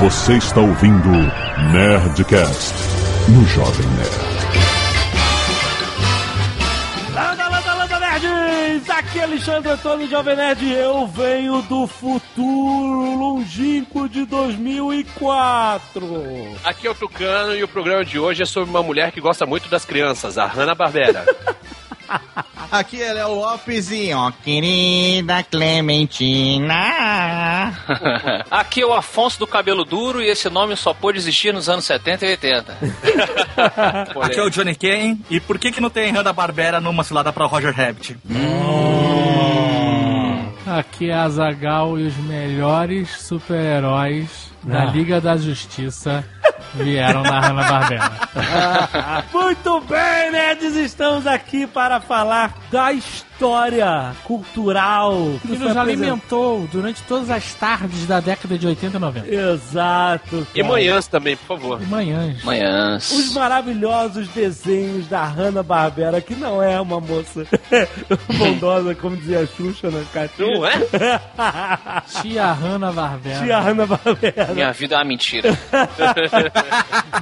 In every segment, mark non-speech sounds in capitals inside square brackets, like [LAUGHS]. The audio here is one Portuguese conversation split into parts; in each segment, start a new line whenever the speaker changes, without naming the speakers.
Você está ouvindo Nerdcast no Jovem
Nerd. Landa, landa, landa, nerds! Aqui é Alexandre Antônio Jovem Nerd e eu venho do futuro longínquo de 2004.
Aqui é o Tucano e o programa de hoje é sobre uma mulher que gosta muito das crianças, a Hanna-Barbera.
Aqui é Léo Lopes e ó, querida Clementina.
[LAUGHS] Aqui é o Afonso do Cabelo Duro e esse nome só pôde existir nos anos 70 e 80.
Aqui é o Johnny Kane e por que, que não tem Hanna Barbera numa cilada pra Roger Rabbit?
Hum. Aqui é a Zagal e os melhores super-heróis
Ah.
da Liga da Justiça vieram na Hanna-Barbera.
[LAUGHS] Muito bem, nerds, estamos aqui para falar da história cultural
que, que nos alimentou durante todas as tardes da década de 80 e 90.
Exato.
E manhãs também, por favor.
E manhãs.
Manhãs.
Os maravilhosos desenhos da Hanna-Barbera, que não é uma moça bondosa, como dizia a Xuxa na cartinha.
Não é?
Tia Hanna-Barbera.
[LAUGHS] Tia Hanna-Barbera.
Minha vida é uma mentira.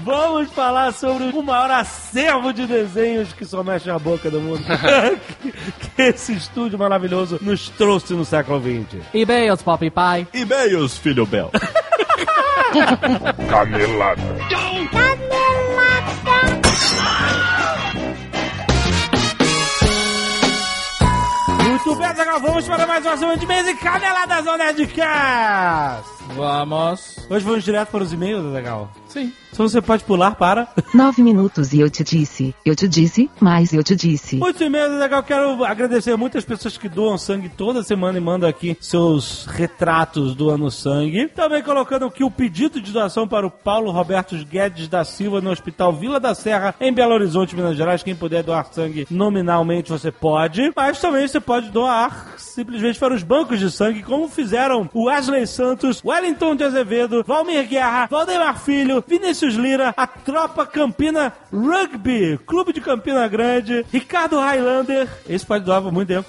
Vamos falar sobre o maior acervo de desenhos que só mexe a boca do mundo. que, que esse estúdio maravilhoso nos trouxe no século XX.
E-mails, Pop Pai.
E-mails, filho Bel. [LAUGHS] Canelada. Canelada.
Muito bem, agora vamos para mais uma semana de mês e caneladas ao Nerdcast.
Vamos.
Hoje vamos direto para os e-mails, legal?
Sim.
Então você pode pular para.
Nove minutos e eu te disse, eu te disse, mais eu te disse.
Muitos e-mails, legal. Quero agradecer muitas pessoas que doam sangue toda semana e mandam aqui seus retratos doando sangue. Também colocando aqui o pedido de doação para o Paulo Roberto Guedes da Silva no Hospital Vila da Serra, em Belo Horizonte, Minas Gerais. Quem puder doar sangue nominalmente, você pode. Mas também você pode doar simplesmente para os bancos de sangue, como fizeram o Wesley Santos, Wellington de Azevedo, Valmir Guerra, Valdemar Filho, Vinícius Lira, a Tropa Campina Rugby, Clube de Campina Grande, Ricardo Highlander, esse pode doar por muito tempo.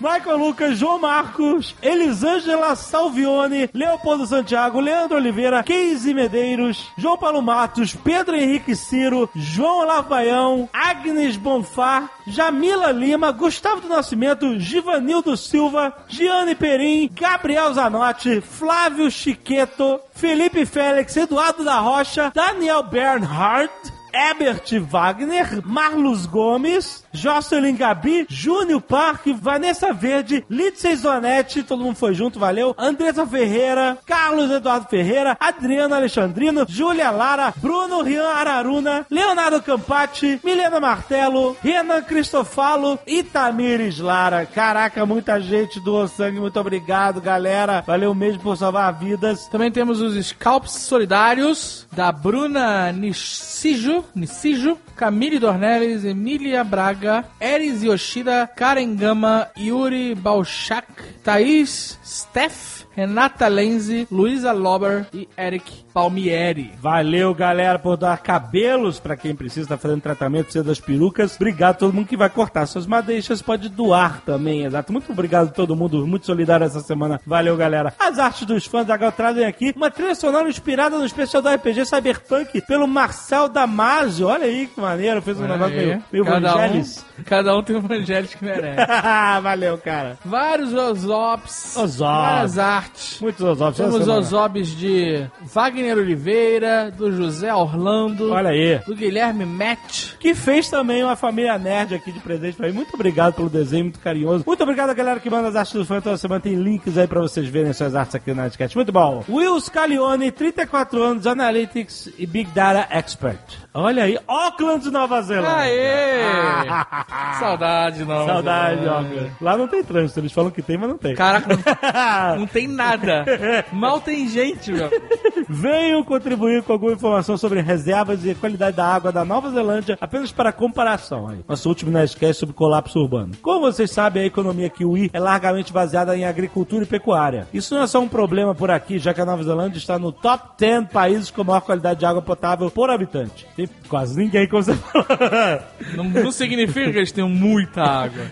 Michael Lucas, João Marcos, Elisângela Salvione, Leopoldo Santiago, Leandro Oliveira, Keise Medeiros, João Paulo Matos, Pedro Henrique Ciro, João Lavaião, Agnes Bonfá, Jamila Lima, Gustavo do Nascimento, Givanildo Silva, Giane Perim, Gabriel Zanotti, Flávio Chiqueto, Felipe Félix, Eduardo da Rocha, Daniel Bernhardt, Ebert Wagner, Marlos Gomes, Jocelyn Gabi, Júnior Parque, Vanessa Verde, Lidsey Zonetti, todo mundo foi junto, valeu, Andressa Ferreira, Carlos Eduardo Ferreira, Adriana Alexandrino, Júlia Lara, Bruno Rian Araruna, Leonardo Campati, Milena Martelo, Renan Cristofalo, Itamires Lara. Caraca, muita gente doou sangue, muito obrigado, galera. Valeu mesmo por salvar vidas.
Também temos os Scalps Solidários, da Bruna Nicijo, Nicijo, Camille Dornelles, Emília Braga, Eris Yoshida, Karen Gama, Yuri Balchak, Thaís Steph, Renata Lenzi, Luísa Lober e Eric Palmieri.
Valeu, galera, por dar cabelos para quem precisa, tá fazendo tratamento, precisa das perucas. Obrigado a todo mundo que vai cortar suas madeixas, pode doar também, exato. Muito obrigado a todo mundo, muito solidário essa semana. Valeu, galera. As artes dos fãs da Gal trazem aqui uma trilha sonora inspirada no especial do RPG Cyberpunk pelo Marcel Damasio. Olha aí que maneiro, fez um Olha negócio aí. meio, meio
cada Vangelis. Um, cada um tem um Vangelis que merece.
[LAUGHS] Valeu, cara.
Vários Ozops.
Ozops.
Várias artes.
Muitos Ozobs.
Temos Ozobs de Wagner Oliveira, do José Orlando.
Olha aí.
Do Guilherme Matt.
Que fez também uma família nerd aqui de presente pra mim. Muito obrigado pelo desenho, muito carinhoso. Muito obrigado a galera que manda as artes do fã toda semana. Tem links aí pra vocês verem suas artes aqui no Nerdcast. Muito bom. Will Scalione, 34 anos, Analytics e Big Data Expert. Olha aí, Auckland, Nova Zelândia. [LAUGHS]
Aê! Saudade, Nova
Saudade, Zelândia. Auckland. Lá não tem trânsito, eles falam que tem, mas não tem.
Caraca,
[LAUGHS]
não tem nada. Mal tem gente, meu.
Venham contribuir com alguma informação sobre reservas e qualidade da água da Nova Zelândia, apenas para comparação. Aí. Nosso último Nerdcast sobre colapso urbano. Como vocês sabem, a economia kiwi é largamente baseada em agricultura e pecuária. Isso não é só um problema por aqui, já que a Nova Zelândia está no top 10 países com maior qualidade de água potável por habitante. Tem tem quase ninguém, como você [LAUGHS] falou.
Não, não significa que eles tenham muita água.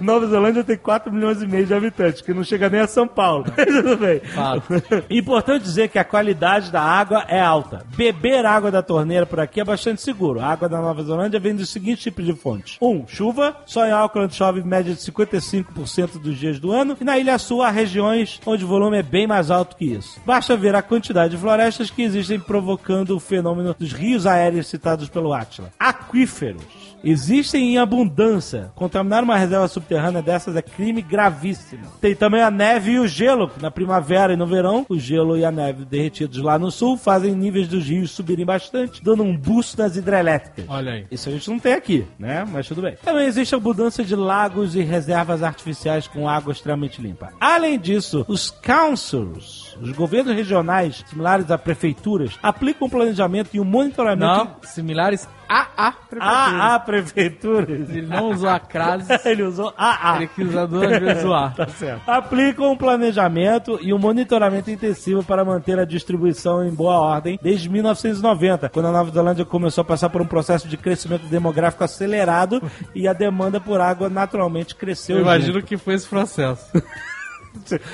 Nova Zelândia tem 4 milhões e meio de habitantes, que não chega nem a São Paulo. [LAUGHS] Tudo bem.
Fato.
Importante dizer que a qualidade da água é alta. Beber água da torneira por aqui é bastante seguro. A água da Nova Zelândia vem dos seguintes tipos de fontes. 1. Um, chuva. Só em Auckland chove em média de 55% dos dias do ano. E na Ilha Sul há regiões onde o volume é bem mais alto que isso. Basta ver a quantidade de florestas que existem provocando o fenômeno dos rios aéreos citados pelo Atila. Aquíferos. Existem em abundância. Contaminar uma reserva subterrânea dessas é crime gravíssimo. Tem também a neve e o gelo. Na primavera e no verão, o gelo e a neve derretidos lá no sul fazem níveis dos rios subirem bastante, dando um boost nas hidrelétricas.
Olha aí.
Isso a gente não tem aqui, né? Mas tudo bem. Também existe a abundância de lagos e reservas artificiais com água extremamente limpa. Além disso, os councils. Os governos regionais, similares a prefeituras, aplicam um planejamento e um monitoramento
Não, similares
Ah,
a a prefeitura.
a, a prefeituras.
Ele não usou a crase,
[LAUGHS] Ele usou a
ele quis
[LAUGHS]
usar duas vezes o
Tá
A.
Aplicam um planejamento e um monitoramento intensivo para manter a distribuição em boa ordem desde 1990, quando a Nova Zelândia começou a passar por um processo de crescimento demográfico acelerado e a demanda por água naturalmente cresceu.
Eu imagino
junto.
que foi esse processo.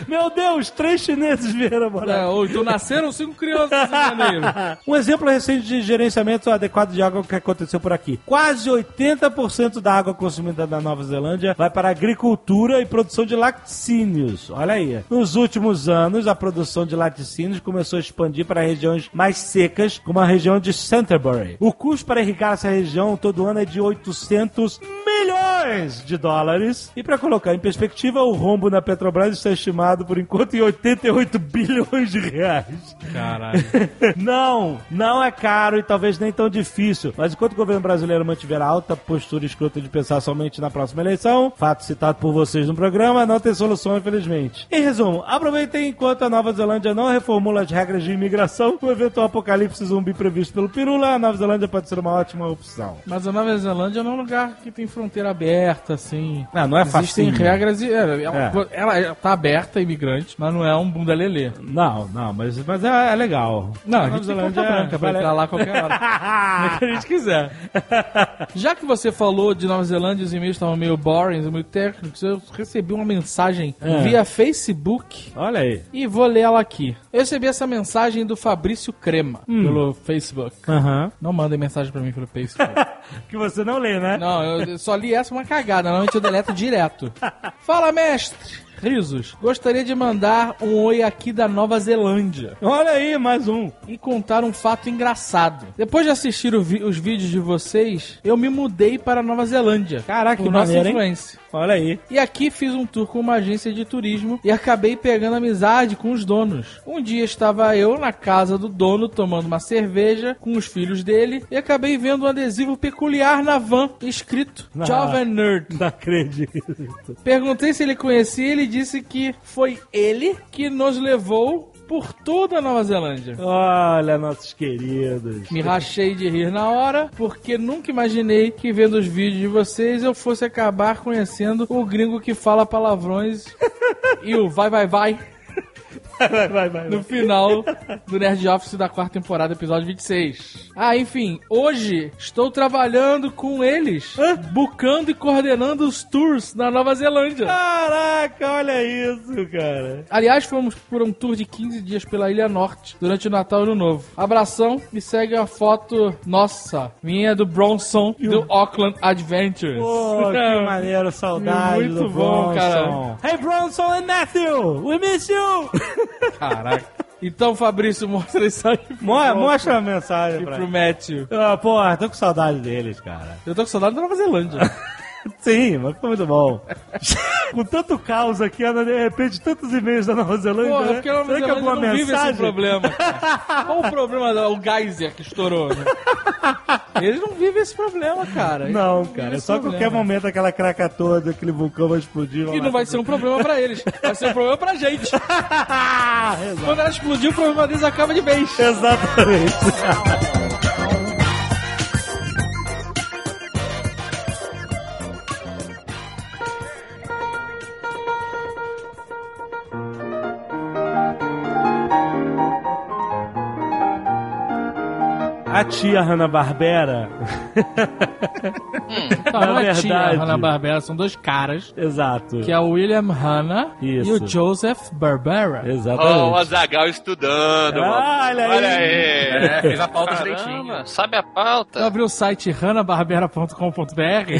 Meu Deus, três chineses vieram morar.
É, ou então nasceram cinco crianças em janeiro.
Um exemplo recente de gerenciamento adequado de água que aconteceu por aqui. Quase 80% da água consumida na Nova Zelândia vai para a agricultura e produção de laticínios. Olha aí. Nos últimos anos, a produção de laticínios começou a expandir para regiões mais secas, como a região de Canterbury. O custo para irrigar essa região todo ano é de 800 milhões de dólares. E para colocar em perspectiva, o rombo na Petrobras está estimado por enquanto em 88 bilhões de reais.
Caralho.
[LAUGHS] Não, não é caro e talvez nem tão difícil. Mas enquanto o governo brasileiro mantiver a alta postura escrota de pensar somente na próxima eleição, fato citado por vocês no programa, não tem solução, infelizmente. Em resumo, aproveitem enquanto a Nova Zelândia não reformula as regras de imigração, o eventual apocalipse zumbi previsto pelo Pirula, a Nova Zelândia pode ser uma ótima opção.
Mas a Nova Zelândia não é um lugar que tem fronteira aberta, assim.
Ah, não é
Existem
facinho.
regras e. é, é uma
É.
co- Ela tá aberta a imigrantes, mas não é um bunda lelê.
Não, não, mas, mas é, é legal.
Não, a
Nova
gente tem
Zelândia é
conta branca pra
vale-
entrar lá a qualquer hora.
[LAUGHS] Ah!
Como é que a gente quiser. Já que você falou de Nova Zelândia, os e-mails estavam meio boring, meio técnicos, eu recebi uma mensagem
É.
via Facebook
Olha aí.
e vou ler ela aqui. Eu recebi essa mensagem do Fabrício Crema
Hum.
pelo Facebook.
Aham.
Não mandem mensagem pra mim pelo Facebook.
Que você não lê, né?
Não, eu eu só li essa uma cagada, normalmente eu deleto direto. Fala, mestre! Risos. Gostaria de mandar um oi aqui da Nova Zelândia
Olha aí, mais um.
e contar um fato engraçado. Depois de assistir o vi- os vídeos de vocês, eu me mudei para a Nova Zelândia.
Caraca,
por
que
nossa
maneiro, hein?
influência.
Olha aí.
E aqui fiz um tour com uma agência de turismo e acabei pegando amizade com os donos. Um dia estava eu na casa do dono tomando uma cerveja com os filhos dele e acabei vendo um adesivo peculiar na van escrito
Ah.
Jovem Nerd.
Não acredito.
Perguntei se ele conhecia e ele disse que foi ele que nos levou por toda a Nova Zelândia.
Olha, nossos queridos.
Me rachei de rir na hora, porque nunca imaginei que vendo os vídeos de vocês eu fosse acabar conhecendo o gringo que fala palavrões e o vai, vai, vai
Vai, vai, vai.
no final do Nerd Office da quarta temporada, episódio 26. Ah, enfim, hoje estou trabalhando com eles, bucando e coordenando os tours na Nova Zelândia.
Caraca, olha isso, cara.
Aliás, fomos por um tour de 15 dias pela Ilha Norte durante o Natal e Ano Novo. Abração e segue a foto nossa, minha do Bronson do Auckland Adventures.
Pô,
[LAUGHS]
que maneiro, saudade
Muito
do
bom,
Bronson.
cara.
Hey, Bronson and Matthew, we miss you.
Caraca. Então, Fabrício, mostra isso aí pro
Mo-
Bronson
Mostra a
e
mensagem pra
pro
mim.
Matthew.
Ah, porra, tô com saudade deles, cara.
Eu tô com saudade da
[LAUGHS]
Nova Zelândia.
Sim, mas foi muito bom.
[LAUGHS]
Com tanto caos aqui, Ana, de repente, tantos e-mails da Nova Zelândia,
Porra,
né?
porque a Nova
Será que
Zelândia
alguma
não vive esse
mensagem?
problema.
[LAUGHS]
cara. Qual o problema do o geyser que estourou? né? Eles não vivem esse problema, cara. Eles
Não,
vivem
cara,
esse
só a
problema.
qualquer momento aquela cracatoa daquele vulcão vai explodir.
E não vai ser um problema pra eles, vai ser um problema
[LAUGHS]
pra gente. Quando ela explodir, o problema deles acaba de vez.
É, Exatamente. A tia Hanna-Barbera.
Não,
Na
não é
verdade.
tia Hanna Barbera, são dois caras.
Exato.
Que é o William Hanna
Isso.
e o Joseph Barbera.
Tá
Ó, o
Exatamente.
Azagal estudando, mano.
Olha aí.
Olha aí.
É, fez a pauta direitinho.
Caramba, sabe a
Eu
pauta?
abri Então, o site
[LAUGHS]
hanabarbera.com.br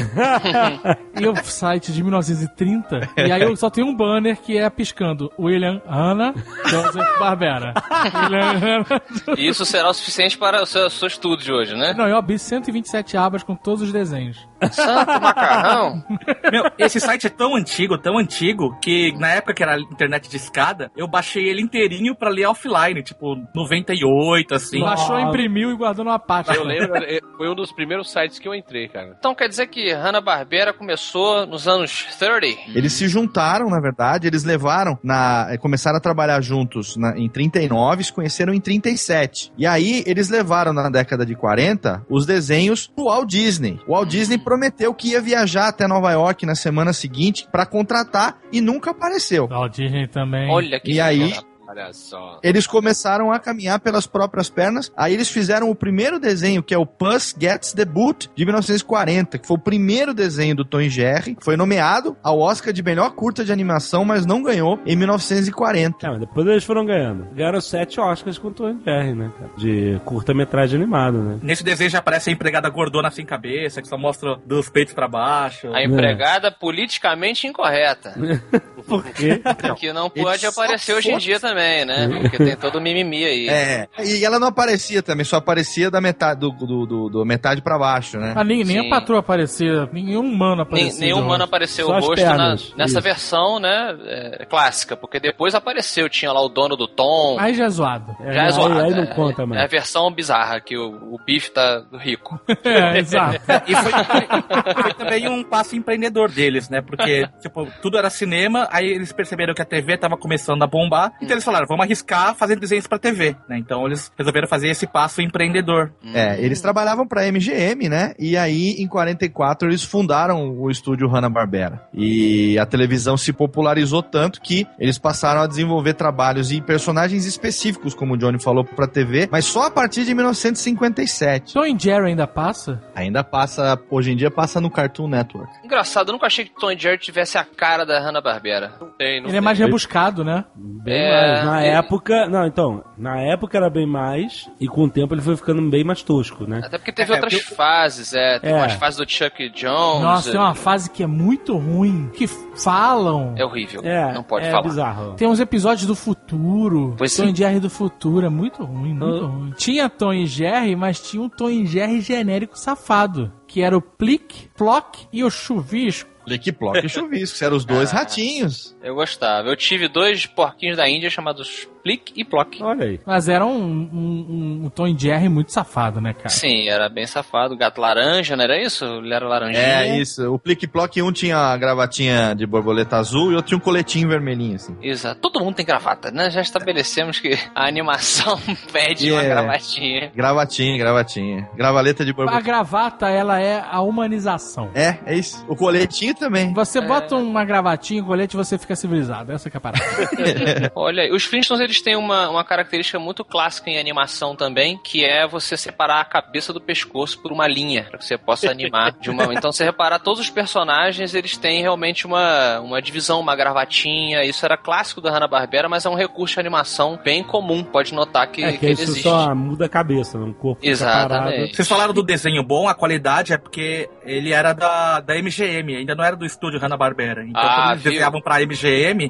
e o site de 1930. E aí eu só tenho um banner que é piscando William Hanna Joseph Barbera.
[LAUGHS]
William Hanna.
E Isso será o suficiente para o seu, seu estudo de hoje, né?
Não, eu abri 127 abas com todos os desenhos.
Santo macarrão.
Meu, esse site é tão antigo, tão antigo, que na época que era internet de escada, eu baixei ele inteirinho pra ler offline, tipo 98, assim.
Baixou, imprimiu e guardou numa pasta.
Eu lembro, eh, foi um dos primeiros sites que eu entrei, cara.
Então quer dizer que Hanna-Barbera começou nos anos 30?
Eles se juntaram, na verdade, eles levaram na. eh, Começaram a trabalhar juntos na- em 39, se conheceram em 37. E aí, eles levaram na década de 40 os desenhos pro Walt Disney. O Walt Disney prometeu que ia viajar até Nova York na semana seguinte pra contratar e nunca apareceu.
Ó, o Disney também.
Olha que
E aí-
filha da- Olha só.
Eles começaram a caminhar pelas próprias pernas. Aí eles fizeram o primeiro desenho, que é o Puss Gets the Boot, de 1940, que foi o primeiro desenho do Tom e Jerry. Foi nomeado ao Oscar de melhor curta de animação, mas não ganhou em 1940.
É, mas depois eles foram ganhando. Ganharam sete Oscars com o Tom R, né, cara? De curta-metragem animada, né?
Nesse desenho já aparece a empregada gordona sem cabeça, que só mostra dos peitos pra baixo.
A empregada politicamente incorreta.
Por quê?
que não pode
ele só
aparecer hoje em
foi-
dia também, né? Porque tem todo o mimimi aí.
É, e ela não aparecia também, só aparecia da metade, do, do, do- do metade pra baixo, né?
Ah, nem, nem
Sim.
a patroa aparecia, nenhum humano
Nem-
aparecia.
nenhum humano apareceu
Só
o
as
rosto na-
pernas,
nessa
isso.
versão, né? é, clássica, porque depois apareceu, tinha lá o dono do Tom.
Aí já é zoado.
É,
já é
aí-
zoado.
Aí,
é-
não conta
É a
mais.
versão bizarra, que o, o bife tá rico.
É, exato.
E foi, foi também um passo empreendedor deles, né? Porque, tipo, tudo era cinema, aí eles perceberam que a TV tava começando a bombar, então eles falaram, vamos arriscar fazer desenhos pra TV, né? Então eles resolveram fazer esse passo empreendedor.
É,
Uhum.
eles trabalhavam pra MGM, né? E aí, em 44, eles fundaram o estúdio Hanna-Barbera. E a televisão se popularizou tanto que eles passaram a desenvolver trabalhos e personagens específicos, como o Johnny falou, pra TV, mas só a partir de 1957.
Tom e Jerry ainda passa?
Ainda passa, hoje em dia, passa no Cartoon Network.
[LAUGHS] Engraçado, eu nunca achei que Tom e Jerry tivesse a cara da Hanna-Barbera.
Não tem, não
Ele
tem.
é mais rebuscado, né?
Bem
É,
mais. Na
ele-
época. Não, então. Na época era bem mais. E com o tempo ele foi ficando bem mais tosco, né?
Até porque teve
É,
outras
porque
fases, é. Tem
É.
umas fases do Chuck Jones.
Nossa,
é,
tem uma fase que é muito ruim, que falam.
é horrível.
É.
não pode
é
falar.
bizarro.
Tem uns episódios do futuro.
Pois
Tom
sim. Ah.
e Jerry do futuro. É muito ruim, muito ruim. Tinha Tom e Jerry, mas tinha um Tom e Jerry genérico safado. Que era o Plick, Plock e o Chuvisco.
Lick Block e Chuvisco, eram os
[LAUGHS] Ah,
dois ratinhos.
Eu gostava. Eu tive dois porquinhos da Índia chamados Plick e Plock.
Olha aí.
Mas era um, um- um- um Tom e Jerry muito safado, né, cara?
Sim, era bem safado. Gato laranja, não era isso? Ele era laranjinha.
É, isso. O Plick Block, um tinha a gravatinha de borboleta azul e outro tinha um coletinho vermelhinho, assim.
Exato. Todo mundo tem gravata, né? Já estabelecemos que a animação [LAUGHS] pede uma
Yeah.
gravatinha.
Gravatinha, gravatinha. Gravaleta de borboleta.
A gravata, ela é a humanização.
É, é isso. O coletinho também.
Você
É.
bota uma gravatinha, um colete, você fica civilizado. Essa que é a parada.
Olha, aí, os Flintstones eles têm uma, uma característica muito clássica em animação também, que é você separar a cabeça do pescoço por uma linha, pra que você possa animar de
[LAUGHS]
uma. Então, se reparar, todos os personagens eles têm realmente uma, uma divisão, uma gravatinha. Isso era clássico da Hanna-Barbera, mas é um recurso de animação bem comum. Pode notar que,
É
que
que
ele
isso
existe.
só muda a cabeça, não o corpo fica parado.
Exatamente.
Vocês falaram do desenho bom, a qualidade é porque ele era da, da MGM, ainda não era do estúdio Hanna-Barbera. Então,
Ah,
quando eles
viu?
desenhavam pra MGM,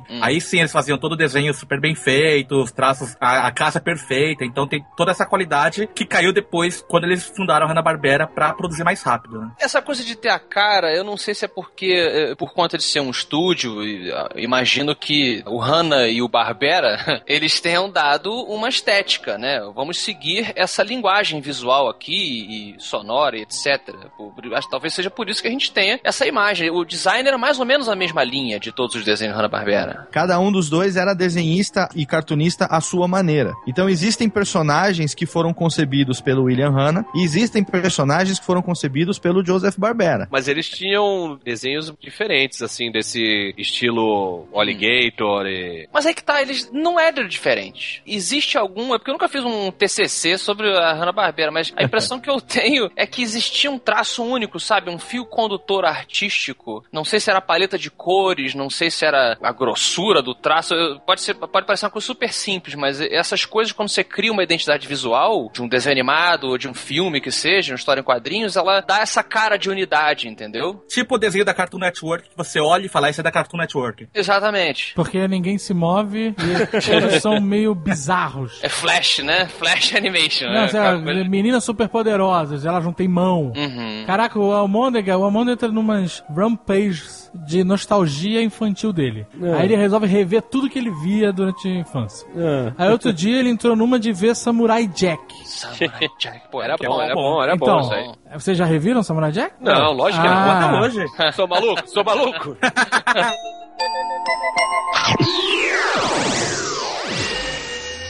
Hum.
aí sim eles faziam todo o desenho super bem feito, os traços, a, a casa perfeita. Então, tem toda essa qualidade que caiu depois, quando eles fundaram a Hanna-Barbera pra produzir mais rápido. Né?
Essa coisa de ter a cara, eu não sei se é porque, eh, por conta de ser um estúdio, e, ah, imagino que o Hanna e o Barbera, [LAUGHS] eles tenham dado uma estética, né? Vamos seguir essa linguagem visual aqui, e sonora, e etc. Por- acho que Talvez seja por isso que a gente tenha essa imagem. O o design era mais ou menos a mesma linha de todos os desenhos Hanna-Barbera.
Cada um dos dois era desenhista e cartunista à sua maneira. Então existem personagens que foram concebidos pelo William Hanna e existem personagens que foram concebidos pelo Joseph Barbera.
Mas eles tinham desenhos diferentes, assim, desse estilo
Hum.
Alligator e...
Mas aí que tá, eles não é diferente. Existe algum, é porque eu nunca fiz um TCC sobre a Hanna-Barbera, mas a impressão que eu tenho é que existia um traço único, sabe? Um fio condutor artístico. Não sei se era a paleta de cores, não sei se era a grossura do traço. Eu- Pode, ser, pode parecer uma coisa super simples, mas essas coisas, quando você cria uma identidade visual, de um desenho animado, ou de um filme que seja, uma história em quadrinhos, ela dá essa cara de unidade, entendeu?
Tipo o desenho da Cartoon Network, que você olha e fala, isso é da Cartoon Network.
Exatamente.
Porque ninguém se move
[LAUGHS]
e todos são meio bizarros.
É Flash, né? Flash [LAUGHS]
É,
Animation.
Não,
né?
sei lá,
Aquela coisa-
meninas superpoderosas, elas não têm mão.
Uhum.
Hum.
Caraca, o Almôndega, o Almôndega entra numas rampages de nostalgia infantil dele.
É.
Aí ele resolve rever tudo que ele via durante a infância.
Ah.
Aí outro dia ele entrou numa de ver Samurai Jack.
Samurai Jack.
Pô, era
Que é
bom,
bom,
era
bom.
bom, era bom
então,
isso aí.
vocês já reviram Samurai Jack?
Não, lógico que não.
Ah.
Até hoje.
Então. [LAUGHS] Sou maluco? Sou maluco?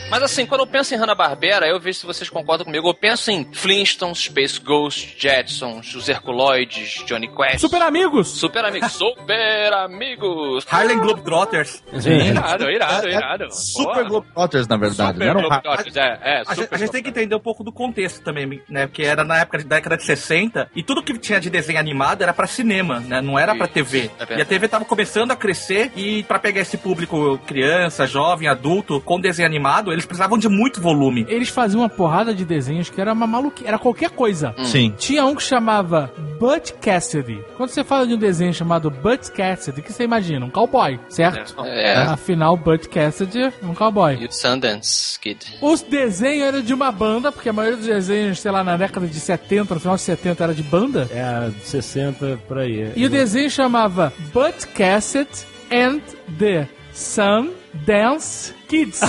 Mas assim, quando eu penso em Hanna-Barbera, eu vejo se vocês concordam comigo, eu penso em Flintstones, Space Ghost, Jetsons, os Herculoides, Johnny Quest.
Super amigos!
Super amigos, super amigos.
Harlem Globetrotters.
irado, irado, irado.
É, Super
Porra.
Globetrotters, na verdade. né? um não
Super
eram
Globetrotters, é, é,
um A gente, a
super
gente tem que entender um pouco do contexto também, né? Porque era na época de década de 60 e tudo que tinha de desenho animado era pra cinema, né? Não era pra
Isso,
TV.
é verdade.
e a TV tava começando a crescer e pra pegar esse público criança, jovem, adulto com desenho animado, eles precisavam de muito volume.
Eles faziam uma porrada de desenhos que era uma maluquice, era qualquer coisa.
Sim.
Tinha um que chamava Butch Cassidy. Quando você fala de um desenho chamado Butch Cassidy, o que você imagina? Um cowboy, certo?
É.
Ah.
Afinal, Butch Cassidy é um cowboy.
E o Sundance Kid.
Os desenhos eram de uma banda, porque a maioria dos desenhos, sei lá, na década de 70, no final de 70, era de banda.
É, 60 por aí. é.
E o desenho chamava Butch Cassidy and the Sundance
[LAUGHS]
Kids.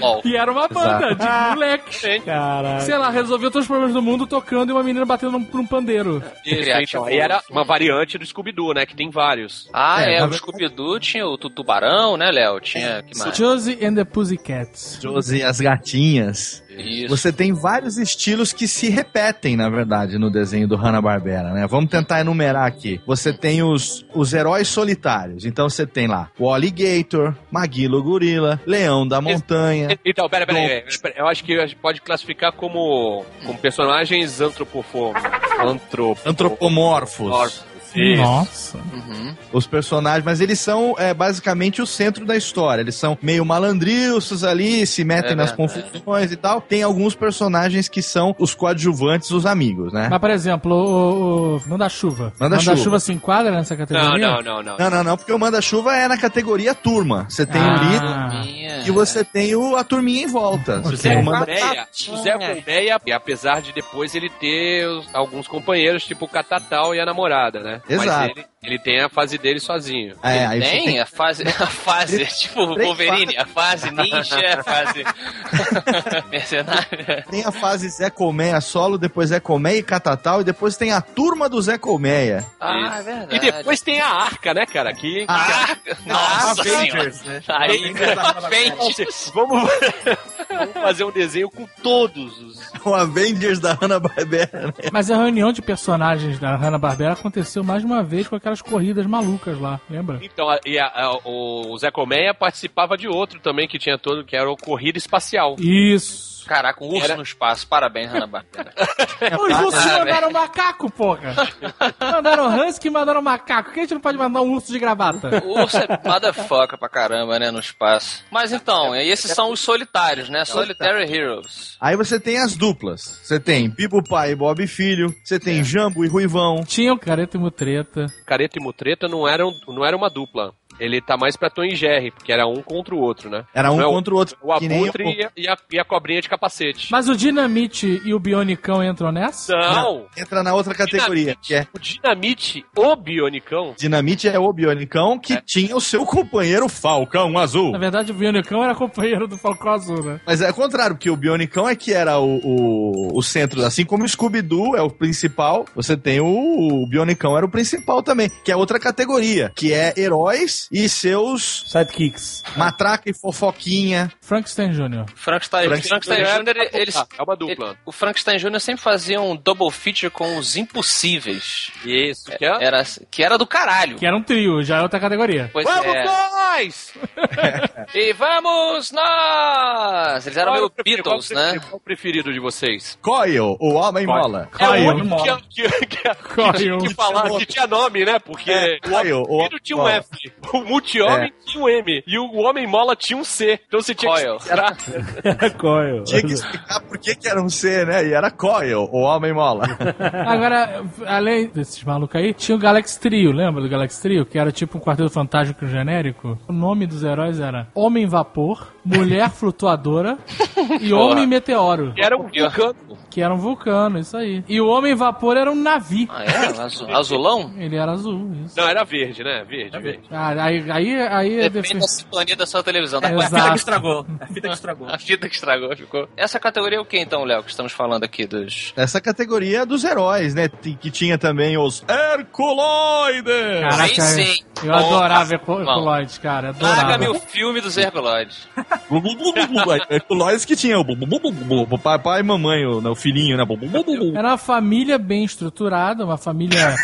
LOL.
e era uma banda de moleques.
Caralho.
Sei lá, resolveu todos os problemas do mundo tocando e uma menina batendo num, por um pandeiro.
Isso, então, aí era uma variante do Scooby-Doo, né? Que tem vários.
Ah,
É,
é,
na
o
verdade-
Scooby-Doo tinha o tu- Tubarão, né, Léo? Tinha, que mais?
Josie and the
Hum.
Pussycats.
Josie, as gatinhas.
Isso.
Você tem vários estilos que se repetem, na verdade, no desenho do Hanna-Barbera, né? Vamos tentar enumerar aqui. Você tem os, os heróis solitários. Então você tem lá o Alligator, Maguilo Gorila, Leão da Montanha.
Então, pera, pera, aí, pera, pera, eu acho que a gente pode classificar como, como personagens antropofomos.
é
Antropo...
Antropomorfos,
Nossa.
Uhum.
os personagens, mas eles são é, basicamente o centro da história. Eles são meio malandrilços ali, se metem
É
nas
verdade.
confusões e tal. Tem alguns personagens que são os coadjuvantes, os amigos, né?
Mas, por exemplo, o, o, o Manda-Chuva.
Manda-Chuva.
se enquadra nessa
Não,
categoria?
não, não, não.
Não, não, não, porque o manda-chuva é na categoria turma. Você tem o líder
Ah.
Minha.
e você tem o, a turminha em volta. Tá,
Ok.
Você tem o manda-
Colmeia. O Zé
né?
Colmeia, e apesar de depois ele ter os- alguns companheiros, tipo o Catatal e a namorada, né?
Exato.
Mas ele, ele tem a fase dele sozinho.
É, aí você
Tem,
tem-
a fase, a fase, tipo
três
Wolverine, a fase ninja, a
[LAUGHS]
fase [LAUGHS] mercenária.
tem a fase Zé Colmeia solo, depois Zé Colmeia e Catatal, e depois tem a turma do Zé Colmeia.
Ah, é
Isso.
verdade.
E depois tem a arca, né, cara? Que. [LAUGHS]
Ah,
Nossa senhora.
Avengers, né?
Aí,
Avengers. Vamos... [LAUGHS] Vamos fazer um desenho com todos os.
o Avengers da Hanna-Barbera.
Mas a reunião de personagens da Hanna-Barbera aconteceu mais uma vez com aquelas corridas malucas lá, lembra?
Então, a- e a- a- o Zé Colmeia participava de outro também que tinha todo, que era o Corrida Espacial.
Isso.
Caraca, um urso
Era-
no espaço. Parabéns, Hanna-Barbera.
É,
Os ursos
tá,
Ah,
né?
mandaram macaco, porra. Mandaram husky e mandaram macaco. Por que a gente não pode mandar um urso de gravata?
O [LAUGHS] urso é motherfucker pra caramba, né, no espaço. Mas então, e esses são os solitários, né? Solitary Heroes.
Aí você tem as duplas. Você tem Bibo Pai e Bob Filho. Você
É.
tem Jambo e Ruivão.
Tinha o Careta e Mutreta.
Careta e Mutreta não eram, não era uma dupla. ele tá mais pra Tom e Jerry, porque era um contra o outro, né?
Era um
Não é o-
contra o outro.
O
que nem
abutre e a- e, a, e a cobrinha de capacete.
Mas o Dinamite e o Bionicão entram nessa?
Não!
Entra na outra categoria, que é
O Dinamite, o Bionicão,
Dinamite é o Bionicão que tinha o seu companheiro Falcão Azul.
Na verdade, o Bionicão era companheiro do Falcão Azul, né?
Mas é o contrário, porque o Bionicão é que era o, o, o centro. Assim como o Scooby-Doo é o principal, você tem o, o Bionicão era o principal também, que é outra categoria, que é heróis e seus
Sidekicks.
matraca e fofoquinha.
Frankenstein Jr.
Frankenstein
Frankenstein
Frankenstein Jr., ele- ele-
é uma dupla.
ele- o Frankenstein Jr. sempre fazia um double feature com os impossíveis.
Isso, que é...
Era, assim, que era do caralho.
Que era um trio, já é outra categoria.
Pois
Vamos
é.
nós!
[LAUGHS] E vamos nós! Eles eram
Qual é
meio
o preferido-
Beatles,
qual é
né?
o preferido- Qual é o preferido de vocês?
Coil, o Homem Mola.
É
Coil.
o único que, que, que,
Coil.
que, que falava que tinha nome, né? Porque
É, Coil,
o
o
Homem
Homem
tinha um
Mola.
F, o multi-homem tinha um M e o homem mola tinha um C. Então você tinha
Coil.
que esperar.
Coil.
Tinha que explicar por que, que era um C, né? E era Coil, o Homem Mola.
Agora, além desses malucos aí, tinha o Galaxy Trio, lembra do Galaxy Trio? Que era tipo um quarteto fantástico genérico. O nome dos heróis era Homem Vapor, [LAUGHS] Mulher Flutuadora e Homem Meteoro,
Que Era um vulcano.
que era um vulcano, isso aí. E o Homem Vapor era um navio.
Ah, é? Azu- Azulão?
Ele era azul, isso.
Não, era verde, né? Verde, verde.
Ah, aí, aí, aí é
Depende
defen-
da sintonia da sua televisão. Da
É,
A fita
Exato.
que estragou. A fita que estragou.
A fita que estragou, ficou. Essa categoria é o que então, Léo, que estamos falando aqui dos.
Essa categoria dos heróis, né? T- Que tinha também os Herculoides.
Caraca,
Aí sim.
eu adorava
Nossa,
Hercu-
irmão.
Herculoides, cara, adorava.
Traga-me o filme dos Herculoides.
Blu, blu, blu, blu, blu. Herculoides que tinha é o blu, blu, blu, blu, blu, o papai e mamãe, o, né, o filhinho, né? Blu, blu, blu, blu. [LAUGHS]
Era uma família bem estruturada, uma família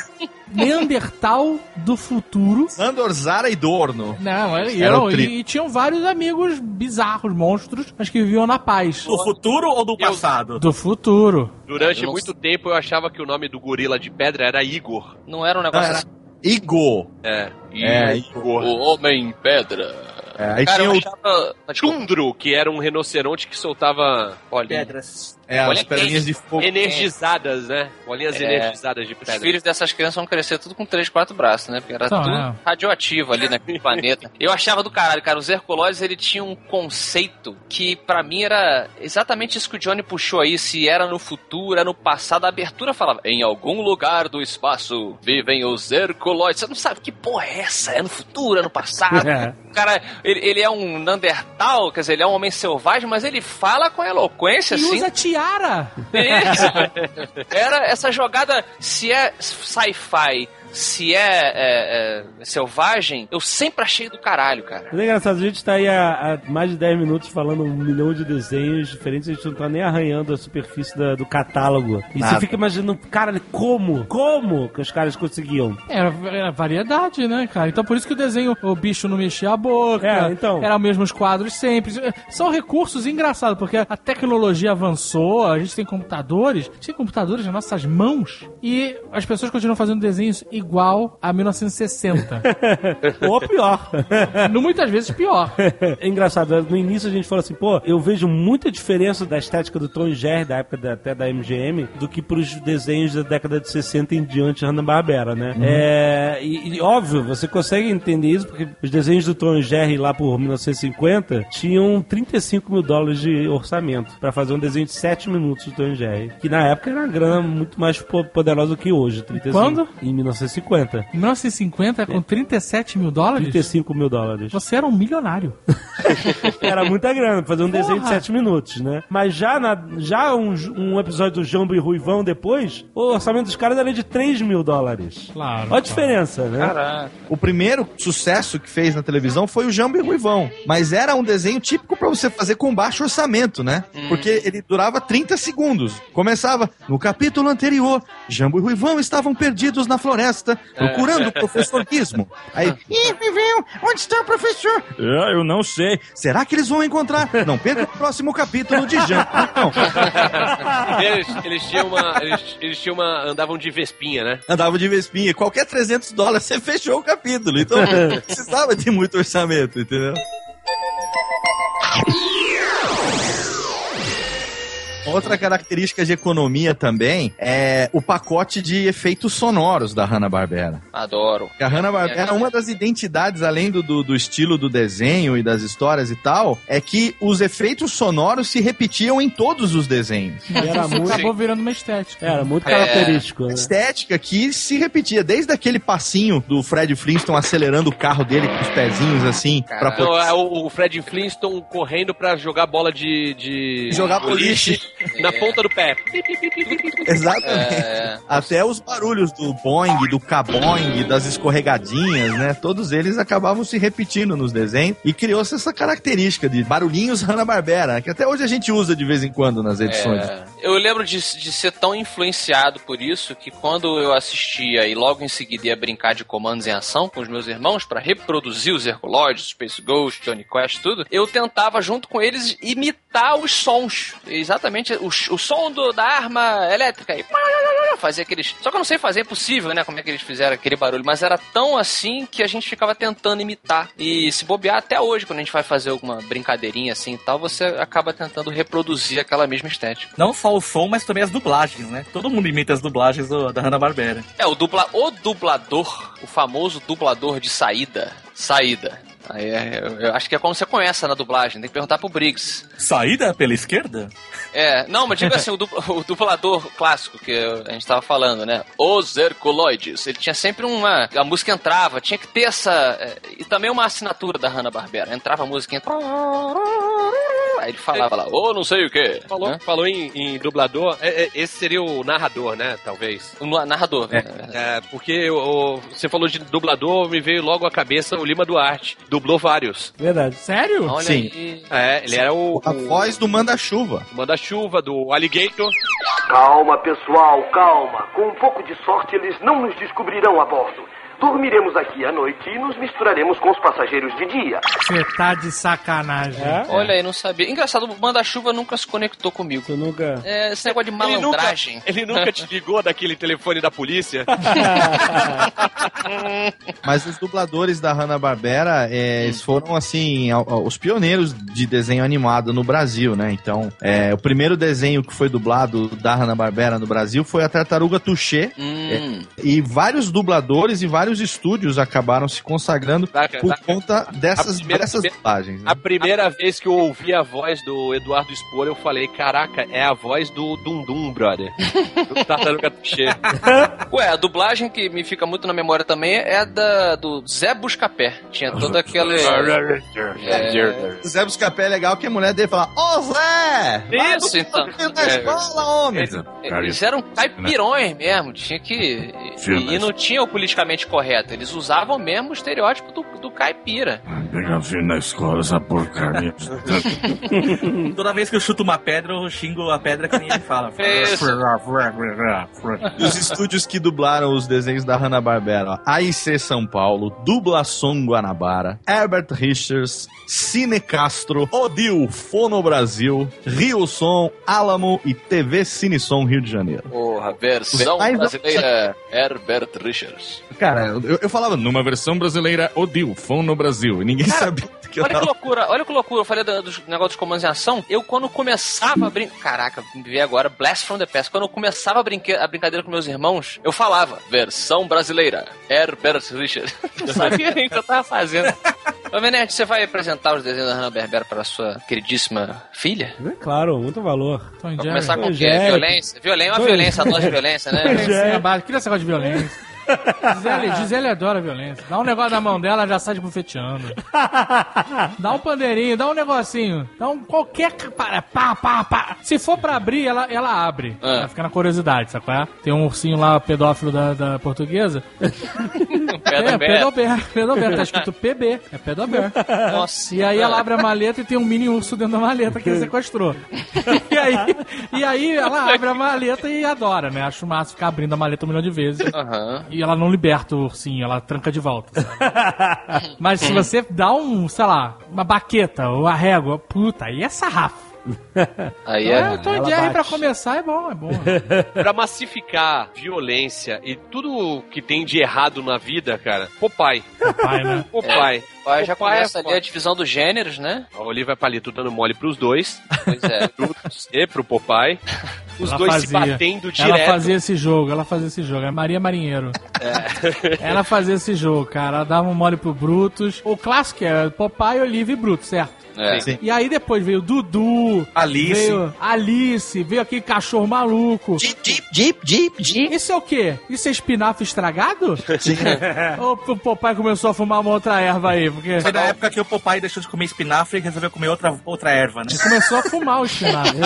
Neandertal do futuro.
Sandor, Zara e Dorno.
Não, era,
Era o
e-
tri-
e, tinham vários amigos bizarros, monstros, mas que viviam na paz.
Do futuro ou do
Eu-
passado?
Do futuro.
Durante
Eu não
muito tempo eu achava que o nome do gorila de pedra era Igor.
Não era um
Não,
negócio
era
assim.
Igor.
É. E
É,
Igor.
O Homem Pedra.
É, aí
Cara,
tinha
eu
o.
achava. Ah, desculpa.
Tundro, que era um rinoceronte que soltava bolinhas
Pedras.
É, as
Olha
perninhas de fogo.
energizadas, né? Bolinhas
É.
energizadas de
Os
pedra.
filhos dessas crianças vão crescer tudo com 3, 4 braços, né? Porque era
Então,
tudo
é.
radioativo ali naquele planeta. Eu achava do caralho, cara. Os Herculóides, ele tinha um conceito que pra mim era exatamente isso que o Johnny puxou aí. Se era no futuro, era no passado. A abertura falava, em algum lugar do espaço vivem os Herculóides. Você não sabe que porra é essa? É no futuro, é no passado?
[LAUGHS] É.
O cara, ele, ele é um Neandertal, quer dizer, ele é um homem selvagem, mas ele fala com eloquência,
E
assim,
usa tiara.
isso. É. Era essa jogada, se é sci-fi, se é, é, é, selvagem, eu sempre achei do caralho, cara.
Mas é engraçado, a gente tá aí há, há mais de 10 minutos falando um milhão de desenhos diferentes, a gente não tá nem arranhando a superfície da- do catálogo. E
Nada.
você fica imaginando, cara, como? Como que os caras conseguiam?
Era, era variedade, né, cara? Então por isso que o desenho, o bicho não mexia a boca,
É, então.
era os mesmos quadros sempre. São recursos engraçados, porque a tecnologia avançou, a gente tem computadores, a gente tem computadores nas nossas mãos, e as pessoas continuam fazendo desenhos igual a 1960.
[LAUGHS] Ou pior.
No- Muitas vezes pior.
É engraçado, no início a gente falou assim, pô, eu vejo muita diferença da estética do Tom e Jerry, da época da- até da MGM, do que pros desenhos da década de 60 em diante, Hanna-Barbera, né? É, e, e óbvio, você consegue entender isso, porque os desenhos do Tom e Jerry lá por 1950 tinham 35 mil dólares de orçamento pra fazer um desenho de 7 minutos do Tom e Jerry, que na época era uma grana muito mais po- poderosa do que hoje. 35,
Quando?
Em 1950.
1950 com 37 mil dólares?
35 mil dólares.
Você era um milionário.
Era muita grana pra fazer um desenho de
Porra.
7 minutos, né? Mas já, na, já um, j- um episódio do Jambo e Ruivão depois, o orçamento dos caras era de 3 mil dólares.
Claro,
Olha a
claro.
diferença, né?
O primeiro sucesso que fez na televisão foi o Jambo e Ruivão. Mas era um desenho típico pra você fazer com baixo orçamento, né?
Hum.
Porque ele durava 30 segundos. Começava no capítulo anterior. Jambo e Ruivão estavam perdidos na floresta,
É.
procurando o professor Gizmo. Aí,
[LAUGHS]
Ih, Ruivão, onde está o professor? Ah, eu não sei. Será que eles vão encontrar? Não perca o próximo capítulo de Jambo. e Ruivão.
[LAUGHS] Eles, eles tinham uma. Eles, eles tinham uma. andavam de vespinha, né?
andava de Vespinha. Qualquer 300 dólares você fechou o capítulo. [LAUGHS] Então não precisava de muito orçamento, entendeu? Outra característica de economia também é o pacote de efeitos sonoros da Hanna-Barbera.
Adoro.
Que a Hanna-Barbera, uma das identidades, além do, do, do estilo do desenho e das histórias e tal, é que os efeitos sonoros se repetiam em todos os desenhos.
E era muito,
Acabou virando uma estética.
era muito
É.
característico.
A
Né?
estética que se repetia, desde aquele passinho do Fred Flintstone acelerando o carro dele com os pezinhos assim, pra
Caralho.
poder
Não, é o, o Fred Flintstone correndo pra jogar bola de. de
jogar boliche.
na
É.
ponta do pé.
[LAUGHS] Exatamente.
É,
Até os barulhos do boing, do caboing, das escorregadinhas, né? Todos eles acabavam se repetindo nos desenhos e criou-se essa característica de barulhinhos Hanna-Barbera, que até hoje a gente usa de vez em quando nas edições.
É. Eu lembro de, de ser tão influenciado por isso que quando eu assistia e logo em seguida ia brincar de comandos em ação com os meus irmãos pra reproduzir os Herculoides, Space Ghost, Johnny Quest, tudo, eu tentava junto com eles imitar os sons. Exatamente o, o som do- da arma elétrica. E fazer aqueles. Só que eu não sei fazer, é impossível, né? Como é que eles fizeram aquele barulho. Mas era tão assim que a gente ficava tentando imitar. E se bobear até hoje, quando a gente vai fazer alguma brincadeirinha assim e tal, você acaba tentando reproduzir aquela mesma estética.
Não só o som, mas também as dublagens, né? Todo mundo imita as dublagens do- da Hanna-Barbera.
É, o, dubla, o dublador, o famoso dublador de saída. Saída. Aí é- eu, eu acho que é como você conhece na dublagem, tem que perguntar pro Briggs.
Saída pela esquerda?
É, não, mas diga assim, o, dupla- o dublador clássico que eu- a gente tava falando, né? Os Herculoides. Ele tinha sempre uma. A música entrava, tinha que ter essa. é, E também uma assinatura da Hanna-Barbera. Entrava a música entrava. Aí ele falava lá, ô não sei o quê.
Falou,
né?
falou em, em dublador. É, é, esse seria o narrador, né? Talvez.
O narrador. né?
É, porque o- o- você falou de dublador, me veio logo à cabeça o Lima Duarte. Dublou vários.
Verdade.
Sério?
Olha
Sim.
aí.
É, ele era o.
A
o-
voz do manda-chuva.
o Manda-chuva, do Alligator.
Calma, pessoal, calma. Com um pouco de sorte, eles não nos descobrirão a bordo. Dormiremos aqui à noite e nos misturaremos com os passageiros de dia.
Você tá de sacanagem.
É?
Olha aí, não sabia. Engraçado, o Manda-Chuva nunca se conectou comigo.
Tu nunca.
É, esse negócio de
Ele nunca,
malandragem.
ele nunca te ligou daquele telefone da polícia?
Mas os dubladores da Hanna-Barbera, é, eles foram, assim, ao- ao- os pioneiros de desenho animado no Brasil, né? Então, é, o primeiro desenho que foi dublado da Hanna-Barbera no Brasil foi a Tartaruga Touché.
É.
Hum,
E vários dubladores e vários estúdios acabaram se consagrando
Caraca,
por
tá-
conta dessas,
A primeira-
dessas dublagens. né?
A primeira vez que eu ouvi a voz do Eduardo Spor, eu falei, caraca, é a voz do Dundum, brother. Do
[LAUGHS]
Tartaruga Tuxê.
Ué, a dublagem que me fica muito na memória também é a da, do Zé Buscapé. Tinha toda aquela. É,
O Zé Buscapé é legal que a mulher dele fala, ô Zé! vai
Isso, então.
dormir na
É.
escola, homem!
Eles eram caipirões mesmo, tinha que. e- E, não tinha o politicamente correto. Eles usavam mesmo o estereótipo do, do caipira.
Pega vir na escola essa porcaria.
[LAUGHS] Toda vez que eu chuto uma pedra, eu xingo a pedra que ninguém
[LAUGHS]
fala.
Isso.
E os estúdios que dublaram os desenhos da Hanna-Barbera, ó, AIC São Paulo, Dublação Guanabara, Herbert Richards, Cine Castro, Odil, Fono Brasil, Rio Som, Alamo e TV Cine Som Rio de Janeiro.
Porra, versão
Mas-
brasileira Herbert Richards.
Cara, eu, eu falava, numa versão brasileira, Odil, Fono Brasil, e ninguém sabia do que eu
Olha que
tava
loucura, olha que loucura. Eu falei do, dos negócio dos comandos em ação. Eu, quando começava a brincar. Caraca, me vi agora, Blast from the Past. Quando eu começava a, brinque... a brincadeira com meus irmãos, eu falava, versão brasileira, Herbert Richard. Não sabia nem o que [LAUGHS] eu tava fazendo. Ô, Menete, você vai apresentar os desenhos da Hanna Berbera pra sua queridíssima filha?
É Claro, muito valor.
Tom
Vai
e Jerry.
começar com o quê?
Jerry.
Violência? Violência é uma
Pois
violência, a dose de violência, né?
Sim, a base. Cria esse negócio de violência. Gisele, Gisele adora violência. Dá um negócio na mão dela, ela já sai de bufeteando. Dá um pandeirinho, dá um negocinho. Dá um qualquer. ca- Para, pá, pá, pá. Se for pra abrir, ela, ela abre.
Ah.
Ela fica na curiosidade, sabe qual é? Tem um ursinho lá, pedófilo da, da portuguesa. é,
Pedro
pedober. Pedober, tá escrito PB. É pedober.
Nossa.
E aí ela abre a maleta e tem um mini urso dentro da maleta que ele sequestrou. E aí, e aí ela abre a maleta e adora, né? Acho massa ficar abrindo a maleta um milhão de vezes.
Aham.
E ela não liberta o ursinho, ela tranca de volta. sabe? Mas se você dá um, sei lá, uma baqueta ou a régua, puta, aí é sarrafo.
Aí
É,
é.
o Tom e Jerry pra começar é bom, é
[LAUGHS]
bom.
Pra massificar violência e tudo que tem de errado na vida, cara, Popeye.
Pai, né?
Popeye.
Aí já
Popeye é
começa ali
foda.
a divisão dos gêneros, né?
A Olivia Palito dando mole pros dois.
Pois [LAUGHS] é.
Pro [LAUGHS] e pro Popeye. Os
Ela
dois se
fazia.
batendo
Ela
direto.
fazia esse jogo, ela fazia esse jogo. É Maria Marinheiro.
É.
Ela fazia esse jogo, cara. Ela dava um mole pro Brutus. O clássico é Popeye, Olivia e Brutus, certo?
é.
Sim.
E aí depois veio Dudu,
Alice.
veio Alice, veio aquele cachorro maluco.
Jeep, jeep, jeep, jeep, jeep.
Isso é o quê? Isso é espinafre estragado? [LAUGHS] Ou o Popeye começou a fumar uma outra erva aí? Porque
Foi
é
da época que o Popeye deixou de comer espinafre e resolveu comer outra, outra erva, né?
começou a fumar o espinafre.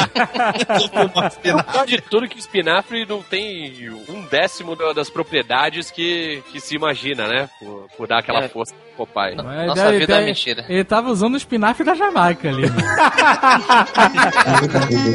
Apesar de tudo que o espinafre não tem um décimo da- das propriedades que, que se imagina, né? Por, por dar aquela
É.
força pro Popeye.
Mas a
Nossa
ideia-
vida é uma
ideia-
mentira.
Ele tava usando o espinafre da Jamaica ali. [LAUGHS]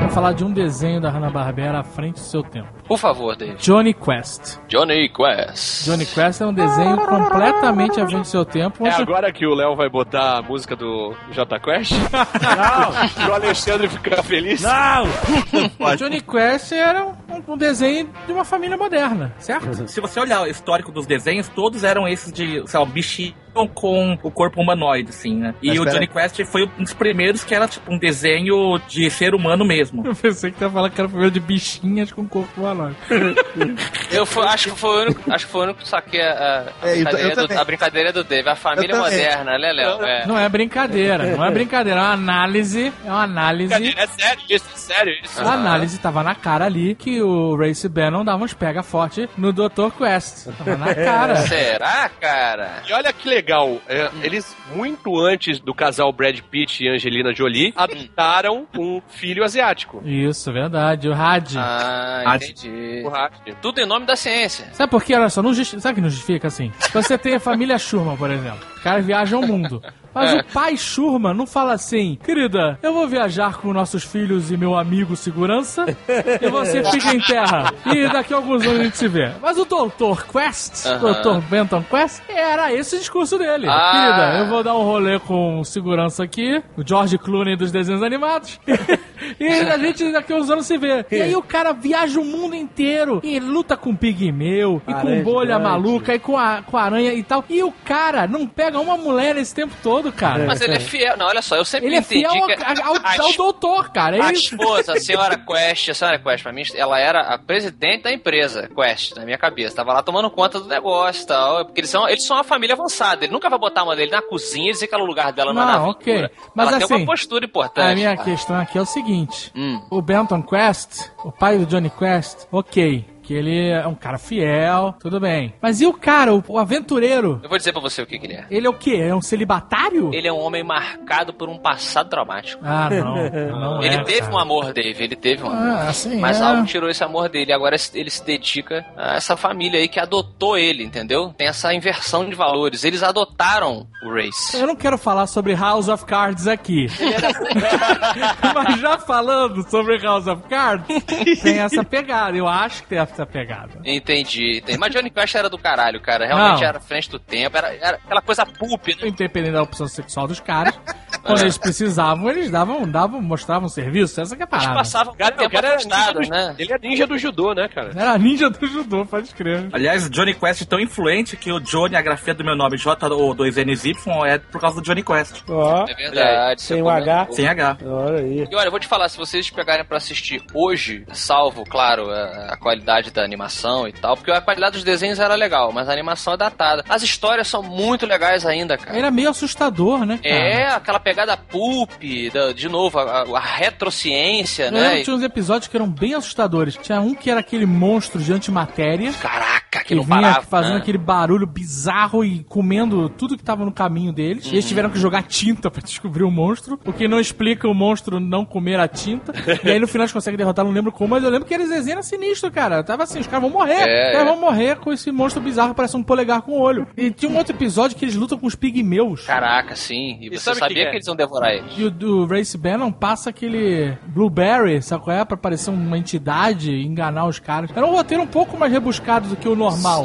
Vou falar de um desenho da Hanna-Barbera à frente do seu tempo.
Por favor, David.
Johnny Quest.
Johnny Quest.
Johnny Quest é um desenho completamente à frente do seu tempo.
É
onde-
agora que o Léo vai botar a música do J Quest?
Não,
e [LAUGHS] o Alexandre ficar
[LAUGHS]
feliz?
não.
Johnny Quest era um, um desenho de uma família moderna, certo?
Uhum.
Se você olhar o histórico dos desenhos, todos eram esses de, sei lá, um bichinho com o corpo humanoide, assim, né? E
Mas
o
pera
Johnny Quest foi um dos primeiros que era, tipo, um desenho de ser humano mesmo.
[LAUGHS] Eu pensei que tava falando que era família de bichinhas com corpo humanoide.
Eu fui- acho que foi o único, acho que foi o único que saquei a, a,
É, eu ta-
brincadeira
eu
tá
do-
também.
a brincadeira do Dave, a família
Eu também.
moderna, né, Léo? É.
Não é brincadeira, não é brincadeira, é uma análise, é uma análise.
É sério isso, é sério isso.
A análise tava na cara ali que o Race Bannon dava uns pega forte no Dr. Quest.
[LAUGHS]
Tava na cara.
é.
É.
Será, cara?
E olha que legal, é, eles, muito antes do casal Brad Pitt e Angelina Jolie, adotaram um filho asiático.
Isso, verdade, o Had.
Ah, entendi.
O Raj.
Tudo em nome da ciência.
Sabe por quê? Olha só, não justi- sabe que não justifica assim? Você tem a família Schurman, por exemplo. Os caras viajam o mundo. Mas
É.
o pai Schurman não fala assim, querida, eu vou viajar com nossos filhos e meu amigo segurança, e você
[LAUGHS]
fica em terra. E daqui a alguns anos a gente se vê. Mas o Dr. Quest,
Aham.
Dr. Benton Quest, era esse o discurso dele.
Ah.
Querida, eu vou dar um rolê com o segurança aqui, o George Clooney dos desenhos animados, [LAUGHS] e a gente daqui a uns anos se vê. E aí o cara viaja o mundo inteiro e luta com pigmeu, e
Aranha
com bolha
gigante.
maluca, e com a, com a aranha e tal. E o cara não pega uma mulher nesse tempo todo, cara.
Mas ele é fiel. Não, olha só, eu sempre
Ele é
entendi
fiel ao,
que
ao-
a,
ao doutor, cara.
a
É isso.
esposa, a senhora Quest, a senhora Quest, pra mim, ela era a presidente da empresa Quest, na minha cabeça. Tava lá tomando conta do negócio e tal. Porque eles são, eles são uma família avançada. Ele nunca vai botar a mãe dele na cozinha e dizer que era o lugar dela não, é
Não, ok. Mas
ela tem
assim,
uma postura importante.
a minha
tá?
questão aqui é o seguinte.
Hum.
O Benton Quest, o pai do Johnny Quest, ok. Que ele é um cara fiel, tudo bem. Mas e o cara, o, o aventureiro?
Eu vou dizer pra você o que, que ele é.
Ele é o quê? É um celibatário?
Ele é um homem marcado por um passado traumático.
Ah, não. não
ele
é,
teve
cara.
um amor, Dave, ele teve um amor.
Ah, assim,
Mas
é.
algo tirou esse amor dele. Agora ele se dedica a essa família aí que adotou ele, entendeu? Tem essa inversão de valores. Eles adotaram o Race.
Eu não quero falar sobre House of
[LAUGHS]
Cards aqui. Mas já falando sobre House of Cards, tem essa pegada. Eu acho que tem essa pegada.
Entendi, entendi. Mas Johnny Quest era do caralho, cara. Realmente
Não.
era frente do tempo. Era, era aquela coisa pulp, né?
Independente da opção sexual dos caras, quando eles precisavam, eles davam, davam, mostravam serviço. Essa que é a
Eles
parada.
passavam
Cara,
cara,
o
tempo
cara era
afastado,
ninja do-
né?
Ele é ninja do judô, né, cara?
Era a ninja do judô, pode crer.
Aliás, Johnny Quest é tão influente que o Johnny, a grafia do meu nome, J-O-2-N-Y, é por causa do Johnny Quest.
Ó,
É verdade. você
Tem um H.
comentou.
Sem H.
olha aí.
E olha, eu vou te falar, se vocês pegarem pra assistir hoje, salvo, claro, a, a qualidade da animação e tal, porque a qualidade dos desenhos era legal, mas a animação é datada. As histórias são muito legais ainda, cara.
Era meio assustador, né, cara?
É, aquela pegada pulp, da- de novo, a, a- a retrociência,
Eu lembro
né?
que tinha uns episódios que eram bem assustadores. Tinha um que era aquele monstro de antimatéria.
Caraca, que
Que
não
vinha
parava.
fazendo
né?
aquele barulho bizarro e comendo tudo que tava no caminho deles. E eles tiveram que jogar tinta pra descobrir o monstro, o que não explica o monstro não comer a tinta. e aí no final eles conseguem derrotar, não lembro como, mas eu lembro que eles desenham sinistro, cara. Eu tava assim, os caras vão morrer.
É,
os caras
é.
vão morrer com esse monstro bizarro, que parece um polegar com o olho. E tinha um outro episódio que eles lutam com os pigmeus.
Caraca, sim. E,
E
você
sabe o que
sabia
que
que,
é?
eles iam devorar ele.
E o do Race Bannon passa aquele Blueberry, sabe qual é? Pra parecer uma entidade e enganar os caras. Era um roteiro um pouco mais rebuscado do que o normal.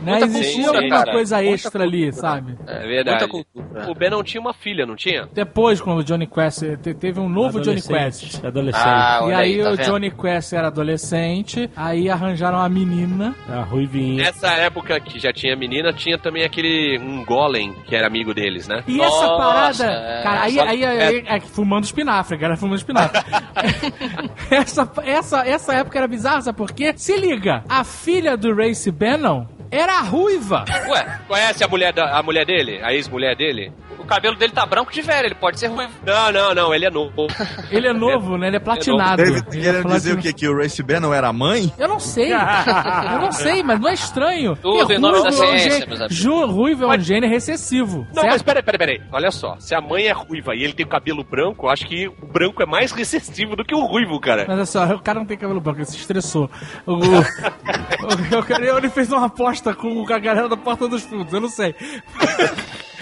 Né?
Muita
Existia
cultura,
alguma
cara.
coisa
Muita
extra ali, sabe?
É
Muita
verdade. É.
cultura.
O Bannon tinha uma filha, não tinha?
Depois, quando o Johnny Quest te- teve um novo Johnny
Adolescente,
Quest.
Adolescente.
Ah,
e
olha
aí,
aí, tá
o
vendo?
Johnny Quest era adolescente, aí arranjaram uma menina.
A ruivinha.
Nessa época que já tinha menina, tinha também aquele um golem que era amigo deles, né?
E
Nossa,
essa parada.
é,
cara, aí,
só-
aí, aí, aí- é, fumando espinafre, cara, fumando espinafre. [LAUGHS] essa, essa, essa época era bizarra, sabe por quê? Se liga, a filha do Race Bannon era ruiva.
Ué, conhece a mulher, da- a mulher dele? A ex-mulher dele?
O cabelo dele tá branco de velho, ele pode ser ruim.
Não, não, não, ele é novo.
Ele é novo, né? Ele é platinado.
Ele tá
Ele é
querendo dizer o
platinado.
quê? Que o Race Bannon era mãe?
Eu não sei. eu não sei, mas não é estranho.
Tudo
Porque
em nome da
ruivo é um
ciência,
gene-
meus amigos.
Ju, ruivo é um gene recessivo.
Não, mas
certo?
peraí, peraí, peraí. Olha só, se a mãe é ruiva e ele tem o cabelo branco, eu acho que o branco é mais recessivo do que o ruivo, cara.
Mas olha só, o cara não tem cabelo branco, ele se estressou. O, o, o, o cara- ele fez uma aposta com a galera da Porta dos Fundos, eu não sei.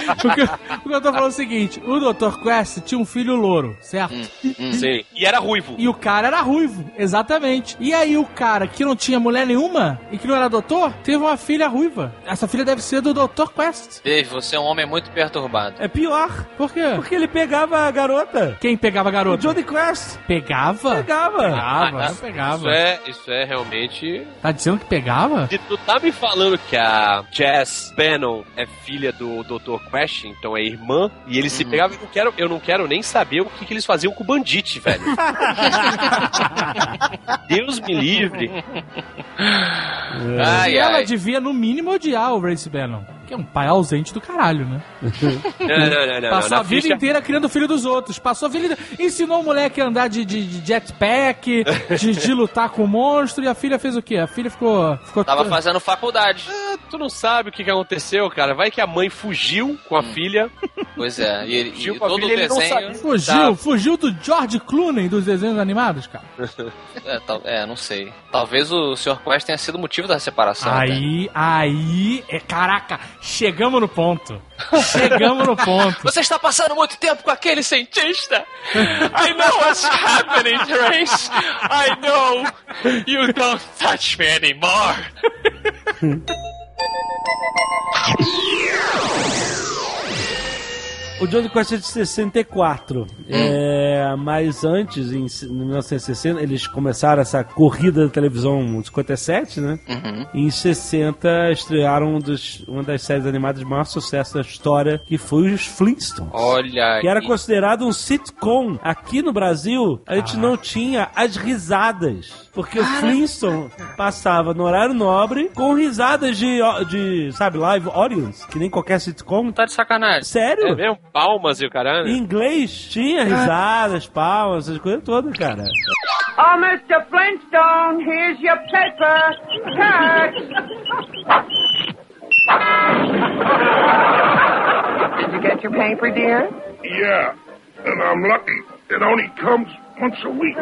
o, que, o que eu tô falando é o seguinte: o Dr. Quest tinha um filho louro, certo?
Hum, Sim. E era ruivo.
E o cara era ruivo, exatamente. E aí o cara que não tinha mulher nenhuma e que não era doutor, teve uma filha ruiva. Essa filha deve ser do Dr. Quest.
Dave, você é um homem muito perturbado.
É pior,
Por quê?
porque ele pegava a garota.
Quem pegava a
O
garota?
Johnny Quest
Pegava?
pegava.
Pegava,
Ah,
não pegava.
Isso é, isso é realmente.
Tá dizendo que pegava?
Se tu tá me falando que a Jess Bannon é filha do Dr. Quest, então é irmã, e eles se
Uhum.
pegavam, eu não quero, eu não quero nem saber o que, que eles faziam com o Bandit, velho. Deus me livre.
Ai,
E ela
ai.
devia, no mínimo, odiar o Race Bannon. Que é um pai ausente do caralho, né?
Não, não,
É,
não, não.
Passou
não.
a
Na
vida
ficha,
inteira criando filho dos outros. Passou a vida inteira. Ensinou o moleque a andar de, de- de jetpack, de, de lutar com o monstro. E a filha fez o quê? A filha ficou. ficou
Tava fazendo faculdade.
tu não sabe o que, que aconteceu, cara. Vai que a mãe fugiu com a
Hum.
filha.
Pois é, e, ele- e
Fugiu com a
todo o
filha, ele não
desenho.
Fugiu,
Tá,
fugiu do George Clooney dos desenhos animados, cara.
é, tal- é, não sei. Talvez o Sr. Quest tenha sido o motivo da separação. até.
Aí, aí, é, caraca, chegamos no ponto. Chegamos
[LAUGHS]
no ponto.
Você está passando muito tempo com aquele cientista? I know what's happening, Trace. I know. You don't touch me anymore.
O Johnny Quest é de 64. É, mas antes, em c- 1960, eles começaram essa corrida da televisão 57, né?
Uhum.
Em 60, estrearam um dos- uma das séries animadas de maior sucesso da história, que foi os Flintstones.
Olha
Que era
aí.
considerado um sitcom. Aqui no Brasil, a
Ah.
gente não tinha as risadas. Porque o Flintstone passava no horário nobre com risadas de, ó- de sabe, live audience, que nem qualquer sitcom.
Tá de sacanagem.
Sério?
É mesmo? Palmas e o caralho.
Em inglês tinha risadas, palmas, essas coisas todas, cara.
Oh, Mr. Flintstone, here's your paper. Cut. Did you get your paper, dear?
Yeah, and I'm lucky. It only comes once a week.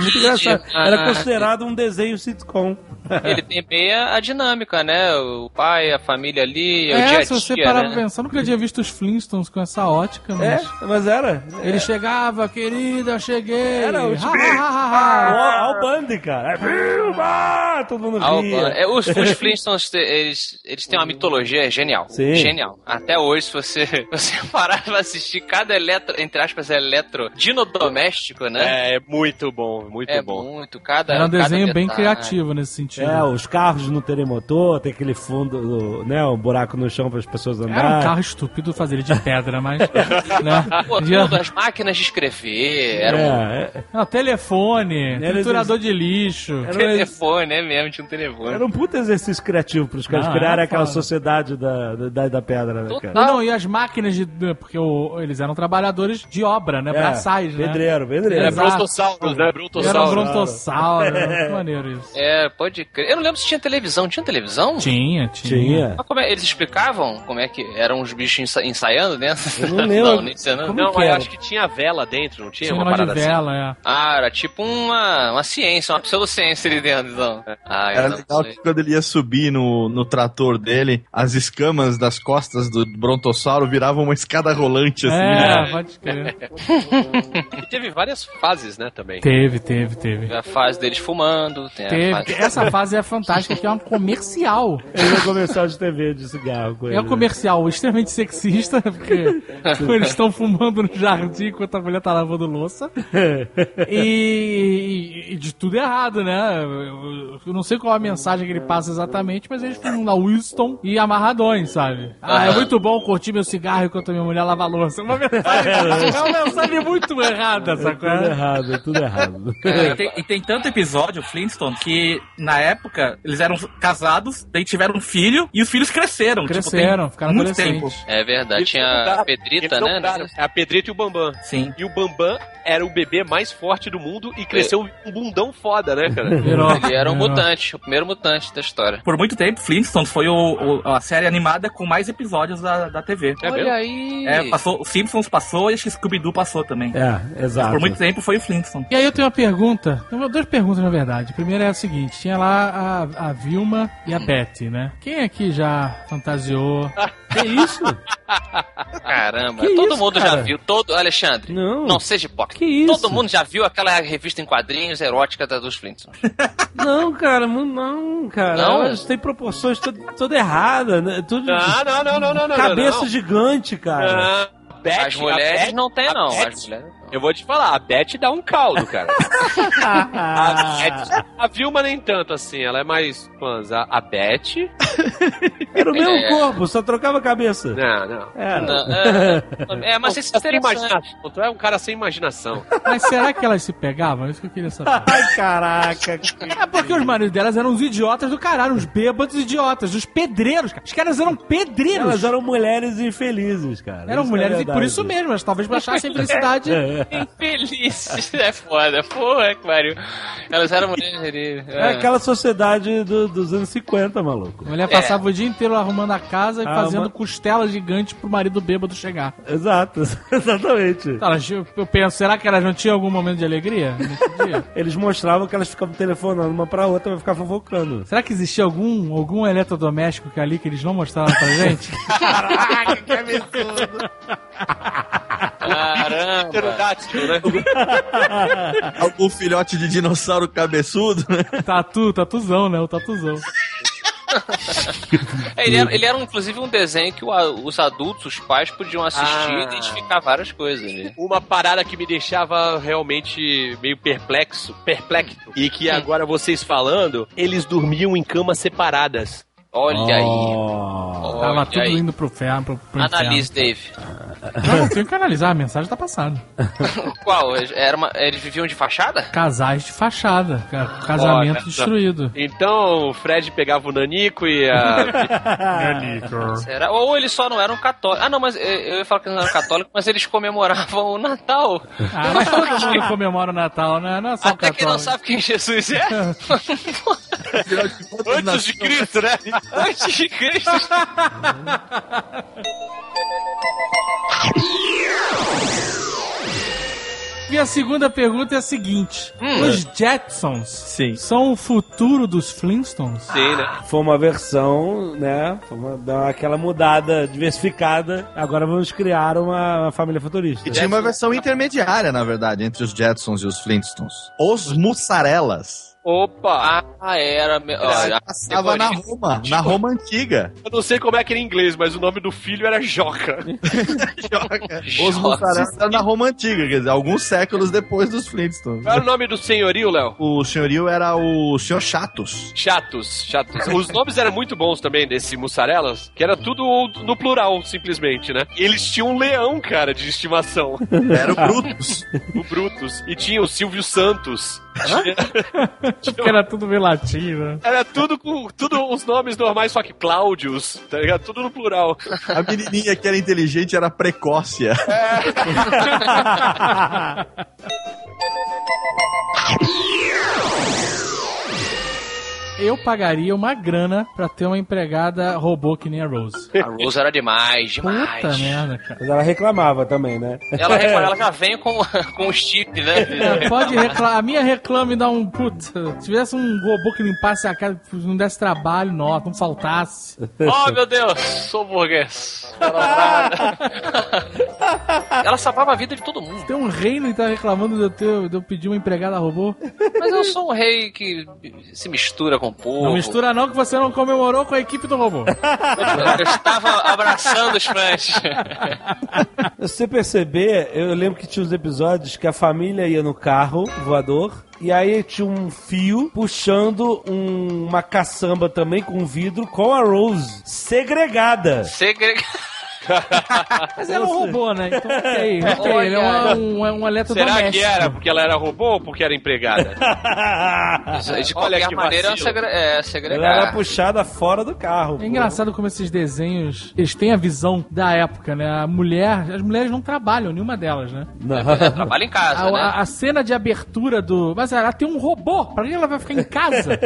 Muito engraçado. Era considerado um desenho sitcom.
Ele tem meia a dinâmica, né? O pai, a família ali, o dia
É,
a
se você
dia,
parar
né?
pra pensar, eu nunca tinha visto os Flintstones com essa ótica,
É,
mas...
mas era.
Ele chegava, querida, cheguei.
Era o- Ah,
Ha, ha, ha, ha, ha.
Ó, ó o Bundy, cara. É, Vilma! Todo mundo
Ah, o-
via.
é, os,
[LAUGHS]
os Flintstones, te- eles, eles têm uma mitologia genial.
Sim.
Genial. Até hoje, se você, [LAUGHS] você parar pra assistir cada eletro, entre aspas, eletro dinodoméstico, né?
É, é muito bom, muito
É
bom.
muito, cada.
Era um
cada
desenho bem
detalhe.
criativo nesse sentido.
É, os carros não terem motor, tem aquele fundo, né, um buraco no chão para as pessoas andarem.
Era um carro estúpido fazer ele de pedra, mas. né?
Ah,
[LAUGHS]
Pô, tudo, as máquinas de escrever, era um
É, é,
Não, telefone,
Era
triturador de lixo.
era, um,
[LAUGHS] telefone, é mesmo, tinha um telefone.
era um puta exercício criativo para os caras
Não,
criarem
era
aquela
foda.
sociedade da, da, da pedra, né, cara?
Não, e as máquinas de. né, Porque o- eles eram trabalhadores de obra, né?
É,
Braçais, né?
pedreiro, pedreiro.
É
Exato.
Brontossauros, né?
Era um
Brontossauros.
brontossauro. né?
[LAUGHS]
Muito maneiro isso.
É, pode crer. Eu não lembro se tinha televisão. Tinha televisão?
Tinha, tinha.
Tinha.
Mas como é- eles explicavam como é que eram os bichos ensa- ensaiando, né?
Eu
[LAUGHS]
não lembro.
nem sei, não.
Como
Não,
que
eu
era?
acho que tinha vela dentro, não tinha
Tinha um
uma
negócio de
parada assim?
vela, é.
Ah, era tipo uma, uma ciência, uma pseudociência ali dentro, então.
É.
É,
Ah, eu
Era
não
legal
sei.
que quando ele ia subir no, no trator dele, as escamas das costas do brontossauro viravam uma escada rolante, assim, né?
É, pode crer.
E teve várias fases, né, também.
Teve, teve, teve.
Teve a fase deles fumando, tem a
Teve.
fase...
Essa fase é fantástica, que é um comercial.
Ele é comercial de TV de cigarro com
É um
ele.
comercial extremamente sexista,
[LAUGHS]
porque eles estão fumando no jardim enquanto a mulher tá lavando louça. E, e- e de tudo errado, né? Eu, eu não sei qual a mensagem que ele passa exatamente, mas eles fumam na Winston e amarradões, sabe? Ah, é muito bom curtir meu cigarro enquanto a minha mulher lava a louça. É Uma mensagem, é uma mensagem muito errada,
É
sacou?
Tipo,
tudo errado, é tudo errado.
É, e, tem, e tem tanto episódio, Flintstone, que na época eles eram casados, daí tiveram um filho e os filhos cresceram. tipo, tem
Cresceram, ficaram
muito tempo.
[LAUGHS]
adolescentes.
É verdade.
Eles
Tinha
mudaram,
a Pedrita,
eles não
né?
mudaram. A Pedrita e o Bambam.
Sim.
E o Bambam era o bebê mais forte do mundo e cresceu um bundão foda, né, cara?
Virou.
Ele era um
virou.
mutante, o primeiro mutante da história.
Por muito tempo, Flintstones foi o- o- a série animada com mais episódios da, da TV.
É
Olha
mesmo?
aí!
É, passou, Simpsons passou e acho que Scooby-Doo passou também.
[LAUGHS] É, exato.
Por muito tempo foi o Flintstone.
E aí eu tenho uma pergunta. Eu vou- Duas perguntas, na verdade. A primeira é a seguinte: tinha lá a, a Vilma e a Betty, né? Quem aqui já fantasiou?
Que isso?
Caramba,
Que
todo
isso,
mundo
cara?
já viu, todo. Alexandre,
Não.
não seja hipócrita.
Que isso?
Todo mundo já viu aquela revista em quadrinhos erótica da dos Flintstones.
Não, cara, mu- não, cara.
Não?
Elas têm proporções to- toda errada, né? Tudo
Ah, Não, não, não, não, Ah. não, não.
cabeça
não.
gigante, cara. [LAUGHS]
Não. Beth,
As mulheres
a Beth-
não tem, não.
a
As
Beth-
mulheres não.
Eu vou te falar, a Beth dá um caldo, cara. a, Beth, a Vilma nem tanto assim, ela é mais fãs. A, a Beth.
[LAUGHS] Era o mesmo
É.
corpo, só trocava a cabeça.
Não, não.
Era.
Não, Ah, é, é, é, mas isso é [LAUGHS]
sem
interessante.
imaginação. Tu é um cara sem imaginação.
Mas será que elas se pegavam? É isso que eu queria saber.
Ai, caraca.
É porque os maridos delas eram uns idiotas do caralho, uns bêbados idiotas, os pedreiros, cara. Os caras eram pedreiros.
Elas eram mulheres infelizes, cara.
Eram
Isso é
mulheres e por
verdade. É.
isso mesmo, elas talvez [LAUGHS] baixassem a felicidade.
Infeliz, é foda, porra, que pariu. Elas eram mulheres.
É aquela sociedade do- dos anos 50, maluco.
A mulher passava o dia inteiro arrumando a casa e
Ah,
fazendo
uma-
costelas gigantes pro marido bêbado chegar.
Exato, [LAUGHS] exatamente.
Elas tinham- eu penso, será que elas não tinham algum momento de alegria nesse dia?
Eles mostravam que elas ficavam telefonando uma pra outra pra ficar fofocando.
Será que existia algum, algum eletrodoméstico que é ali que eles não mostraram
[LAUGHS]
pra gente?
Ah, Caramba.
Pterodáctilo, né?
Algum filhote de dinossauro cabeçudo, né?
Tatu, tatuzão, né? O tatuzão.
Ele era, ele era, inclusive, um desenho que o a- os adultos, os pais, podiam assistir
Ah.
e identificar várias coisas. né?
Uma parada que me deixava realmente meio perplexo, perplexo. E que agora vocês falando, eles dormiam em camas separadas.
Olha aí.
Oh.
Tava
Olha
tudo
aí.
indo pro ferro, pro, pro inferno.
Analise, Dave.
Não, não tenho que analisar, a mensagem tá passando.
Qual? Era uma- eles viviam de fachada?
Casais de fachada, ca- casamento
tá-
Olha,
[LAUGHS]
destruído.
Então o Fred pegava o Nanico e a.
Será? Ou eles só não eram católicos. Ah, não, mas eh, eu ia falar que eles não eram católicos, mas eles comemoravam o Natal.
Ah, mas todo mundo comemora o Natal, né? Não é só
Até quem não
católico.
sabe quem Jesus
[LAUGHS]
é.
Filhote de todas as
Antes de
nações.
Cristo, né?
Antes de Cristo.
E a segunda pergunta é a seguinte:
Hum.
Os Jetsons
Sim.
são o futuro dos Flintstones?
[LAUGHS] Sim, né?
Foi uma versão, né? Foi uma, dá aquela mudada, diversificada. Agora vamos criar uma, uma família futurista.
E tinha uma versão intermediária, na verdade, entre os Jetsons e os Flintstones. Os mussarelas.
Opa!
Ah, era. me- ó, já-
Passava na
depois-
Roma, na Roma antiga.
Eu não sei como é que era em inglês, mas o nome do filho
[LAUGHS]
era Joca.
Os mussarelas eram na Roma antiga, quer dizer, alguns séculos depois dos Flintstones.
Qual era o nome do senhorio, Léo?
O senhorio era o senhor Chatos.
Chatos, chatos. Os nomes eram muito bons também desse mussarelas, que era tudo no plural, simplesmente, né? E eles tinham um leão, cara, de estimação,
Era o Brutus.
o Brutus. E tinha o Silvio Santos.
[LAUGHS] Porque era tudo meio latim, né?
Era tudo com tudo os nomes normais, só que Cláudios, tá ligado? Tudo no plural.
A menininha que era inteligente era
É
precócia.
Eu pagaria uma grana pra ter uma empregada robô que nem a Rose.
A Rose era demais, demais.
Puta merda, cara.
Mas ela reclamava também, né?
Ela,
É.
reclama- ela já vem com, [LAUGHS] com o chip, né?
É, pode reclamar. A minha reclama e dá um. Puta. Se tivesse um robô que limpasse a casa, que não desse trabalho, não, não faltasse.
Oh, meu Deus, sou burguês. Ela salvava a vida de todo mundo.
Tem um reino que tá reclamando de eu, ter, de eu pedir uma empregada robô.
Mas eu sou um rei que se mistura com com o povo.
Não mistura não que você não comemorou com a equipe do robô.
Eu estava abraçando os fãs.
Se você perceber, eu lembro que tinha uns episódios que a família ia no carro voador. E aí tinha um fio puxando um- uma caçamba também com um vidro com a Rose segregada.
Segre-
Mas ela é um robô, né? [LAUGHS] Então, ok. ok,
Olha.
Ele é um, um, um eletrodoméstico.
Será que era porque ela era robô ou porque era empregada?
De
Olha
qualquer
que
maneira, é, um
vacilo.
segre... é
Ela era
segregar.
puxada fora do carro.
É engraçado como esses desenhos, eles têm a visão da época, né? A mulher, as mulheres não trabalham, nenhuma delas, né?
Trabalha em casa,
A,
né?
a- a cena de abertura do. Mas ela tem um robô. Pra que ela vai ficar
[LAUGHS]
em casa?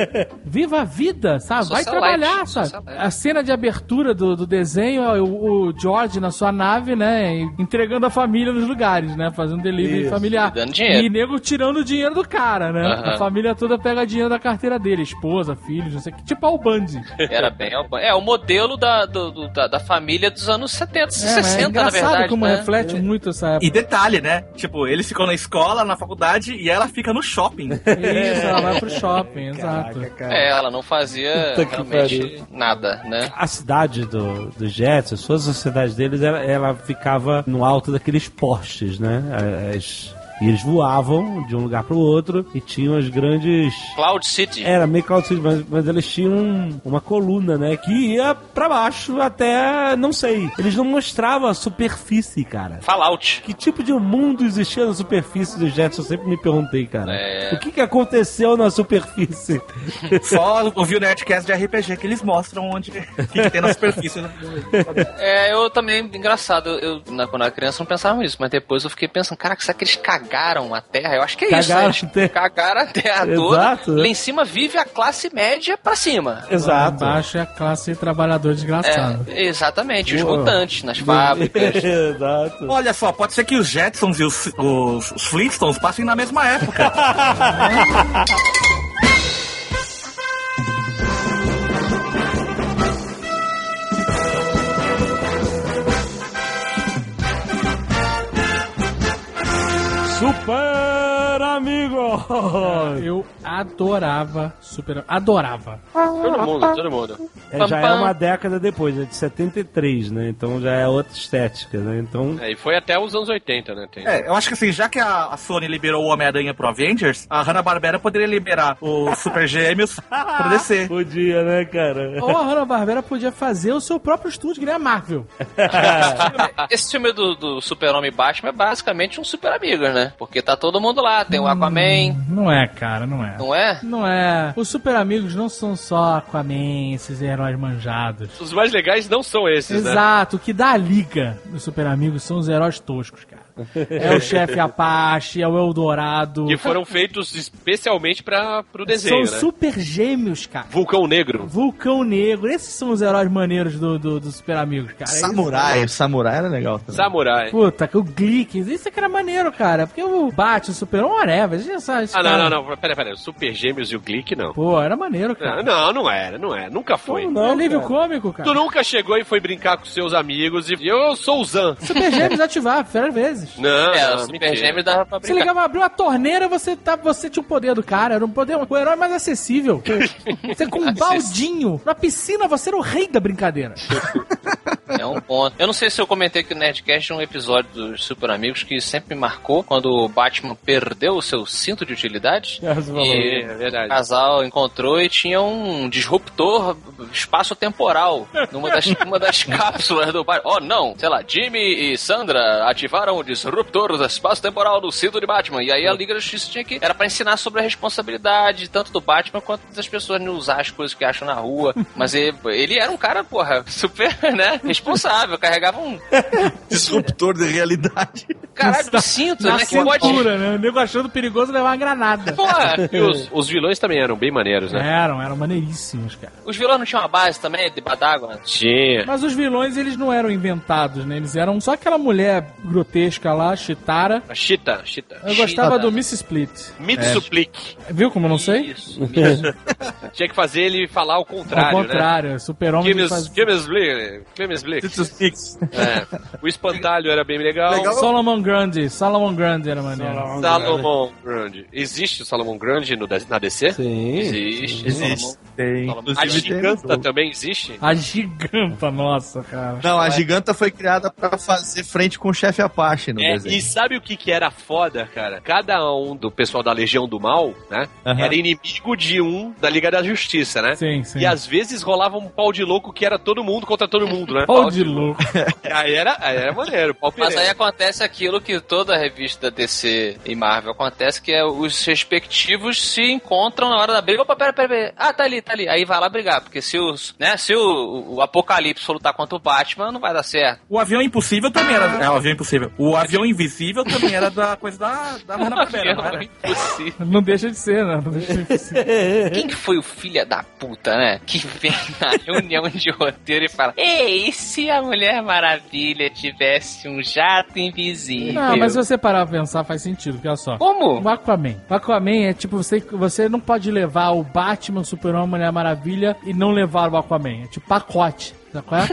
Viva a vida, sabe? Vai
Socialite,
trabalhar, sabe?
socialite.
A cena de abertura do, do desenho é o, o George na sua nave, né? e Entregando a família nos lugares, né? Fazendo delivery
Isso.
familiar.
E dando dinheiro.
E nego tirando o dinheiro do cara, né?
Aham.
A família toda pega dinheiro da carteira dele, esposa, filhos, não sei o que. Tipo ao Bundy.
[LAUGHS] Era bem Alban. É, o modelo da, do- do- da, da família dos anos 70,
É, mas
60,
é
na
engraçado
verdade.
como
né?
reflete muito essa
[LAUGHS]
época.
E detalhe, né? Tipo, ele ficou na escola, na faculdade e ela fica no [LAUGHS] shopping.
Isso, ela vai pro shopping, exato.
É, ela não
[LAUGHS]
fazia
Puta que
realmente nada, né?
A cidade do, do Jets, as suas sociedades deles, ela, ela ficava no alto daqueles postes, né? As- e eles voavam de um lugar pro outro e tinham as grandes.
Cloud City.
Era meio Cloud City, mas, mas eles tinham um- uma coluna, né? Que ia pra baixo até. não sei. Eles não mostravam a superfície, cara.
Fallout.
Que tipo de mundo existia na superfície do Jets? Eu sempre me perguntei, cara. O que, que aconteceu na superfície?
Só ouvi o Nerdcast de RPG que eles mostram onde [LAUGHS] o que, que tem na superfície. né?
É, eu também, engraçado, eu, na- quando eu era criança não pensava nisso, mas depois eu fiquei pensando, cara, será que eles cagaram a terra? Eu acho que é
Cagaram
isso,
a
né?
terra.
Eles Cagaram
[LAUGHS]
a terra toda.
Exato, né?
Lá em cima vive a classe média pra cima.
Exato.
Abaixo é a classe trabalhador desgraçado.
É, exatamente, os
Boa.
mutantes nas fábricas.
[LAUGHS] Exato.
Olha só, pode ser que os Jetsons e os, os, os Flintstones passem na mesma época.
Super amigo!
Eu adorava Super. Adorava. [LAUGHS]
todo mundo, todo mundo.
É, já é
Pam, pam.
uma década depois, é de 73, né? Então já é outra estética, né? Então.
É, e foi até os anos 80, né? Tem.
[LAUGHS] É, eu acho que assim, já que a, a Sony liberou o Homem-Aranha pro Avengers, a Hanna-Barbera poderia liberar o Super Gêmeos pro DC.
Podia, né, cara?
Ou a Hanna-Barbera podia fazer o seu próprio estúdio, que nem a Marvel.
Ah, Esse filme do, do Super-Homem e Batman é basicamente um Super Amigos, né? Porque tá todo mundo lá, tem o Aquaman,
Não é, cara, não é.
não é?
Não é. Os super amigos não são só Aquaman, esses heróis manjados.
Os mais legais não são esses, né?
Exato, o que dá a liga dos super amigos são os heróis toscos,
[LAUGHS]
cara. É o chefe Apache, é o Eldorado.
Que foram feitos especialmente para pro desenho,
são
né?
super gêmeos, cara.
Vulcão Negro.
Vulcão Negro, esses são os heróis maneiros do, do, do Super Amigos, cara. É
Samurai. Samurai era legal também.
Samurai.
Eles- Puta, que o Glick, isso é que era maneiro, cara. Porque o Bate, o Super Homem, whatever, já sabe.
Ah, não, não, não. Pera, pera. Super Gêmeos e o Glick, não. Ah,
Pô, era maneiro, cara.
Não, não, não era, não era. Nunca foi.
Não, é nível cômico,
Tu
cara.
nunca chegou e foi brincar com seus amigos e eu sou o Zan.
Super Gêmeos ativar, várias vezes.
Não,
é,
não,
o Super
mentira.
Gêmeo dava pra
Você
brincar.
ligava, abriu a torneira, você, tá, você tinha o poder do cara. Era um poder, o herói mais
[LAUGHS]
acessível. Você com um baldinho. Na piscina, você era o rei da brincadeira.
É um ponto. Eu não sei se eu comentei aqui no Nerdcast um episódio dos Super Amigos que sempre me marcou quando o Batman perdeu o seu cinto de utilidade.
É,
E
é
o
verdade.
casal encontrou e tinha um disruptor espaço-temporal numa
[LAUGHS]
das, uma das cápsulas do Batman. Oh, não! Sei lá, Jimmy e Sandra ativaram o disruptor do espaço-temporal do cinto de Batman. E aí a Liga da Justiça tinha que... Era pra ensinar sobre a responsabilidade tanto do Batman quanto das pessoas não usar as coisas que acham na
[LAUGHS]
rua. Mas ele, ele era um cara, porra, super, né, responsável. Carregava um
Disruptor de realidade.
caralho do cinto,
Na
é
né? Que pode...
cintura, né? O nego achando perigoso levar uma
[LAUGHS]
granada.
Porra!
E os, os vilões também eram bem maneiros, né?
Eram, eram maneiríssimos, cara.
Os vilões não tinham uma base também, de badágua?
Tinha.
Mas os vilões, eles não eram inventados, né? Eles eram só aquela mulher grotesca lá, Chitara.
A Chita, Chita.
Eu gostava
Chitara.
do Miss Split.
Mitsuplique.
Viu como eu não sei?
Isso, isso.
[LAUGHS] Tinha que fazer ele falar o contrário,
Ao
né?
contrário, é super-homem ele faz...
Kimes Blick. Kimes Blick. É. O espantalho era bem legal.
Legal.
[LAUGHS] Solomon Grande, Solomon Grande era maneiro.
Salomon Grande. Existe o Salomon Grande no, na DC?
Sim.
Existe.
Existe.
Solomon.
Tem.
A
Inclusive, tem no
giganta
jogo.
também existe?
A giganta, nossa, cara.
Não,
é.
a giganta foi criada pra fazer frente com o chefe Apache no
É,
desenho.
e sabe o que que era foda, cara? Cada um do pessoal da Legião do Mal, né?
Aham.
Era inimigo de um da Liga da Justiça, né?
Sim, sim.
E às vezes rolava um pau de louco que era todo mundo contra todo mundo, né?
Pau de louco.
Aí era, aí era maneiro, pau
Mas aí
piranha.
acontece aquilo que toda revista DC e Marvel acontece, que é os respectivos se encontram na hora da briga. Opa, pera, pera, pera. Ah, tá ali, tá ali. Aí vai lá brigar, porque se, os, né, se o, o Apocalipse for lutar contra o Batman, não vai dar certo.
O avião impossível também era. É, o avião impossível. O avião invisível também era da coisa da, da
[LAUGHS]
Hanna Barbera, não
né?
era?
É Impossível.
Não deixa de ser, né? Não deixa
[LAUGHS]
de ser.
Quem que foi o filho da puta, né? Que vem na [LAUGHS] reunião de roteiro e fala: Ei, e se a Mulher Maravilha tivesse um jato invisível?
Não, mas se você parar pra pensar, faz sentido, porque olha só.
Como?
O Aquaman. O Aquaman é tipo, você, você não pode levar o Batman, o Superman, a Mulher Maravilha e não levar o Aquaman. É tipo pacote. sabe
[LAUGHS]
qual é?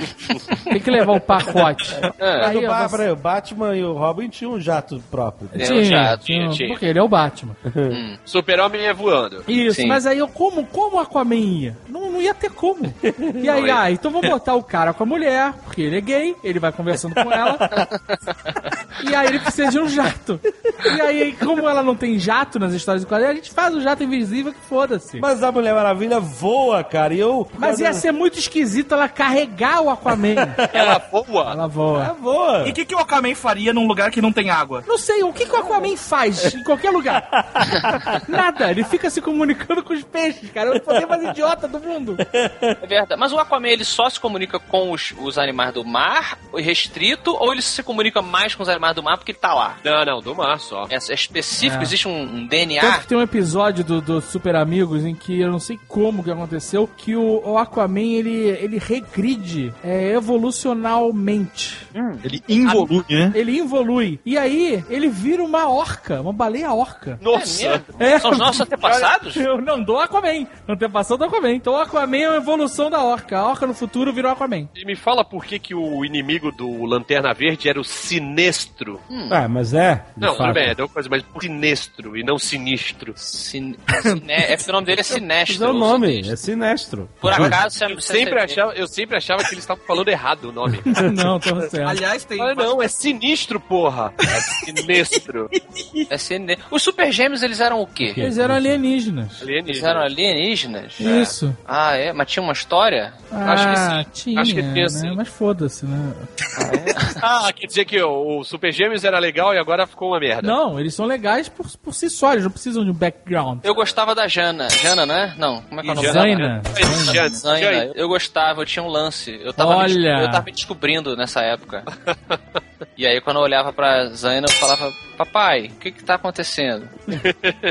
Tem que levar o pacote.
Ah,
Aí,
Aí,
ó,
ba
você-
peraí, o Batman e o Robin tinham um jato próprio.
É, um jato, tinha, tinha.
Porque ele é o Batman.
Super-Homem é voando.
Isso,
Sim.
mas aí eu como, como o Aquaman ia? Não, não ia ter
[LAUGHS]
como. E aí,
ia.
ah, então vou botar o cara com a mulher, porque ele é gay, ele vai conversando
[LAUGHS]
com ela. e aí ele precisa de um jato. E aí, como ela não tem jato nas histórias do quadrinho, a gente faz o jato invisível que foda-se. Mas,
Mas a Mulher Maravilha voa, cara, e eu...
ia ser muito esquisito ela carregar o Aquaman.
[LAUGHS] Ela voa.
ela voa.
Ela voa.
E o que, que o Aquaman faria num lugar que não tem água?
Não sei, o que, que o Aquaman faz em qualquer lugar? [LAUGHS] Nada, ele fica se comunicando com os peixes, cara. É o poder mais idiota do
[LAUGHS]
mundo.
É verdade. Mas o Aquaman ele só se comunica com os, os animais do mar, restrito, ou ele se comunica mais com os animais do mar porque ele tá lá?
Não, não, do mar só.
É, é específico,
É.
existe um, um
Tanto
DNA.
que tem um episódio do, do Super Amigos em que eu não sei como que aconteceu, que o, o Aquaman ele, ele regride é, evolucionalmente.
Ele involui, né?
Ele evolui. E aí ele vira uma orca, uma baleia orca.
Nossa.
É.
São os nossos antepassados?
Eu não dou Aquaman. Antepassão do Aquaman. Então o Aquaman é uma evolução da orca. A orca no futuro virou Aquaman.
E me fala por que, que o inimigo do Lanterna Verde era o Sinestro.
Ah, mas é. de
Hum. não, tudo
fato.
bem, é uma coisa, mas Sinestro e não Sinistro.
Sin... Sine... É porque o nome dele é
Esse
Sinestro.
é o
ou
nome,
Sinistro.
é sinestro.
Por acaso, você,
Eu sempre, achava, eu sempre achava que eles estavam falando errado o nome.
não, tô certo.
Aliás, tem.
Ah, não, é sinistro, porra. É sinistro.
É Sine... Os super gêmeos, eles eram o quê?
Eles eram alienígenas.
Eles
Alienígena.
eram alienígenas?
Isso.
Ah, é? Mas tinha uma história?
Acho que
Ah, tinha,
Acho que tinha,
né?
sim.
Mas foda-se, né?
Ah, quer dizer que o, o Super Gêmeos era legal e agora ficou uma merda.
Não, eles são legais por, por si só. Eles não precisam de um background.
Eu gostava da Jana. Jana, não é? Não, como é que é o nome
Jana.
dela?
Zaina.
Jane,
Zaina,
Jane.
eu gostava, eu tinha um lance. Eu tava,
Olha.
Me, des- eu tava me descobrindo nessa época. e aí, quando eu olhava pra Zaina, eu falava: Papai, o que que tá acontecendo?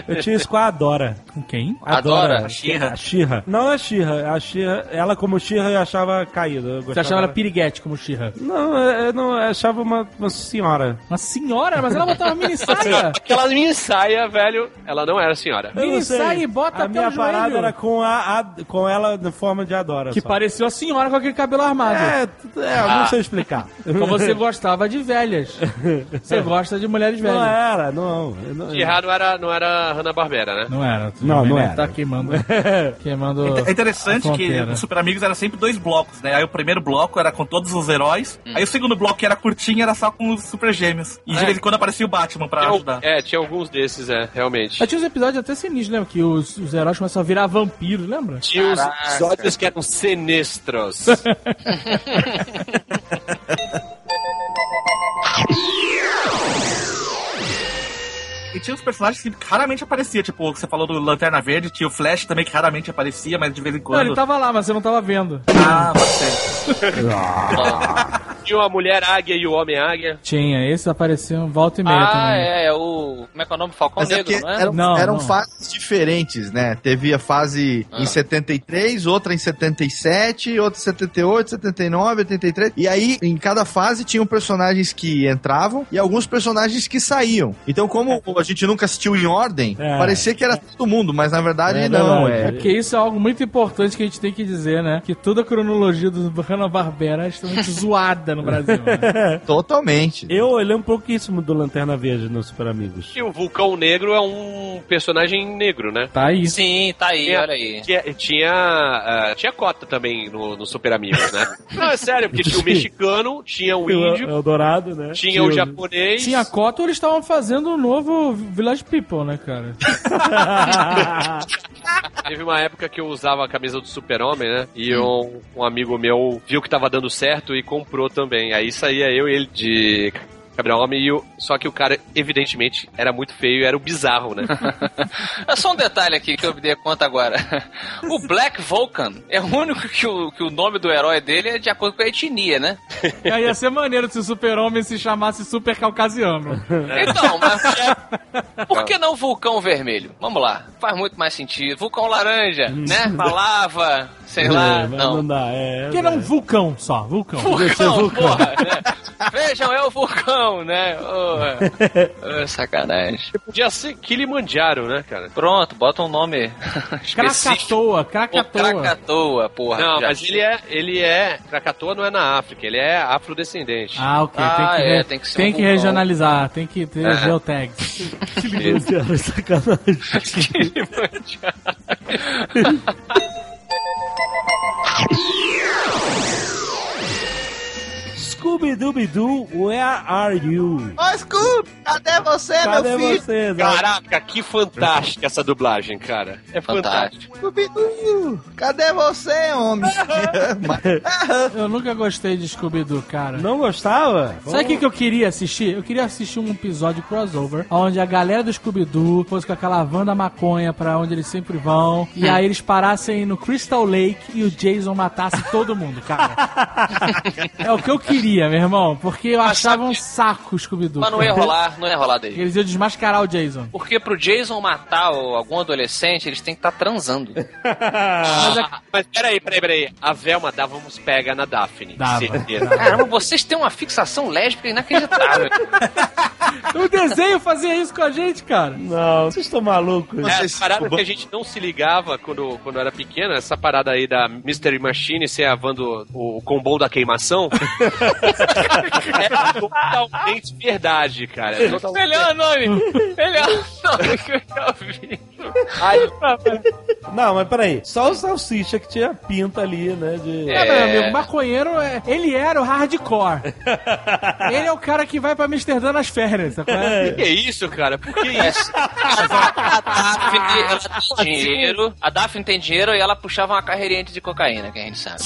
Eu tinha isso com a Adora.
Com quem? Ah,
Adora.
A Xirra. A Xirra. Não a Xirra. A Xirra, ela como Xirra eu achava caída. Eu
Você
gostava
achava ela
dela.
piriguete como Xirra.
Não, eu não, eu achava uma, uma senhora.
Uma senhora, mas ela botava
[LAUGHS]
mini saia.
Aquela minha saia, velho, ela não era senhora.
Eu não
Mini
sei.
saia e bota
a
até
minha
o joelho.
parada era com, a, a- com ela na forma de Adora.
Que
só.
parecia a senhora com aquele cabelo armado.
É, t- é eu não sei
[LAUGHS]
explicar.
Então você gostava de velhas. Você gosta de mulheres
Não
velhas.
era, não. eu não-
Xirra não era, não era Hanna-Barbera, né?
Não era.
[LAUGHS]
tudo
Não,
bem,
não
né?
era.
Tá queimando. Queimando.
É interessante
a
que
fronteira.
os Super Amigos era sempre dois blocos, né? Aí o primeiro bloco era com todos os heróis, aí o segundo bloco que era curtinho era só com os Super Gêmeos. E de
É.
vez em quando aparecia o Batman pra
Tinha al-
ajudar.
é, tinha alguns desses, é, realmente.
Mas tinha uns episódios até sinistros, lembra? Que os, os heróis começam a virar vampiros, lembra?
Tipo,
Tinha os
Caraca.
episódios que eram sinistros.
E tinha os personagens que raramente aparecia, tipo, você falou do Lanterna Verde, tinha o Flash também que raramente aparecia, mas de vez em
Não,
quando.
ele tava lá, mas você não tava vendo.
Ah, você.
tinha a Mulher Águia e o Homem Águia.
Tinha, esses apareciam volta e meia
Ah,
também.
é, é o. Como é que é o nome? Falcão
Mas é
Negro,
porque
não é?
eram,
Não,
eram
não.
fases diferentes, né? Teve a fase
Ah.
em 73, outra em 77, outra em 78, 79, 83. E aí, em cada fase, tinham personagens que entravam e alguns personagens que saíam. Então, como a gente nunca assistiu em ordem,
É.
parecia que era todo mundo, mas na verdade
É
não.
verdade.
É porque isso é algo muito importante que a gente tem que dizer, né? Que toda a cronologia do Hanna-Barbera é extremamente zoada, no Brasil. né?
É Totalmente.
Eu lembro pouquíssimo do Lanterna Verde no Super Amigos.
E o Vulcão Negro é um personagem negro, né?
Tá aí.
Sim, tá aí,
É.
olha aí.
Tinha, tinha, ah, tinha cota também no, no Super Amigos, né? Não, é sério, porque tinha o mexicano, tinha o
Tinha o
índio,
Eldorado, né?
tinha o japonês.
Tinha cota ou eles estavam fazendo o novo Village People, né, cara?
Teve uma época que eu usava a camisa do Super-Homem, né? E um, um amigo meu viu que tava dando certo e comprou também. Aí saía eu e ele de Gabriel Homem e o... Só que o cara, evidentemente, era muito feio e era o bizarro, né?
É só um detalhe aqui que eu me dei conta agora. [LAUGHS] O Black Vulcan é o único que o, que o nome do herói dele é de acordo com a etnia, né?
Aí ia ser maneiro se o super-homem se chamasse super caucasiano.
Então, mas por que não vulcão vermelho? Vamos lá, faz muito mais sentido. Vulcão laranja, né? Falava, sei lá,
É, mas
não.
Não dá, é.
Por que não um vulcão só? Vulcão.
Vulcão, porra, né? Vejam, é o vulcão, né? é. Ô, ô, sacanagem.
Podia ser Kilimanjaro, né, cara?
Pronto, bota um nome [LAUGHS] específico.
Krakatoa,
Pô,
Krakatoa.
Krakatoa, porra.
[LAUGHS] Não,
já
mas
tinha.
ele é, ele é. Krakatoa não é na África, ele é afrodescendente.
Ah, ok.
Ah,
tem que,
é,
re-
tem que ser
tem
um
que
vulcão. É.
regionalizar, tem que ter geotags.
Cara, é sacanagem. Scooby-Dooby-Doo, where are you?
Ó, Scoop, cadê você,
Cadê você? Zé?
Caraca, que fantástica essa dublagem, cara. É fantástico.
Fantástico.
Scooby-Doo, cadê você, homem?
Eu nunca gostei de Scooby-Doo, cara.
Não gostava?
Sabe o que, que eu queria assistir? Eu queria assistir um episódio crossover, onde a galera do Scooby-Doo fosse com aquela Wanda maconha pra onde eles sempre vão,
Hum.
e aí eles parassem no Crystal Lake e o Jason matasse todo mundo,
[LAUGHS]
cara. é o que eu queria, meu irmão, porque eu
Mas
achava um
sabe-
saco o Scooby-Doo.
Mas não ia rolar, não ia rolar daí.
Eles iam desmascarar o Jason.
Porque pro Jason matar o- algum adolescente, eles têm que estar transando.
Ah, mas peraí, peraí, peraí. A Velma dava uns pega na Daphne.
Dava.
certeza.
Caramba, vocês têm uma fixação lésbica [LAUGHS] inacreditável.
O desenho fazia isso com a gente, cara.
Não, vocês estão malucos.
É,
Vocês-
a parada
o ban-
que a gente não se ligava quando, quando era pequena, essa parada aí da Mystery Machine ser a van do, o combom da queimação, é totalmente verdade, cara. É total-
Melhor nome! Melhor nome que eu já ouvi.
Não, mas peraí. Só o Salsicha que tinha pinta ali, né? De...
É,
É.
meu amigo, maconheiro, é- ele era o hardcore. ele é o cara que vai pra Amsterdã nas férias, sabe? qual é?
Por que isso, cara? Por que isso?
A Daphne, ela tem dinheiro. A Daphne tem dinheiro e ela puxava uma carreirinha de cocaína, que a gente sabe.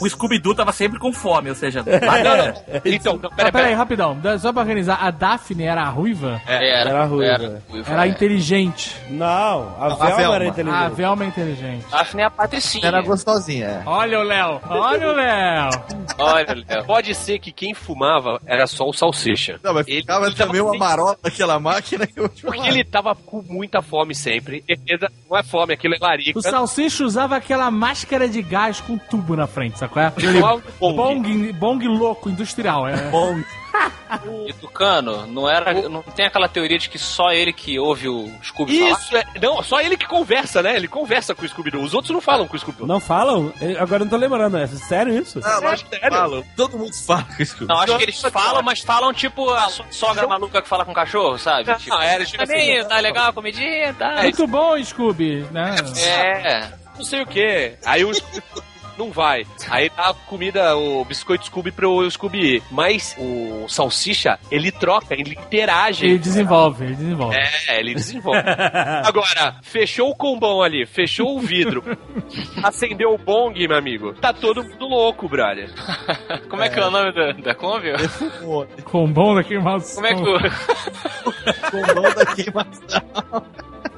O Scooby-Doo tava sempre com fome, ou seja,
É.
lá
Não, não. Então, não,
Mas peraí,
peraí, peraí.
rapidão, dá- só pra organizar, a Daphne era a ruiva?
Era,
era ruiva.
ruiva,
Era
é.
inteligente.
Não, a Velma,
Velma.
era
A
inteligente.
Velma é inteligente.
Daphne é a Patricinha.
Era gostosinha, é.
Olha o Léo, olha o Léo.
Olha, Léo.
É. Pode ser que quem fumava era só o Salsicha.
Não, mas
Ele-
ficava
ele tava
também uma
sem-
marola naquela máquina que eu te
Porque
falar.
ele tava com muita fome sempre. Certeza, Não é fome, aquilo é larica.
O Salsicha usava aquela máscara de gás com tubo na frente, sabe qual é? Aquele
Igual o Bong.
bong, bong louco industrial. É.
Bom,
E Tucano, não era. Não tem aquela teoria de que só ele que ouve o Scooby falar?
Isso, é, não, só ele que conversa, né? Ele conversa com o Scooby-Doo. Os outros não falam com o Scooby-Doo.
Não falam? Eu- Agora eu não tô lembrando. É sério isso?
ah, lógico que
sério?
fala. Todo mundo fala com isso.
Não, acho que eles falam, mas falam tipo a so- sogra maluca que fala com o cachorro, sabe?
Não,
tipo,
era tipo assim,
"Aí, tá legal a comidinha, tá.
Muito bom, Scooby, né?
É.
não sei o quê. Aí o Scooby não vai. Aí dá a comida, o biscoito Scooby pro Scooby ir. Mas o Salsicha, ele troca, ele interage.
Ele desenvolve, ele desenvolve.
É, ele desenvolve. Agora, fechou o combão ali, fechou o vidro, acendeu o bong, meu amigo. Tá todo mundo louco, brother.
Como é que é o nome da, da Kombi?
Com um bom daquele mouse.
Como é que o.
[LAUGHS]
Bombão da queimação.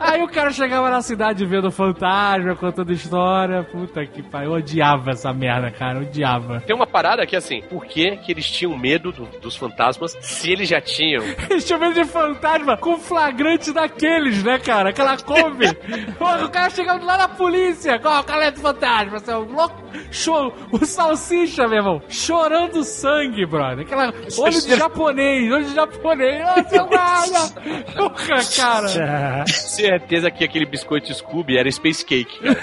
Aí o cara chegava na cidade vendo fantasma, contando história. Puta que pariu, eu odiava essa merda, cara, eu odiava. [LAUGHS]
Tem uma parada que assim, por que, que eles tinham medo do- dos fantasmas se eles já tinham?
Eles tinham medo de fantasma com flagrante daqueles, né, cara? Aquela
[LAUGHS]
Kombi. Porra, o cara chegando lá na polícia. Qual o cara é do fantasma? Você é um louco. Show. O salsicha, meu irmão. Chorando sangue, brother. Aquela. Olho
[LAUGHS]
de japonês, olho de japonês. Ô, seu guarda. Porra, cara.
Ser certeza que aquele biscoito Scooby era Space Cake. cara.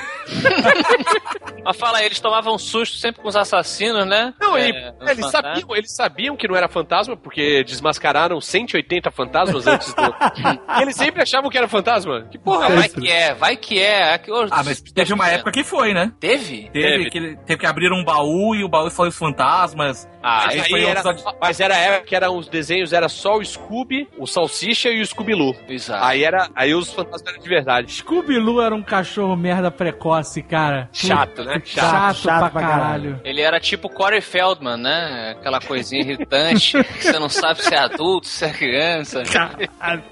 Mas fala aí, eles tomavam susto sempre com os assassinos, né?
Não, e-
É,
é, eles,
fantasma.
sabiam, eles sabiam que não era fantasma, porque desmascararam 180 fantasmas antes do. eles sempre achavam que era fantasma. Que porra é
Vai
essa?
que é, vai que é. Aqui, ô,
Ah, mas teve uma época que foi, né?
Teve?
Teve,
Teve.
que, ele- teve que abrir um baú e o baú foi os fantasmas.
Ah,
Aí
mas,
foi
aí
um
era,
episódio-
mas era a época que eram os desenhos, era só o Scooby, o Salsicha e o Scooby-Loo.
Exato.
Aí, era, aí os fantasmas eram de verdade.
Scooby-Loo era um cachorro merda precoce, cara.
Chato,
[LAUGHS]
né?
Chato,
Chato.
Chato
pra
pra
caralho.
Ele era tipo Corey Feldman, né? Aquela coisinha irritante que você não sabe se é adulto, se é criança.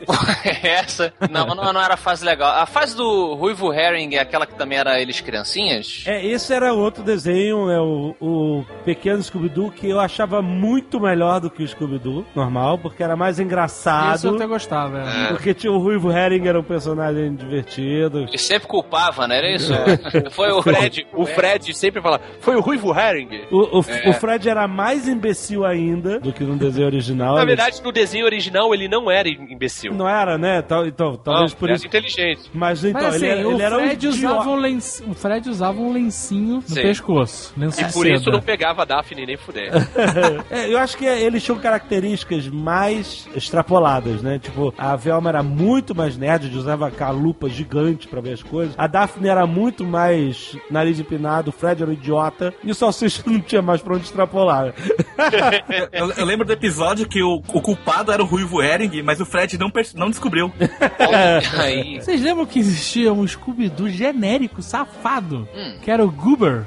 Porra, é [LAUGHS] Essa. Não, não, não era a fase legal. A fase do Ruivo Herring é aquela que também era eles criancinhas?
É, esse era outro desenho, né, o, o pequeno Scooby-Doo, que eu achava muito melhor do que o Scooby-Doo normal, porque era mais
Isso eu
engraçado.
até gostava. é.
Porque tinha o Ruivo Herring, era um personagem divertido.
Ele sempre culpava, né? Era isso? Foi o
O Fred, o Fred sempre fala, foi o Ruivo Herring.
O, o,
É.
o Fred era mais imbecil ainda do que no desenho original.
Na
ele-
verdade, no desenho original ele não era imbecil.
Não era, né? Tal- Então, talvez
Não, é.
por
era
isso.
inteligente.
Mas então,
Mas assim,
ele, era-
o,
ele era um
Fred usava
idiota.
um lenci- o Fred usava um lencinho no
Sim.
pescoço. Lenço
E
de
por
seda.
isso não pegava a Daphne nem fuder.
[LAUGHS]
[LAUGHS] É, eu acho que eles tinham características mais extrapoladas, né? Tipo, a Velma era muito mais nerd, usava aquela lupa gigante pra ver as coisas. A Daphne era muito mais nariz empinado, o Fred era um idiota. E o Salsicha [LAUGHS] não tinha mais pra onde extrapolar.
Eu, eu lembro do episódio que o, o culpado era o Ruivo Herring, mas o Fred não, perce- não descobriu.
Aí.
Vocês lembram que existia um Scooby-Doo genérico, safado,
Hum.
que era o Goober?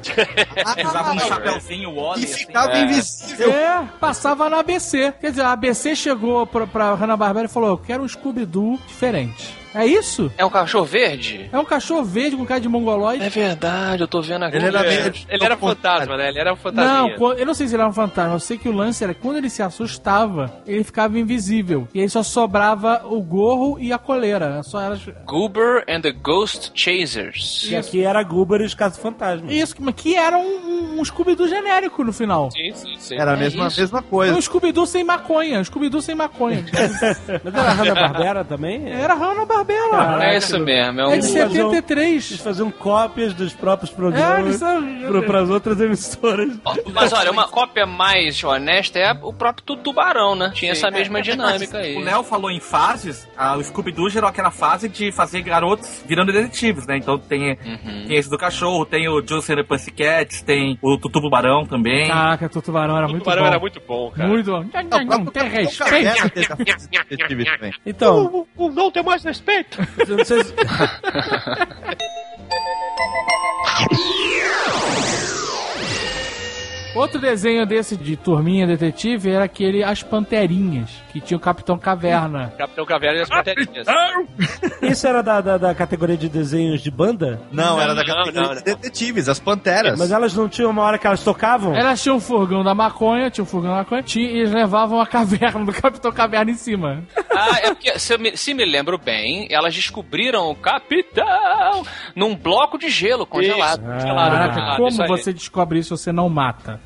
É,
Usava um chapéuzinho, o
Ah,
Wally.
E
assim.
ficava invisível.
É, passava na ABC. Quer dizer, a ABC chegou pra, pra Hanna-Barbera e falou, eu quero um Scooby-Doo diferente. É isso?
É um cachorro verde?
É um cachorro verde com cara de mongoloide?
É verdade, eu tô vendo aqui.
Ele era
É.
meio-
Ele era fantasma, né? Ele era um
Não,
fantasminha.
quan- eu não sei se ele era um fantasma. Eu sei que o lance era que quando ele se assustava, ele ficava invisível. E aí só sobrava o gorro e a coleira. Só era...
Goober and the Ghost Chasers.
E aqui era Goober e os Casos Fantasmas.
Isso, que- mas que era um, um, um Scooby-Doo genérico no final.
Sim, sim, sim.
Era a mesma,
isso.
mesma coisa.
Um Scooby-Doo sem maconha. Scooby-Doo sem maconha.
Mas era a Hanna-Barbera também?
Era Hanna-Barbera.
É isso mesmo, é um.
É
Eles
de
faziam-
73.
Eles faziam cópias dos próprios
É, eles
programas
são...
pro, pras outras emissoras.
Mas olha, uma cópia mais honesta é o próprio Tu- Tubarão, né? Tinha essa
É,
mesma dinâmica aí.
O Léo falou em fases, ah, o Scooby-Doo gerou aquela fase de fazer garotos virando detetives, né? Então tem, tem esse do cachorro, tem o Juicy and the Pussycats, tem o Tutu Barão também.
Caraca, Tô Tubarão era
O
muito
tubarão
bom.
era muito bom, cara.
Muito bom.
Não,
Não,
é,
tem respeito.
Então,
Não tem mais respeito.
[LAUGHS] eu não sei se-
Outro desenho desse de turminha detetive era aquele As Panterinhas, que tinha o Capitão Caverna.
Capitão Caverna e as Paterinhas.
isso era da, da, da categoria de desenhos de banda?
Não, era da
Não,
categoria
não,
de
não.
detetives, as panteras.
Mas elas não tinham uma hora que elas tocavam?
Elas tinham um furgão da maconha, tinha um furgão da maconha, tinha, e eles levavam a caverna do Capitão Caverna em cima.
Ah, é porque, se, eu me, se me lembro bem, elas descobriram o Capitão num bloco de gelo congelado. Congelado, congelado,
Caraca,
né, isso
Ah, como
aí.
você descobre isso se você não mata?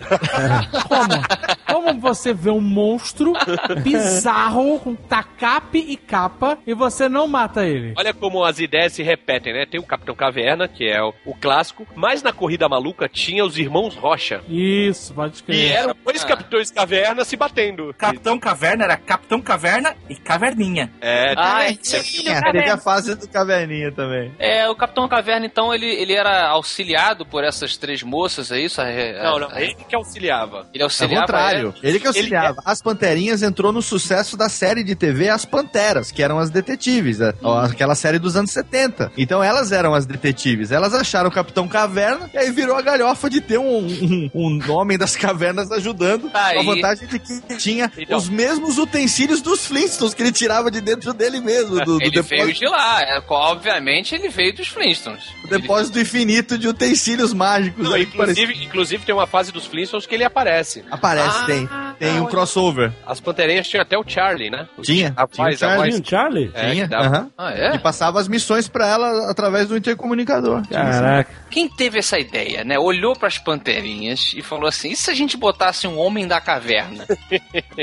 como? Como você vê um monstro bizarro com tacape e capa e você não mata ele?
Olha como as ideias se repetem, né? Tem o Capitão Caverna, que é o, o clássico, mas na Corrida Maluca tinha os Irmãos Rocha.
Isso, pode
E
crer.
eram dois
Ah.
Capitões Caverna se batendo.
Capitão Caverna era Capitão Caverna e Caverninha.
É,
Ah, é,
Cara, teve a fase do caverninha também.
É, o Capitão Caverna, então, ele, ele era auxiliado por essas três moças, é isso? É,
não, não,
é,
ele que auxiliava.
Ele
Ao
auxiliava.
contrário. Ele é- que auxiliava. As Panterinhas entrou no sucesso da série de TV As Panteras, que eram as detetives, né? aquela série dos anos 70. Então elas eram as detetives. Elas acharam o Capitão Caverna e aí virou a galhofa de ter um, um, um homem das cavernas ajudando.
Tá
com a
aí.
vantagem de que tinha
Então.
os mesmos utensílios dos Flintstones que ele tirava de dentro dele mesmo, do, do
Ele veio
depósito,
de lá, é, obviamente ele veio dos Flintstones.
depósito infinito de utensílios mágicos.
Não,
aí que
inclusive, inclusive tem uma fase dos Flintstones que ele aparece.
Aparece, tem. Tem um crossover.
As Panterinhas tinham até o Charlie, né? O
Tinha,
A
tinha o
voz, a
Charlie.
voz.
Tinha o Charlie?
É,
Tinha,
que dava-
aham.
Ah, é?
E passava as missões pra ela através do intercomunicador.
Caraca.
Quem teve essa ideia, né? Olhou pras panterinhas e falou assim: e se a gente botasse um homem da caverna? [LAUGHS]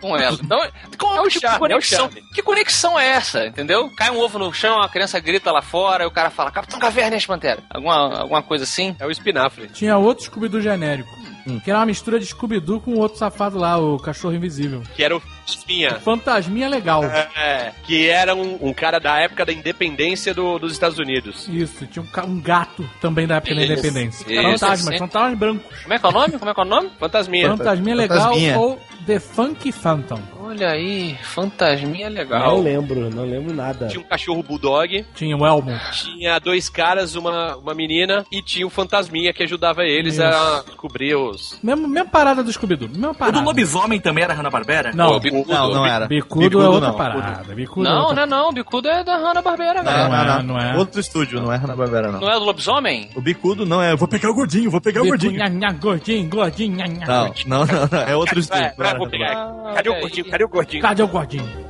com ela. Então, qual é o tipo de
charme, é o
conexão?
charme.
que conexão é essa, entendeu? Cai um ovo no chão, a criança grita lá fora, e o cara fala: Capitão Caverna e as panteras. Alguma, alguma coisa assim?
É o Espinafre.
Tinha outro Scooby-Doo genérico. Que era uma mistura de Scooby-Doo com o outro safado lá, o cachorro invisível.
Que era o Espinha.
Fantasminha legal.
É, que era um, um cara da época da independência do- dos Estados Unidos.
Isso, tinha um, ca- um gato também da época da
Isso,
independência.
isso,
fantasmas,
sim.
fantasmas brancos.
Como é que é o nome? Como é que é o nome?
Fantasminha.
Fantasminha legal
Fantasminha.
ou The Funky Phantom.
Olha aí, fantasminha
Não é
legal.
lembro, não lembro nada.
Tinha um cachorro bulldog,
Tinha o Elmo.
tinha dois caras, uma, uma menina e tinha um fantasminha que ajudava eles
Isso.
a cobrir os.
Mesmo, mesma parada do Scooby-Doo. Mesma
O do
parada.
lobisomem também era Hanna-Barbera?
Não,
o bicudo.
Não, não era.
Bicudo, é outra
não.
parada. Bicudo é
Não,
outra
não é não. O bicudo é da Hanna-Barbera,
Não,
velho.
não,
Não
não,
é, não é.
Outro estúdio, não é Hanna-Barbera, não.
Não é do lobisomem?
O bicudo não é. Vou pegar o gordinho, vou pegar o
Bicudo, é
gordinho.
nha, nha, gordinho, gordinho, nha, nha,
Não,
gordinho.
não, não, não, é outro estúdio. não era
vou pegar.
Hanna-Barbera.
Cadê
Olha
o
aí.
gordinho? Cadê o gordinho?
Cadê o gordinho?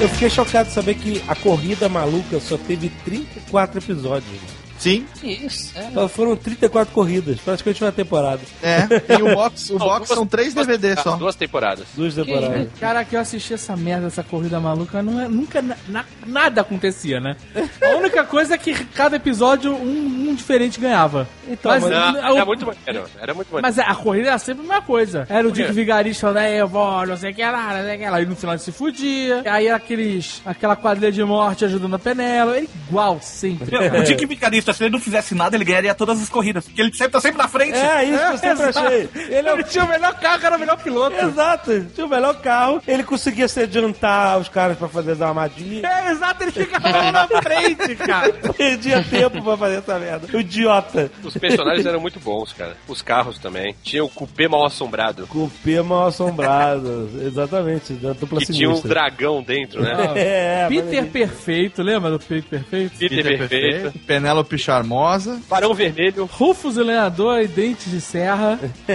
Eu fiquei chocado de saber que a Corrida Maluca só teve 34 episódios. mano.
Sim,
Isso, é.
Só foram 34 corridas, praticamente uma temporada.
é. E o box, o
Não,
box
duas-
são três
duas
DVD
temporadas,
só.
Duas temporadas.
Duas temporadas.
Cara, que eu assisti essa merda, essa corrida maluca, não é- nunca na- na- nada acontecia, né? A única coisa é que cada episódio um, um diferente ganhava.
Então, mas-
é
Não,
a-
era é muito maneiro. Era muito maneiro.
mas é, a corrida era sempre a mesma coisa. Era o Dick
quê?
Vigarista falando, "É, eu vou, não sei o que lá, não sei o que lá. E no final ele se fudia. E aí aqueles, aquela quadrilha de morte ajudando a Penela. Era igual sempre.
Meu, o Dick Vicarista, se ele não fizesse nada, ele ganharia todas as corridas. Porque ele sempre tá sempre na frente.
É isso que eu sempre
Exato.
achei. Ele
Ele,
é o
tinha o melhor carro, era o melhor piloto.
Exato, tinha o melhor carro, ele conseguia se adiantar os caras pra fazer da armadilha.
É, exato, ele ficava lá na frente,
[LAUGHS]
cara.
Perdia tempo pra fazer essa merda. O idiota.
Os personagens eram muito bons, cara. Os carros também. Tinha o cupê mal assombrado.
Cupê mal assombrado. Exatamente, da dupla
Que tinha um
sinistra.
dragão dentro, né?
[LAUGHS] É,
Peter
mas-
Perfeito, lembra do Peter é Perfeito?
Peter perfeito.
Penélope Charmosa.
Barão vermelho.
Rufus o Lenhador e Dentes de Serra.
Que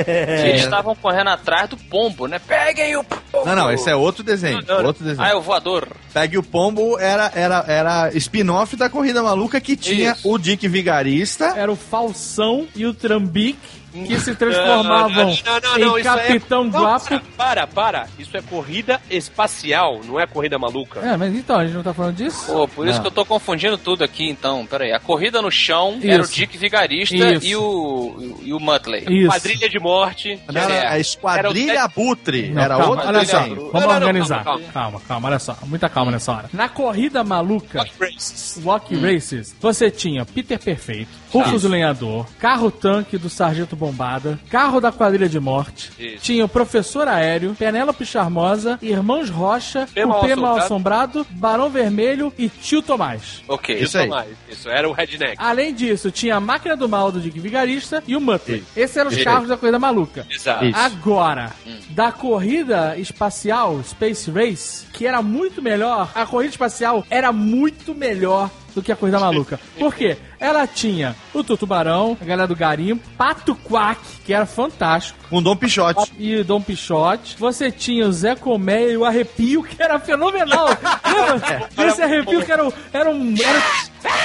Eles estavam correndo atrás do pombo, né? Peguem o pombo!
Não, não, esse é outro desenho. Outro desenho.
Ah, é o voador.
Pegue o Pombo era, era, era spin-off da Corrida Maluca que tinha
Isso.
o Dick Vigarista.
Era o Falsão e o Trambique que se transformavam
Ah, Não, não, não, não,
em
isso é-
Capitão
Não,
Guapo.
Para, para, para. Isso é corrida espacial, não é corrida maluca.
É, mas então, a gente não tá falando disso?
Pô, por isso
Não.
que eu tô confundindo tudo aqui, então. Pera aí. A corrida no chão era o
Isso.
Dick Vigarista
Isso.
e o, e o Muttley.
Isso.
Quadrilha de morte.
É.
Não, era né? a Esquadrilha
Era
Abutre.
Não,
era
calma,
outro
olha só,
desenho.
vamos
Não, não, não,
organizar.
calma,
calma. calma, olha só. Muita calma nessa hora. Hum. Na corrida maluca,
Races.
Walk Races, você tinha Peter Perfeito, Rufus o Lenhador, Carro Tanque do Sargento Bombada, Carro da Quadrilha de Morte,
Isso.
tinha o Professor Aéreo, Penélope Charmosa, Irmãos Rocha,
Pé
o
Mal
Pé Mal Assombrado, Barão Vermelho e Tio Tomás.
Ok.
Isso aí.
Tomás. Ah, Isso, era o redneck.
Além disso, tinha a Máquina do Mal do Dick Vigarista e o Muttley. Esses eram os
Isso. Hum.
carros da Corrida Maluca.
Exato.
Isso.
Agora, da corrida espacial, Space Race, que era muito melhor, a corrida espacial era muito melhor do que a
[LAUGHS]
corrida maluca. Por quê? Ela tinha o Tutubarão, a galera do Garimpo, Pato Quack, que era fantástico,
Com Dom Pichote.
e Dom Pichote. Você tinha o Zé Colmeia e o Arrepio, que
[LAUGHS]
era fenomenal. Lembra? Esse Arrepio que era, um- era um... Era
um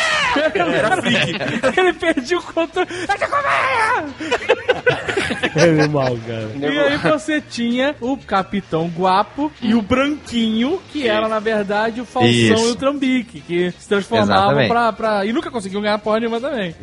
[LAUGHS] Era um Ele perdia o controle. Zé Colmeia!
É meu mal, cara.
E aí você tinha o Capitão Guapo e o Branquinho, que era, na verdade, o Falsão
Isso.
e o Trambique, que se transformavam
Exatamente.
pra, pra... E nunca conseguiam ganhar porra
[LAUGHS]
nenhuma também.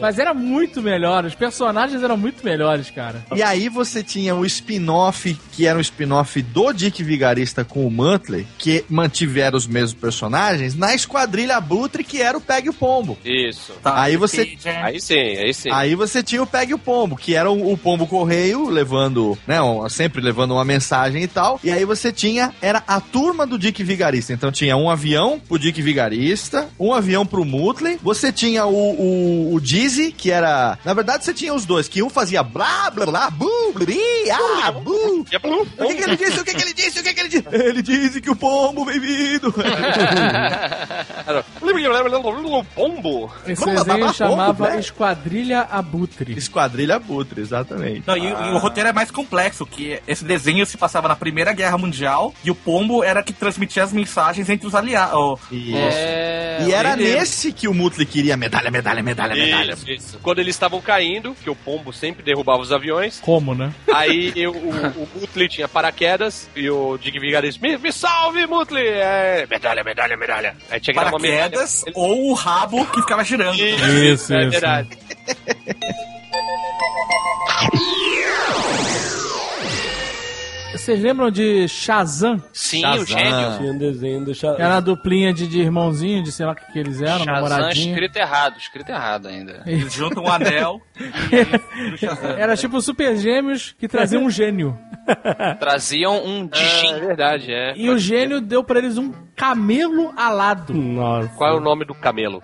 Mas era muito melhor, os personagens eram muito melhores, cara.
E aí você tinha o spin-off, que era um spin-off do Dick Vigarista com o Muttley, que mantiveram os mesmos personagens, na Esquadrilha Abutre, que era o Pegue o Pombo.
Isso.
Aí você-
Aí sim, aí sim.
Aí você tinha o Pegue o Pombo, que era o, o Pombo Correio, levando, né, um- sempre levando uma mensagem e tal. E aí você tinha, era a turma do Dick Vigarista. Então tinha um avião pro Dick Vigarista, um avião pro Mutley. Você tinha o, o, o Dizzy, que era... Na verdade, você tinha os dois, que um fazia blá, blá, blá, bu, bliri, ah, bu.
E a Blue?
O que, que ele disse? O que, que ele disse? O que, que ele disse? Ele disse que o pombo vem vindo.
Pombo.
Esse
Vamos lá,
desenho
babá,
chamava
pombo, né?
Esquadrilha Abutre.
Esquadrilha Abutre, exatamente.
Não, e, e o roteiro é mais complexo, que esse desenho se passava na Primeira Guerra Mundial e o pombo era que transmitia as mensagens entre os aliados.
E,
[LAUGHS] É,
e era
maneiro.
nesse que o Muttley queria medalha, medalha, medalha, medalha.
Isso, isso. Quando eles estavam caindo, que o pombo sempre derrubava os aviões,
Como, né?
aí eu- o, o Mutley tinha paraquedas e o Dick Vigar disse: Me, me salve, Mutley! É, medalha, medalha, medalha. Aí tinha que dar uma medalha.
Paraquedas ou o rabo que ficava girando.
Isso,
é
isso.
verdade.
Vocês lembram de Shazam?
Sim,
Shazam.
o gênio.
Tinha um desenho do Shazam.
Era a duplinha de, de irmãozinho, de sei lá o que, que eles eram,
Shazam
namoradinho.
escrito errado, escrito errado ainda.
Eles juntam um anel.
Era tipo super gêmeos que traziam um gênio.
Traziam um
É
Dijin.
verdade, é.
E o gênio deu pra eles um camelo alado.
Nossa.
Qual é o nome
[LAUGHS]
do camelo?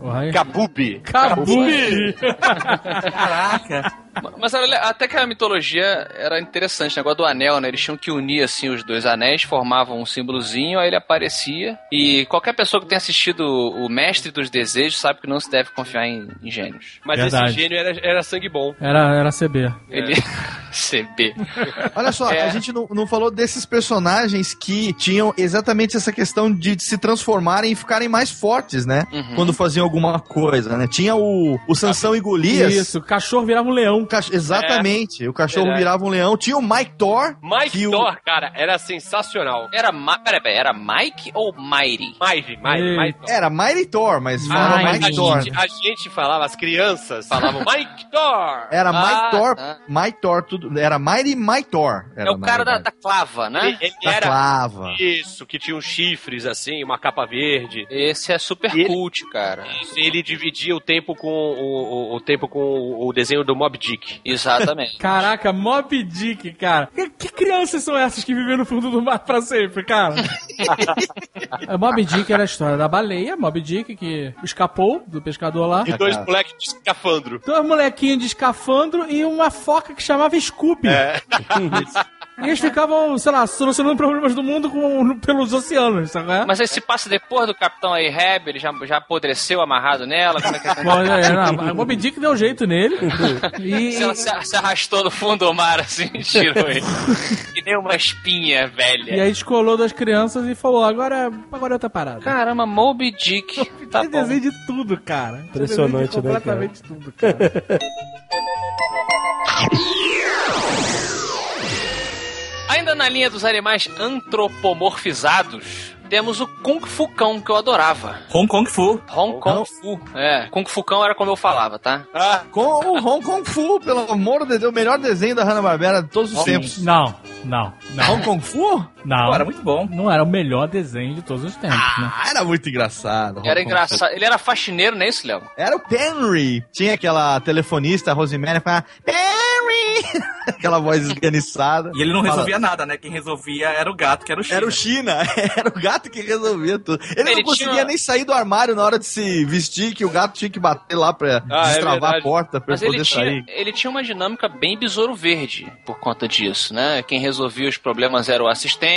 Olha.
Gabubi.
Cabumi!
Caraca.
Mas olha, até que a mitologia era interessante, o negócio do anel, né? Eles tinham que unir, assim, os dois anéis, formavam um símbolozinho, aí ele aparecia. E qualquer pessoa que tenha assistido o Mestre dos Desejos sabe que não se deve confiar em, em gênios.
Mas
Verdade.
esse gênio era, era sangue bom.
Era, era CB.
É.
Ele... [LAUGHS] CB.
Olha só,
É.
a gente não, não falou desses personagens que tinham exatamente essa questão de se transformarem e ficarem mais fortes, né?
Uhum.
Quando faziam alguma coisa, né? Tinha o, o Sansão e Golias.
Isso, o cachorro virava um leão.
O cach- Exatamente. o cachorro
Verdade.
virava um leão. Tinha o Mike Thor.
Mike
que o-
Thor, cara, era sensacional.
Era, Ma... pera, pera, era Mike ou Mighty?
Mike, Mike, Mike Thor.
Era Mighty Thor,
Ah,
mas
Mighty.
falava
a,
Mike Thor.
gente, a gente falava, as crianças falavam Mike Thor.
Era
Ah,
Mike Thor,
tá.
Mike Thor, tudo. Era Mighty Mike Thor.
É o cara da, da clava,
Ele,
né?
ele
da
era
clava.
isso, que tinha uns chifres assim, uma capa verde.
Esse é super
E ele-
cult, cara.
Isso, ele dividia o tempo com o, o- o tempo com o, o desenho do Mob Dick.
Exatamente.
Caraca, Mob Dick, cara. Que, que crianças são essas que vivem no fundo do mar pra sempre, cara? [LAUGHS] A Mob Dick era a história da baleia, Mob Dick, que escapou do pescador lá.
E dois moleques de escafandro.
Dois molequinhos de escafandro e uma foca que chamava Scooby. [LAUGHS] e eles ficavam, sei lá, solucionando problemas do mundo com- pelos oceanos, sabe? qual é?
Mas aí se passa depois do Capitão Ahab, ele já, já apodreceu amarrado nela, como é que
Bom, é, não, a Mob Dick deu jeito nele. E,
Se ela se, se arrastou no fundo do mar, assim, [LAUGHS] tirou ele. Que nem uma espinha velha.
e aí descolou das crianças e falou: agora, agora é outra parada.
Caramba, Moby
[LAUGHS]
Dick. Tá
Tem
bom.
desenho de tudo, cara. Tem
Impressionante,
desenho de
né,
Completamente tudo, cara.
Ainda na linha dos animais antropomorfizados, temos o Kung Fu Cão, que eu adorava.
Hong Kong Fu.
Hong Kong Fu. É, Kung Fu Cão era como eu falava, tá?
Com o Hong Kong Fu, pelo amor de Deus, o melhor desenho da Hanna-Barbera de todos os tempos.
Não, não, não,
Hong Kong Fu?
não.
Pô, era muito bom.
Não era o melhor desenho de todos os tempos, né?
Ah, era muito engraçado. Hong
Era
Kong Fu.
engraçado. Ele era faxineiro, não é isso, Léo?
Era o Penry. Tinha aquela telefonista, a Rosemary, que falava, Penry! [LAUGHS] aquela voz esganiçada.
E ele não
Fala,
resolvia nada, né? Quem resolvia era o gato, que era o China.
Era o China, [LAUGHS] era o gato que resolvia tudo. Ele,
Ele
não conseguia
tinha-
nem sair do armário na hora de se vestir, que o gato tinha que bater lá pra
Ah, é
destravar a
verdade.
porta pra
Mas
ele
ele
poder
tinha,
sair.
ele tinha uma dinâmica bem besouro verde por conta disso, né? Quem resolvia os problemas era o assistente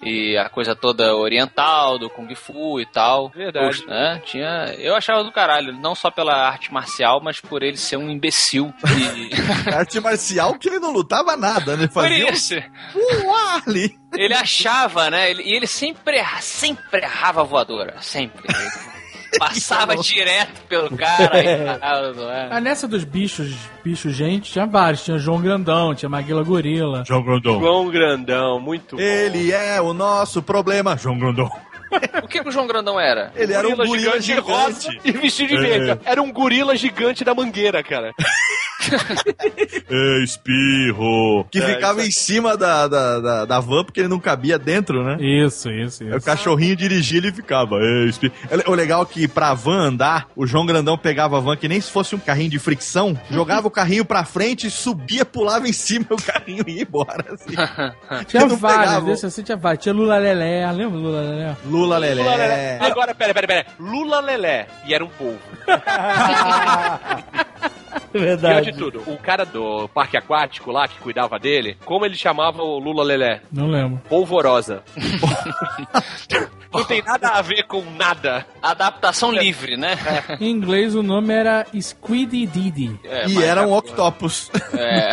e a coisa toda oriental do Kung Fu e tal.
Verdade.
Os- né? Tinha, eu achava do caralho, não só pela arte marcial, mas por ele ser um imbecil.
[LAUGHS]
E...
Arte marcial que ele não lutava nada, né? Ele
por
Fazia
isso.
um ar ali.
Ele achava, né? Ele- e ele sempre, erra- sempre errava a voadora. Sempre.
[LAUGHS]
Ele Passava direto pelo cara e parava, não é?
Ah, nessa dos bichos, bicho gente, tinha vários. Tinha João Grandão, tinha Maguila Gorila.
João Grandão.
João Grandão, muito bom.
Ele é o nosso problema.
João Grandão.
O que, que o João Grandão era?
Ele era um gorila gigante. É,
e vestido de verde. [LAUGHS] Era um gorila gigante da mangueira, cara.
É, espirro.
Que ficava em cima da, da, da, da van porque ele não cabia dentro, né?
Isso, isso,
Aí O
isso.
cachorrinho dirigia ele ficava. "É, espirro." É, O legal é que pra van andar, o João Grandão pegava a van que nem se fosse um carrinho de fricção, jogava o carrinho pra frente, subia, pulava em cima [LAUGHS] e o carrinho ia embora. Assim.
Tinha
não
vários,
pegava.
desse assim tinha vários. Tinha Lula Lelé, lembra Lula Lelé?
Lula
Lula Lelé.
Lelé.
né? Agora, pera, pera, pera. Lula Lelé. E era um povo. Pior de
Verdade.
tudo, o cara do parque aquático lá, que cuidava dele, como ele chamava o Lula Lelé?
Não lembro.
Polvorosa. Não tem nada a ver com nada.
[LAUGHS] Adaptação livre, né?
É,
Em inglês o nome era Squiddy Diddy.
É,
e
mas-
era um octopus. [LAUGHS]
É.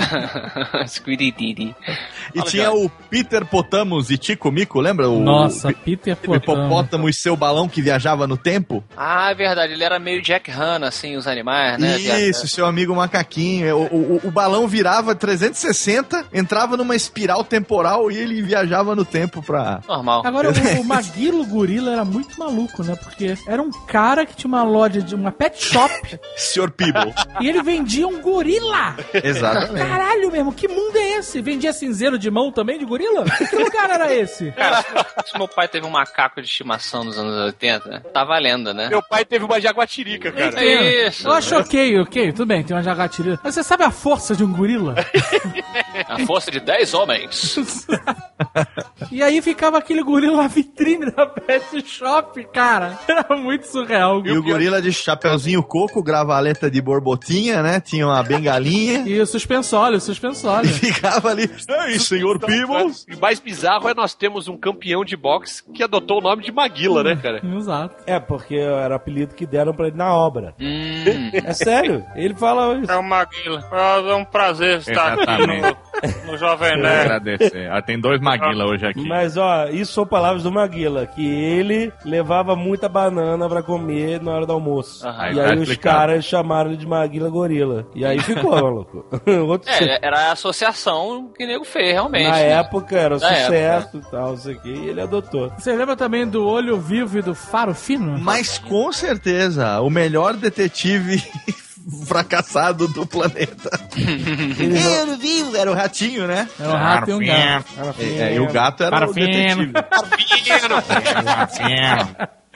[LAUGHS] Squiddy Diddy.
E tinha o Peter Potamos e Tico Mico, lembra? O
Nossa, Peter
o
Potamo.
hipopótamo e seu balão que viajava no tempo?
Ah, é verdade. Ele era meio Jack Hanna, assim, os
É,
animais, né?
Isso, seu amigo macaquinho. É, O, o- o- o balão virava 360, entrava numa espiral temporal e ele viajava no tempo pra.
Normal.
Agora, [LAUGHS] o, o Maguilo Gorila era muito maluco, né? Porque era um cara que tinha uma loja de uma pet shop
Sr. Peeble.
e ele vendia um gorila.
[LAUGHS] Exatamente.
Caralho mesmo, que mundo é esse? Vendia cinzeiro de mão também de gorila? Que lugar era esse?
Cara, se meu pai teve um macaco de estimação nos anos 80, tá valendo, né?
Meu pai teve uma jaguatirica, cara.
É isso.
Tá Eu acho ok, ok, tudo bem, tem uma jagatirina. Mas você sabe a força de um gorila?
É, A força de 10 homens.
E aí ficava aquele gorila na vitrine da Pet Shop, cara. Era muito surreal.
E o gorila de chapeuzinho coco, gravaleta de borbotinha, né? Tinha uma bengalinha.
E o suspensório,
[LAUGHS]
o suspensório.
E ficava ali, Então, ei, É senhor Peebles!
E o mais bizarro é nós temos um campeão de boxe que adotou o nome de Maguila, né, cara?
Exato.
É, porque era o apelido que deram pra ele na obra.
Hum.
[LAUGHS]
É sério, ele fala isso.
É uma guila. É um prazer estar
Exatamente.
aqui no, no Jovem
Quero
Nerd.
agradecer. Ah, tem dois Maguila hoje aqui.
Mas ó, isso são palavras do Maguila, que ele levava muita banana pra comer na hora do almoço.
Aham.
e
Aí tá
aí os
explicado.
caras chamaram ele de Maguila Gorila. E aí ficou, maluco. [LAUGHS] Outro sucesso.
É, era a associação que o nego fez, realmente.
Na
né?
época era
Na
sucesso e tal, não sei o que, e ele adotou.
Você lembra também do olho vivo e do faro fino?
Mas com certeza, o melhor detetive [LAUGHS] fracassado do [LAUGHS] planeta.
Ele não-
Era o vivo, era o ratinho, né?
Era um rato e um gato.
É, e o gato era o
[LAUGHS]
detetive.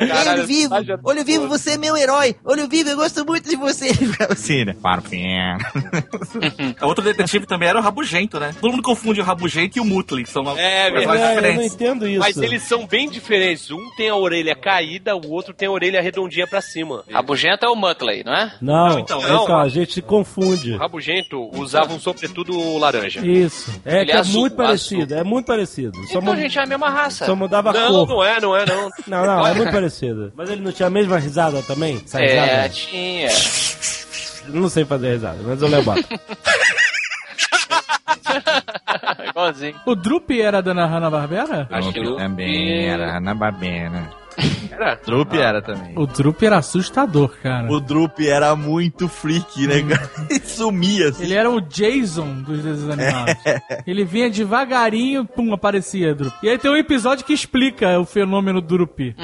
Caralho, tá
Olho vivo, você é meu herói. Olho vivo, eu gosto muito de você. Sim, né?
Outro detetive também era o Rabugento, né? Todo mundo confunde o Rabugento e o Muttley, que são uma-
É,
É,
verdade.
personagens
eu não
diferentes.
entendo isso.
Mas eles são bem diferentes. Um tem a orelha caída, o outro tem a orelha redondinha pra cima.
Rabugento é o Muttley, não é?
Não,
Não, então,
então,
não.
a gente se confunde.
O Rabugento usava um sobretudo laranja.
Isso. É
Ele
que
é
é
azul,
muito
azul.
parecido, é muito parecido. Só,
então,
mu-
gente, é a mesma raça.
só mudava a
Não,
cor.
não é, não é, não.
Não, não,
[LAUGHS]
é muito parecido. Mas ele não tinha a mesma risada também? Essa
É,
risada?
tinha.
Não sei fazer risada, mas eu lembro.
é Igualzinho.
O Drupi era da Hanna-Barbera?
Acho que também era.
Era.
Drup era também.
O Drupi era assustador, cara.
O Drup era muito freak, né? cara? [LAUGHS] Ele sumia, assim.
Ele era o Jason dos desenhos animados. Ele vinha devagarinho, pum, aparecia Drupi. E aí tem um episódio que explica o fenômeno Drupi.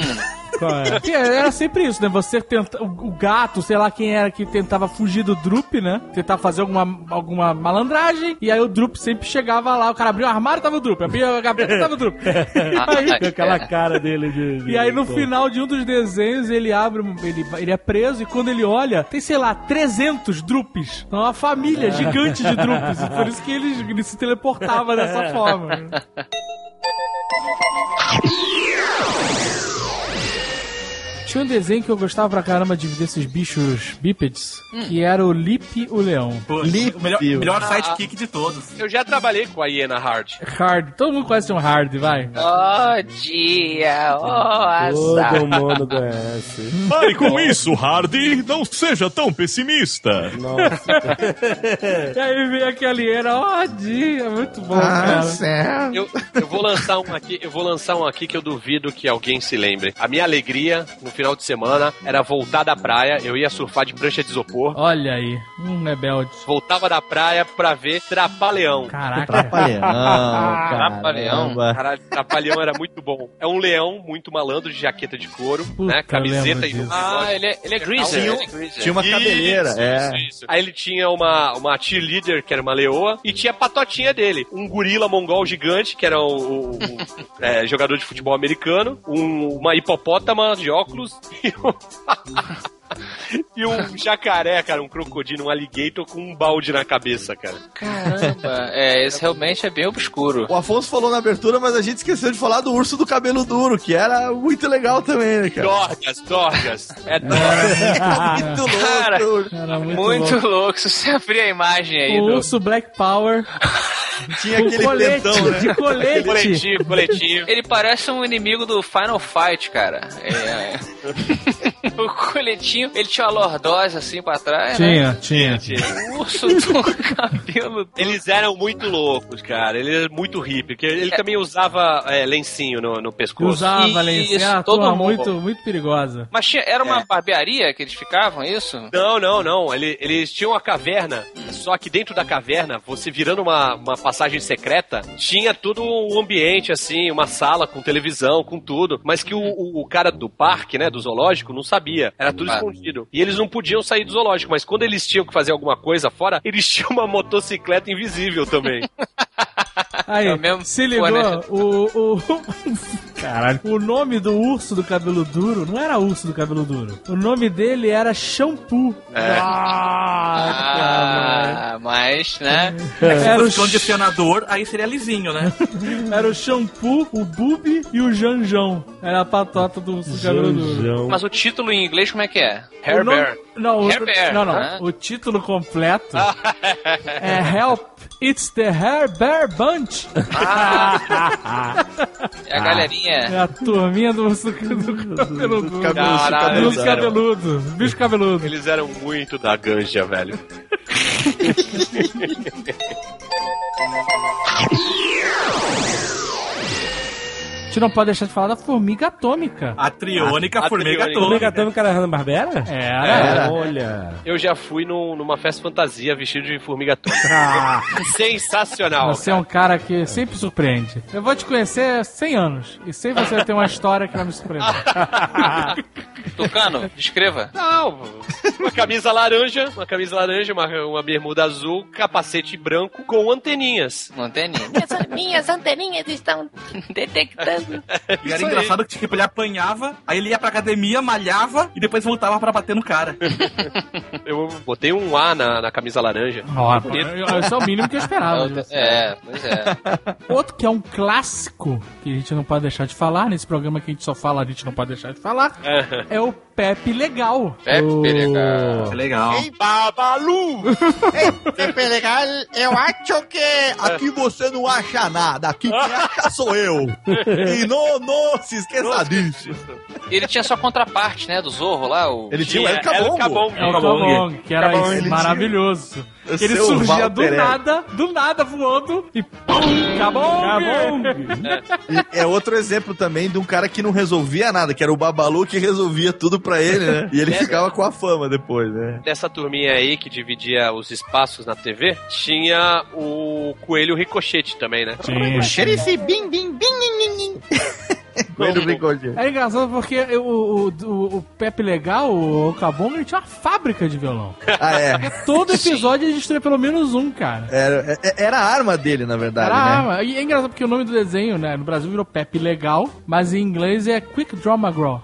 Qual é? Que Era sempre isso, né? Você tenta. O o gato, sei lá quem era que tentava fugir do Drup, né? Tentar fazer alguma, alguma malandragem. E aí o Drup sempre chegava lá. O cara abriu o armário, tava o Drup. Abria a gaveta, tava o Drup. Aí-
Ah,
Com aquela cara dele de.
[LAUGHS]
de-
E aí no
de-
final de um dos desenhos ele abre, um- ele, ele é preso e quando ele olha, tem sei lá, 300 drupes. Então, É uma família gigante de drupes. E Por isso que ele, ele se teleportava dessa forma. né? Tinha um desenho que eu gostava pra caramba de desses bichos bípedes, que era o Lipe o Leão.
Pô,
Lip-
o melhor, melhor sidekick de todos.
Eu já trabalhei com a Iena Hard.
É Hard. Todo mundo conhece um Hard, vai.
Oh, dia, oh, azar.
Todo mundo conhece.
Pare com isso, Hardy! Não seja tão pessimista!
Nossa,
E aí vem aquele era, ó, dia, muito bom,
Ah,
um cara.
certo.
Eu, eu vou lançar um aqui, eu vou lançar um aqui que eu duvido que alguém se lembre. A minha alegria no final de semana era voltar da praia, eu ia surfar de prancha de isopor,
Olha aí, um rebelde.
voltava da praia pra ver Trapaleão.
Caraca.
Trapalhão, cara. um
Trapalhão.
Caralho, Trapalhão era muito bom. É um leão muito malandro de jaqueta de couro,
Puta,
né? Camiseta
lembro
e
disso.
Ah, ele é, ele é Greaser.
Tinha um-
ele é greaser.
Tinha uma cabeleira,
Isso,
é.
isso, isso. Aí ele tinha uma, uma cheerleader, que era uma leoa, e tinha a patotinha dele. Um gorila mongol gigante, que era o, o- [LAUGHS] o- é, jogador de futebol americano, um- uma hipopótama de óculos [LAUGHS] e um... [LAUGHS] e um jacaré, cara, um crocodilo, um alligator com um balde na cabeça, cara.
Caramba, é, esse realmente é bem obscuro.
O Afonso falou na abertura, mas a gente esqueceu de falar do urso do cabelo duro, que era muito legal também, né, cara?
Dorgas, dorgas. É dorgas.
[LAUGHS] Muito louco.
Cara,
Era Tá muito,
Muito
louco.
louco. Se você abrir a imagem aí
O
do.
urso Black Power.
Tinha aquele
colete,
dentão, né?
de
É,
colete.
Coletivo, coletivo.
Ele parece um inimigo do Final Fight, cara. É, é. [LAUGHS] o coletinho, ele tinha uma lordose assim pra trás, né?
Tinha, tinha.
O urso [LAUGHS] do cabelo.
Eles eram muito loucos, cara. Ele era muito hippie. Porque ele também usava é, lencinho no, no pescoço.
Usava
Isso,
lencinho. Ah,
todo
turma
mundo.
muito, muito perigosa.
Mas tinha, era uma barbearia que eles ficavam, é isso?
Não, não, não. Ele, eles tinham uma caverna, só que dentro da caverna, você virando uma, uma passagem secreta, tinha todo um ambiente, assim, uma sala com televisão, com tudo, mas que o, o- o cara do parque, né, do zoológico, não sabia. Era tudo
Ah.
escondido. E eles não podiam sair do zoológico, mas quando eles tinham que fazer alguma coisa fora, eles [LAUGHS] tinham uma motocicleta invisível também.
Aí,
É o mesmo-
se ligou,
Pô, né?
o, [LAUGHS] o... Caralho. O nome do urso do cabelo duro não era urso do cabelo duro. O nome dele era Shampoo.
É.
Ah,
Ah, mas, né?
cara. Era o,
o condicionador, aí seria lisinho, né?
era o Shampoo, o Bubi e o Janjão. Era a patota do urso do cabelo duro.
Janjão.
Mas o título em inglês como é que é?
O
Hair
nome-
Bear.
Não, o,
Hair Bear,
não, não.
né?
O
[LAUGHS]
título completo é Help, It's the Hair Bear Bunch.
É a galerinha.
É a turminha do urso do cabelo duro.
Caralho,
Bicho
eles eram,
cabeludo. Bicho cabeludo.
eles eram muito da ganja, velho.
A gente não pode deixar de falar da formiga atômica. É,
A triônica
A- a
formiga
triônica.
toda.
Formiga
um
atômica era Hanna-Barbera?
Era.
Olha.
Eu já fui num- numa festa fantasia vestido de formiga atômica.
Ah,
Sensacional.
Você é um cara que sempre surpreende. Eu vou te conhecer há 100 anos. E sempre você vai ter uma história que vai me surpreender.
Tucano, descreva.
Não, uma camisa laranja, uma camisa laranja, uma, uma bermuda azul, capacete branco com anteninhas.
Não tem ninguém.
Minhas anteninhas
[LAUGHS]
estão detectando.
E era engraçado que tipo, ele apanhava, aí ele ia pra academia, malhava e depois voltava pra bater no cara.
Eu botei um A na, na camisa laranja.
[LAUGHS] Ó, pô, eu- Isso é o mínimo que eu esperava. de você.
É, pois é.
Outro que é um clássico que a gente não pode deixar de falar, nesse programa que a gente só fala, a gente não pode deixar de falar, é o Pepe Legal.
Pepe
O-
Legal.
É Legal.
Babalu! Pepe é Legal, eu acho que aqui você não acha nada, aqui quem acha sou eu. E não, não se esqueça disso. um-
Ele tinha só contraparte, né? Do Zorro lá, o.
Ele tinha um o El
Era
Cabongo.
É o
Cabong.
Cabong, que era
Cabong,
esse
ele
maravilhoso. Que Ele
Seu
surgia do
Walter Ego.
nada, do nada voando e pum, Cabong!
E é outro exemplo também de um cara que não resolvia nada, que era o Babalu que resolvia tudo pra ele, né? E ele ficava com a fama depois, né?
Dessa turminha aí que dividia os espaços na TV, tinha o Coelho Ricochete também, né?
O xerife bim bim bim Coelho Bigodinho.
É engraçado porque eu- o, o, o Pepe Legal, o Cabong, ele tinha uma fábrica de violão.
Ah, é.
Todo episódio a gente tem pelo menos um, cara.
Era, é- era a arma dele, na verdade,
Era
né?
arma. E é engraçado porque o nome do desenho, né? No Brasil virou Pepe Legal, mas em inglês é Quick Draw McGraw.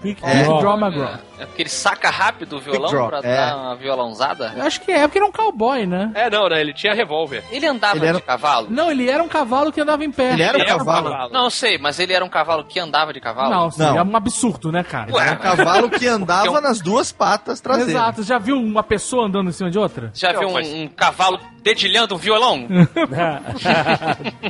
Quick
É.
Draw McGraw.
É porque ele saca rápido o violão
Drop,
pra
é.
dar uma violãozada.
Eu acho que é, porque era um cowboy, né?
É, não, né? Ele tinha revólver.
Ele andava
Ele era-
de cavalo?
Não, ele era um cavalo que andava em pé.
Ele era um cavalo.
Não, eu sei, mas ele era um cavalo que andava de cavalo?
Não, seria
Não.
um absurdo, né, cara?
Ué,
Era um cavalo que andava nas duas patas traseiras.
Exato, já viu uma pessoa andando em cima de outra?
Já viu um, um cavalo dedilhando um violão?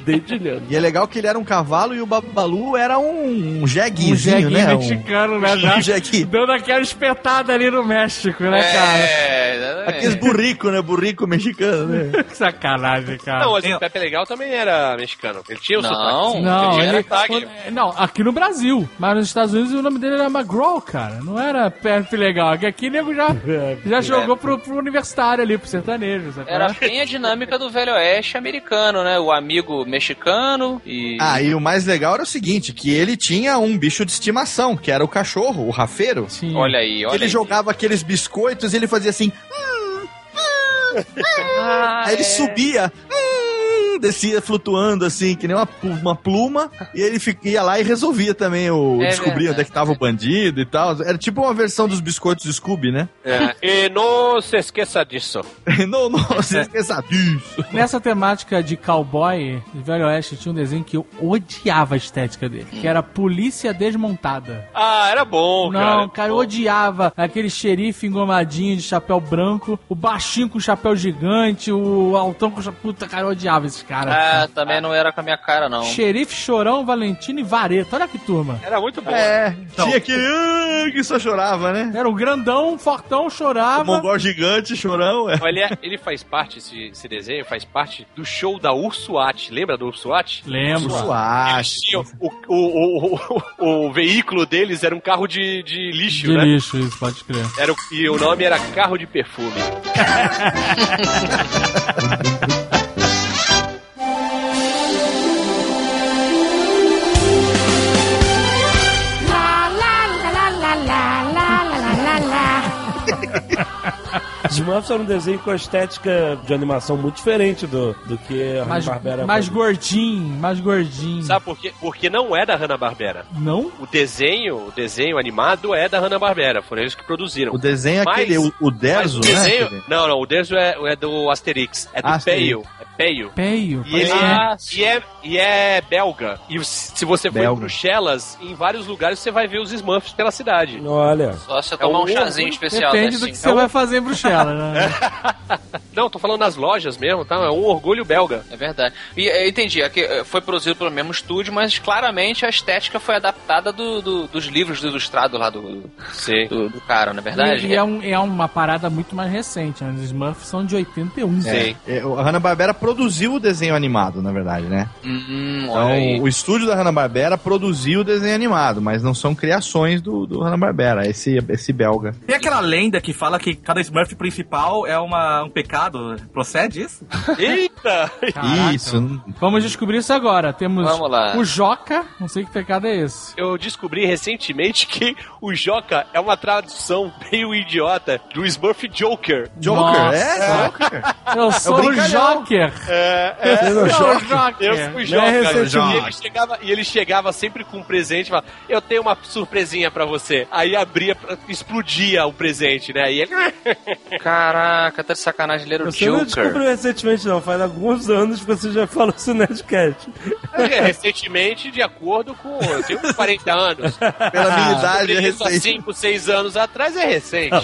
dedilhando.
E é legal que ele era um cavalo e o Babalu era um, um jeguinho,
um jeguinho
né? Um,
mexicano, né?
um
dá-
jeguinho.
Dando aquela espetada ali no México, né,
É.
cara?
É,
[LAUGHS]
Aqueles
exatamente.
burrico, né? Burrico mexicano,
[LAUGHS]
né?
Que sacanagem, cara.
Não, mas
assim,
o Pepe Legal também era mexicano. Ele tinha o sotaque.
Não,
Não,
ele
ele,
era tag.
quando- não, aqui no Brasil. Mas nos Estados Unidos o nome dele era McGraw, cara. Não era Pepe Legal. Aqui, aqui
[LAUGHS]
nego já, já jogou pro, pro universitário ali, pro sertanejo, sabe?
Era bem a dinâmica do Velho Oeste americano, né? O amigo mexicano e.
Ah, e o mais legal era o seguinte, que ele tinha um bicho de estimação, que era o cachorro, o rafeiro.
Tinha.
Olha aí, olha
ele
aí.
jogava aqueles biscoitos e ele fazia assim...
Ah,
aí ele
é.
subia... hum, Descia flutuando assim, que nem uma, pu- uma pluma, e ele fi- ia lá e resolvia também o.
É
descobria onde é
verdade.
que tava o bandido e tal. Era tipo uma versão dos biscoitos do Scooby, né? [LAUGHS]
É. E não se esqueça disso.
não,
[LAUGHS]
[LAUGHS] não, você esqueça disso.
Nessa temática de cowboy, de Velho Oeste, tinha um desenho que eu odiava a estética dele, que era Polícia Desmontada.
Ah, era bom, cara.
Não, cara, eu odiava aquele xerife engomadinho de chapéu branco, o baixinho com chapéu gigante, o altão com chapéu. Puta, cara, eu odiava esses cara.
Ah, também não era com a minha cara, não.
Xerife, Chorão, Valentino e Vareta. Olha que turma.
Era muito bom.
É, tinha que. ah, que só chorava, né?
Era um grandão, fortão, chorava.
O mongol gigante, chorão, é.
Olha, ele faz parte, esse, esse desenho faz parte do show da Ursuat. Lembra do Ursuat?
Lembro.
Suache.
Tinha O, o, o, o, o veículo deles era um carro de, de lixo,
De
né?
lixo, isso, pode crer.
Era, o- e o nome era Carro de Perfume.
Lá, lá, lá, lá, lá, lá, lá, lá, lá, lá.
Smurfs era um desenho com a estética de animação muito diferente do, do que a
Mais,
Hanna-Barbera
mais
fazia.
gordinho, mais gordinho.
Sabe por quê? Porque não é da Hanna-Barbera.
Não?
O desenho, o desenho animado é da Hanna-Barbera. Foram eles que produziram.
O desenho é
Mas-
aquele, o, o
Mas
Derzo,
o
né?
desenho...
Aquele-
Não, não. O Deso é, é do Asterix. É do
Asterix.
Peio. É Peio.
Peio.
E, ele,
é.
e, é, e é belga. E se você for
Belga.
em Bruxelas, em vários lugares você vai ver os Smurfs pela cidade.
Olha,
Só se eu tomar um
um-
chazinho especial
Depende
desse,
do que
sim.
você vai fazer em Bruxelas, né?
Não, tô falando nas lojas mesmo, tá? É um orgulho belga.
É verdade. E é, entendi, é que é, foi produzido pelo mesmo estúdio, mas claramente a estética foi adaptada do, do- dos livros do ilustrado lá do,
Sim.
do, do cara, não é verdade?
E, e é, um- é uma parada muito mais recente. Né? Os Smurfs são de 81.
É, é, o- a Hanna-Barbera produziu o desenho animado, na verdade, né?
Hum, olha aí.
Então, o estúdio da Hanna-Barbera produziu o desenho animado, mas não são criações do, do Hanna-Barbera, esse, esse belga.
Tem aquela lenda que fala que cada Smurf principal é uma, um pecado. Procede isso?
[LAUGHS] Eita!
Caraca.
Isso, não-
Vamos descobrir isso agora. Temos
Vamos lá.
o Joca. Não sei que pecado é esse.
Eu descobri recentemente que o Joca é uma tradução meio idiota do Smurf Joker.
Joker,
Nossa.
é? Joker.
Eu sou o
brincalhão.
Joker.
É, é.
Eu sou o
Eu
Joker.
fui
Não é
Joca. E, ele
recentemente.
chegava, e ele chegava sempre com um presente e falava: Eu tenho uma surpresinha pra você. Aí abria, pra- explodia o presente, né? E ele.
Caraca, tá de sacanagem ler o
Você não
Joker.
descobriu recentemente, não. Faz alguns anos que você já falou isso no Nerdcast.
Recentemente, de acordo com. Eu tenho 40 anos.
Pela minha idade, é
Descobri isso há
recente.
5, 6 anos atrás é recente.
Tá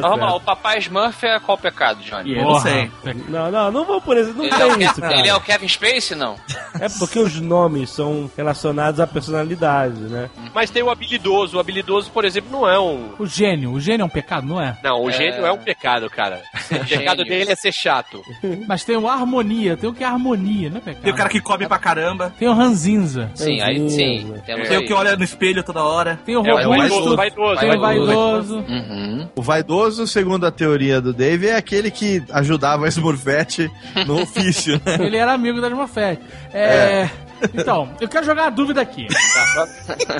Vamos lá,
certo.
o papai Smurf é qual pecado, Johnny?
E eu não sei.
Não, não, não vou por isso. Não
Ele é, o
tem
Ke-
isso,
ele é
cara.
o Kevin Space, não?
É porque os nomes são relacionados à personalidade, né?
Mas tem o habilidoso. O habilidoso, por exemplo, não é um.
O gênio. O gênio é um pecado, não é?
Não, o
É.
gênio é um pecado,
[LAUGHS]
cara. O pecado
gênio.
dele é ser chato.
Mas tem o harmonia. Tem o que é harmonia, não é pecado?
Tem o cara que come pra caramba.
Tem o ranzinza.
Sim, aí sim. Temos aí.
Tem É o que olha no espelho toda hora.
Tem o
É, o
robusto.
vaidoso, vaidoso,
Tem o
vaidoso.
vaidoso.
Uhum.
O vaidoso, segundo a teoria do Dave, é aquele que ajudava a Smurfette no ofício,
[LAUGHS]
né?
Uhum.
Ele era amigo da Smurfette. É... Então, eu quero jogar a dúvida aqui.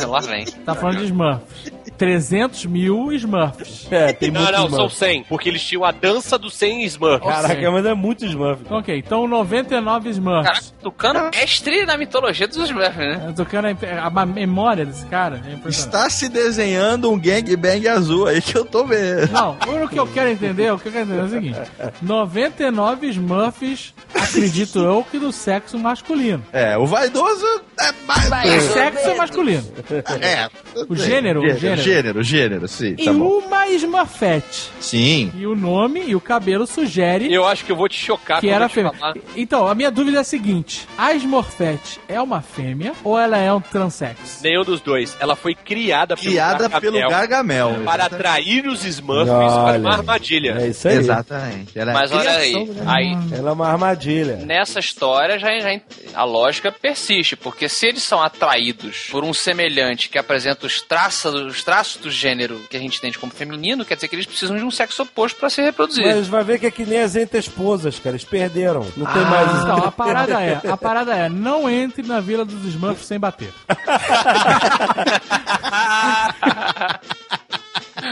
Lá vem.
Tá falando de Smurfs. 300 mil Smurfs.
É, tem
Não,
muito
não, são
Smurf.
100. Porque eles tinham a dança dos 100 Smurfs.
Caraca, mas é muito Smurf.
Então, Ok, então 99 Smurfs.
Caraca, Tucano é mestre na mitologia dos Smurfs, né?
Eu tô querendo a, imp- a ma- memória desse cara. É impressionante.
Está se desenhando um gangbang azul aí que eu tô vendo.
Não, o que eu quero entender, o que eu quero entender é o seguinte: 99 Smurfs, acredito eu, que do sexo masculino.
É, o vaidoso é mais...
O sexo masculino.
É.
O gênero, o gênero.
Gênero, gênero, sim,
E
tá bom.
uma Smurfette.
Sim.
E o nome e o cabelo sugere
Eu acho que eu vou te chocar
que
quando
era
eu te
fêmea.
falar.
Então, a minha dúvida é a seguinte: a Smurfette é uma fêmea ou ela é um transexo?
Nenhum dos dois. Ela foi criada pelo
Piada pelo
Gargamel
Gargamel.
para
Exata-
atrair os Smurfs para
Olha.
uma armadilha.
É isso aí.
Exatamente.
É,
é, Era
Mas olha aí,
né?
aí
Ela é uma armadilha.
nessa história já, já a lógica persiste, porque se eles são atraídos por um semelhante que apresenta os traços, os traços do gênero que a gente entende como feminino, quer dizer que eles precisam de um sexo oposto para se reproduzir.
Mas vai ver que é que nem as entre-esposas, cara. Eles perderam. Não tem mais isso.
Então, a parada é, a parada é, não entre na Vila dos Smurfs sem bater.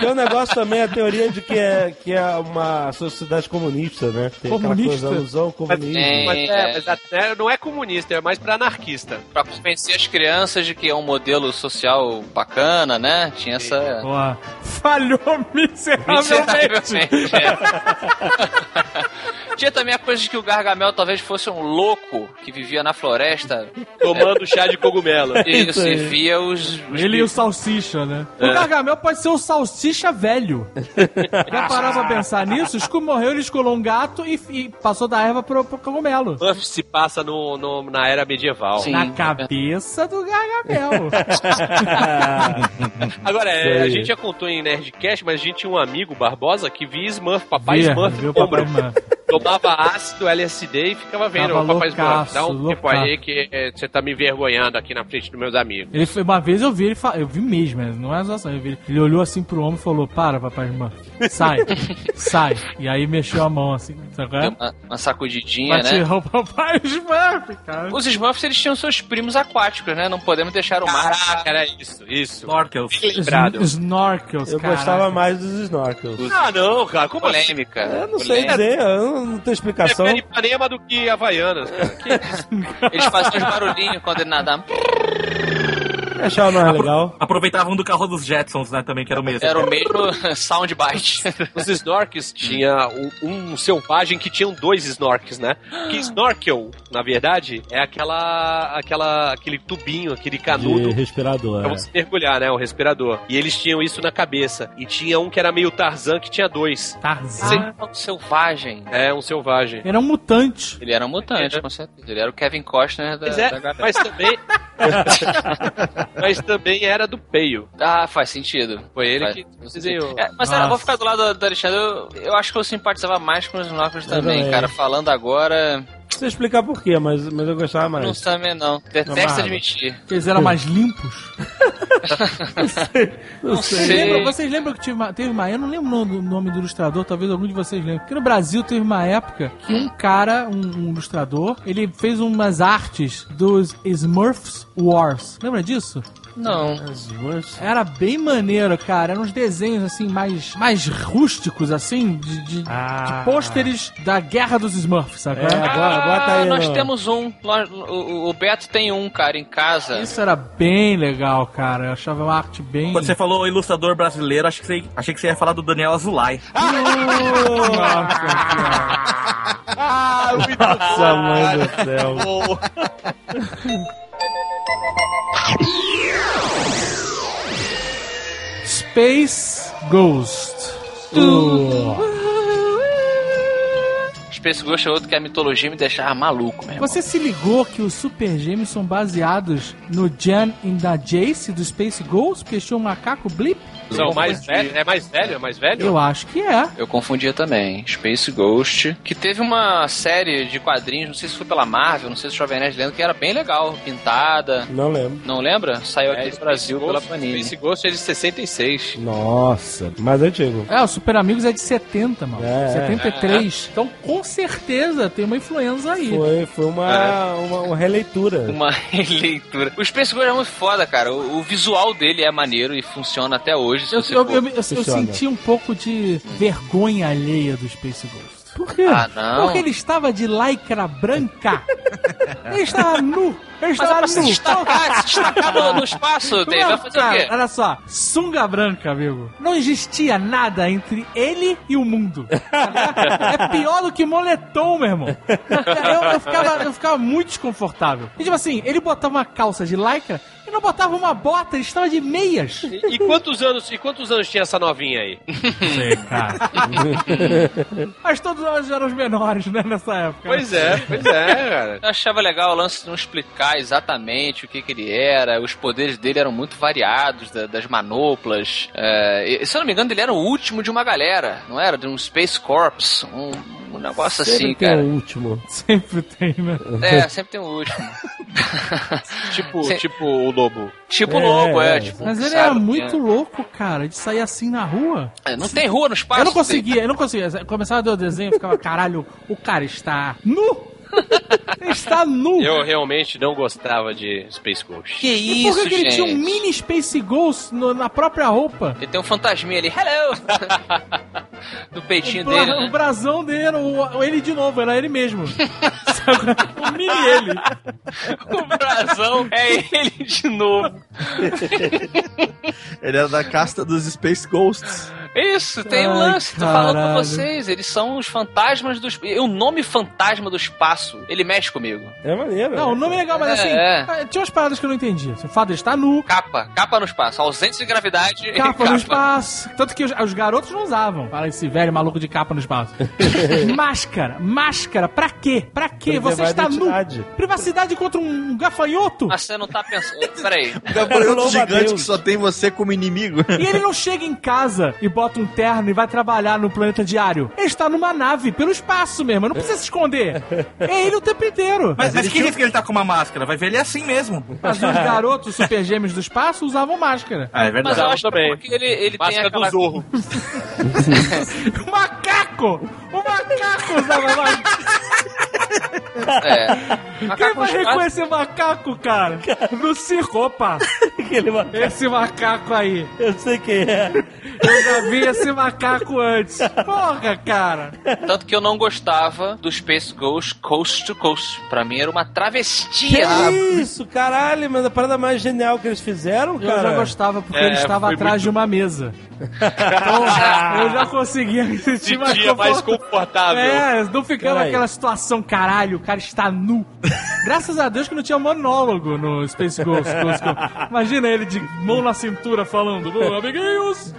Tem um negócio também, a teoria de que é, que é uma sociedade comunista, né? Tem
Comunista?
aquela coisa, alusão comunista.
Tem,
Mas, é,
é,
mas até não é comunista, é mais pra anarquista.
Pra convencer as crianças de que é um modelo social bacana, né? Tinha essa.
Ó, falhou miseravelmente.
Miseravelmente, é. Tinha também a coisa de que o Gargamel talvez fosse um louco que vivia na floresta tomando chá de cogumelo. [LAUGHS] Isso,
Isso aí.
e via os. os
Ele e o Salsicha, né? O
É.
Gargamel pode ser o Salsicha velho. Já parou pra pensar nisso? O Scooby morreu, ele escolou um gato e, e passou da erva pro, pro cogumelo.
Buff se passa no, no- na era medieval.
é né?
Na cabeça do Gargamel.
Agora, é,
Sei.
a gente já contou em Nerdcast, mas a gente tinha um amigo, Barbosa, que via Smurf, Papai
Via,
Smurf,
viu, Papai
ombro. [LAUGHS]
Smurf.
tomava ácido, LSD e ficava vendo
Tava
o Papai
loucaço,
Smurf. Dá um tempo
loucaço.
aí que é, você tá me envergonhando aqui na frente dos meus amigos.
Ele foi, uma vez eu vi ele fa- eu vi mesmo, né? não é zoação, eu vi ele, ele olhou assim pro homem e falou: "Para, papai, irmã. Sai. sai". E aí mexeu a mão assim, sabe? qual é?
Uma, uma sacudidinha,
Pra
né?
tirar o papai Smurf, cara.
Os Smurfs eles tinham seus primos aquáticos, né? Não podemos deixar o mar.
Caraca, era isso, isso.
Snorkels.
Lembrado.
Snorkels,
Eu
cara.
gostava mais dos snorkels.
Ah, não, cara, como assim?
Polêmica.
Eu não sei
polêmica.
dizer, eu não- não tenho explicação.
Prefere É Ipanema do que Havaianas, cara. Que isso?
Eles faziam os barulhinhos quando ele nadava.
Achava mais
[LAUGHS]
legal.
Aproveitavam um do carro dos Jetsons, né? Também, que era o mesmo.
Era o mesmo [LAUGHS] soundbite.
Os snorks tinha um- um, selvagem que tinham dois snorks, né? Que snorkel, na verdade, é aquela, aquela, aquele tubinho, aquele
De
canudo
respirador.
Pra
é.
você mergulhar, né? O respirador. E eles tinham isso na cabeça. E tinha um que era meio Tarzan que tinha dois.
Tarzan.
Sempre um selvagem.
É, um selvagem.
Era um mutante.
Ele era um mutante, com certeza. Ele era o Kevin Costner da,
Mas, é,
da galera.
[LAUGHS] mas também. mas também era do Peio.
Ah, faz sentido.
Foi ele
Faz
que
sentido.
desenhou.
É, mas
Ah.
cara,
Nossa.
eu vou ficar do lado do Alexandre. Eu, eu acho que eu simpatizava mais com os Snorkels
Eu
também,
também.
cara. Falando agora,
Não sei explicar por quê, mas, mas eu gostava
não
mais.
também não. Detesto
Amarrado.
admitir.
Porque eles eram mais limpos.
Não
Vocês
Sim.
lembram, vocês lembram que tive uma- teve uma. Eu não lembro o nome do- nome do ilustrador, talvez algum de vocês lembre. Porque no Brasil teve uma época que um cara, um, um ilustrador, ele fez umas artes dos Smurfs Wars. Lembra disso?
Não.
Era bem maneiro, cara. Eram uns desenhos assim, mais, mais rústicos, assim, de, de,
Ah.
de pôsteres da guerra dos Smurfs, sabe?
É, agora, agora tá
Ah,
aí.
nós
no-
temos um. Nós- o, o Beto tem um, cara, em casa.
Isso era bem legal, cara. Eu achava uma arte
um
bem.
Quando você falou ilustrador brasileiro, acho que você, achei que você ia falar do Daniel Azulay.
Ah, muito
Nossa, mãe do céu.
bom.
Space Ghost. Uh.
Space Ghost é outro que a mitologia me deixava maluco, meu irmão.
Você se ligou que os Super Gêmeos são baseados no Jan e na Jace do Space Ghost, que tinha um macaco blip?
Não, mais velho, é mais velho? É mais velho?
Eu acho que é.
Eu confundia também. Space Ghost, que teve uma série de quadrinhos, não sei se foi pela Marvel, não sei se o Jovem Nerd lembra, que era bem legal, pintada.
Não lembro.
Não lembra? Saiu aqui do
Space
Brasil
Ghost-
pela Panini.
Space Ghost é de 66.
Nossa, mais antigo.
É, o Super Amigos é de 70, mano.
É,
73. Então, com certeza, tem uma influenza aí.
Foi, foi uma, uma, uma releitura.
Uma [LAUGHS] releitura. O Space Ghost é muito foda, cara. O, o visual dele é maneiro e funciona até hoje. Se
Eu,
você
eu-
for-
eu- eu- eu
Funciona.
senti um pouco de vergonha alheia do Space Ghost. Por quê?
Ah, não.
Porque ele estava de
[LAUGHS]
lycra branca. ele estava nu. Ele
Mas é
estava
pra se
nu.
destacar, se destacar no, no espaço, Dave. Vai
Não,
fazer o
cara,
quê?
Olha só, sunga branca, amigo. Não existia nada entre ele e o mundo.
[LAUGHS]
é pior do que moletom, meu irmão. Eu, eu ficava, eu ficava muito desconfortável. E tipo assim, ele botava uma calça de lycra e não botava uma bota, ele estava de meias.
E, e quantos anos, e quantos anos tinha essa novinha aí?
Mas todos nós eram os menores, né, nessa época.
Pois é, pois é, cara.
Eu achava legal o lance de não explicar exatamente o que, que ele era. Os poderes dele eram muito variados, da- das manoplas. É, e, se eu não me engano, ele era o último de uma galera, não era? De um Space Corps, um, um negócio assim,
Sempre tem
cara.
o último. [LAUGHS]
[LAUGHS] Sempre tem, né?
É, sempre tem o
[LAUGHS]
último.
Tipo,
Sim.
tipo o lobo.
tipo
É,
lobo, é.
é.
tipo,
Mas ele
sabe,
era
né?
muito louco, cara, de sair assim na rua.
É, Não tem rua no espaço.
Eu não conseguia, eu não conseguia. Começava a dar o desenho e ficava, caralho, o cara está
[LAUGHS]
nu! Ele está nu!
Eu realmente não gostava de Space Ghost.
Que
E por
isso,
que que ele
gente?
tinha um mini Space Ghost no- na própria roupa?
Ele tem um fantasminha ali. Hello! [LAUGHS] no peitinho
Um Bra-
dele,
O [LAUGHS]
né?
brasão dele, o, o- ele de novo, era
[LAUGHS]
ele mesmo. Sabe? o mini ele. um
O brasão é ele de novo.
Ele era da casta dos Space Ghosts.
Isso, tem um
Ai,
lance, tô falando com
caralho.
vocês. Eles são os fantasmas do. esp- O nome fantasma do espaço, ele mexe comigo.
É maneiro.
Não, o nome é legal, mas assim,
É.
ah, tinha umas paradas que eu não entendi. Assim, O fato de estar nu,
Capa, capa no espaço, ausência de gravidade. [LAUGHS]
capa no espaço. Tanto que os, os garotos não usavam. Fala esse velho maluco de capa no [LAUGHS] espaço. máscara, máscara, pra quê? Pra quê?
Preservar
Você está
a
nu.
identidade.
Privacidade contra um gafanhoto?
Mas você não tá pensando.
[LAUGHS]
Peraí.
[LAUGHS]
Gafanhoto
Louva a
Então, gigante que
Deus.
só tem você como inimigo.
E ele não chega em casa e bota um terno e vai trabalhar no planeta diário. Ele está numa nave, pelo espaço mesmo, não precisa se esconder. É ele o tempo inteiro.
Mas, mas que risco que ele tá com uma máscara? Vai ver ele assim mesmo.
Mas [LAUGHS] os garotos super gêmeos do espaço usavam máscara.
Ah, é verdade.
Mas eu acho
também.
que ele, ele tem
Máscara
aquela.
do
[LAUGHS]
Zorro.
[LAUGHS] O Um macaco! O macaco usava máscara.
É.
Quem
Macaco no
vai
espaço.
reconhecer macaco, cara? No circo, opa!
Aquele ma-
Esse macaco aí.
Eu sei quem é.
Eu já vi esse macaco antes. Porra, cara.
Tanto que eu não gostava do Space Ghost Coast to Coast. Pra mim era uma
Que
travestia.
isso, caralho, mas a parada mais genial que eles fizeram,
Eu já
cara.
gostava porque
É,
ele estava
foi
atrás
muito-
de
[LAUGHS]
uma mesa. Então, eu já conseguia me sentir mais
Sentia mais
confortável.
confortável.
É, não ficava
Peraí.
aquela situação, caralho, o cara está nu. Graças a Deus que não tinha monólogo no Space Ghost. Ghost Ghost. Imagina ele de mão na cintura falando, "Bom, amiguinhos,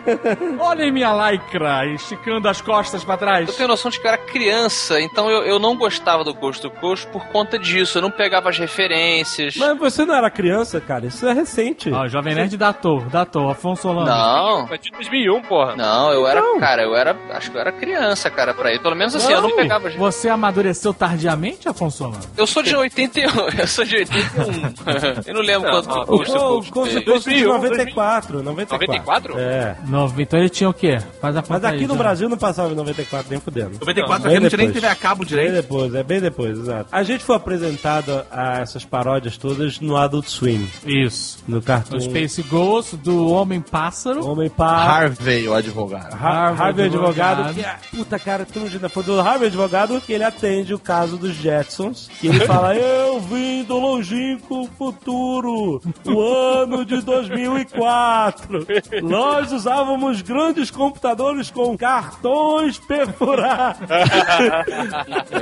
olhem minha lycra, esticando as costas pra
Eu
trás.
tenho noção de que eu era criança, então eu, eu não gostava do Coast to Coast por conta disso. Eu não pegava as referências.
Mas você não era criança, cara. Isso é recente.
Ó, Jovem Nerd datou, datou, Afonso Solano.
Não.
É de 2001, porra.
Não, eu era, cara, eu era, acho que eu era criança, cara, pra ir. Pelo menos assim, eu Então. não
Não.
pegava. as-
Você amadureceu tardiamente, Afonso Solano?
Eu sou de 81, [LAUGHS] eu sou de 81. eu não lembro quanto que custa
é
O
o
Ghost
custo.
Ghost de
2001,
94, 94.
94?
É.
Nove, então ele tinha o quê? Faz a
Mas
conta aí,
aqui no
Jovem.
Brasil não passava em 94 nem fudendo.
94
Bem
aqui não tinha nem
depois.
TV a cabo
Bem
direito.
depois, é bem depois, exato. A gente foi apresentado a essas paródias todas no Adult Swim,
Isso.
no cartoon
O Space Ghost do Homem-Pássaro.
Homem
Ah.
Par.
Harvey, o advogado.
Har-
Harvey
Harvey Advogado,
Advogado.
que é, puta cara, tão linda. Foi do Harvey Advogado que ele atende o caso dos Jetsons. Que ele fala: Eu vim do longínquo futuro, o ano de 2004. Nós usávamos grandes computadores com cartões perfurados.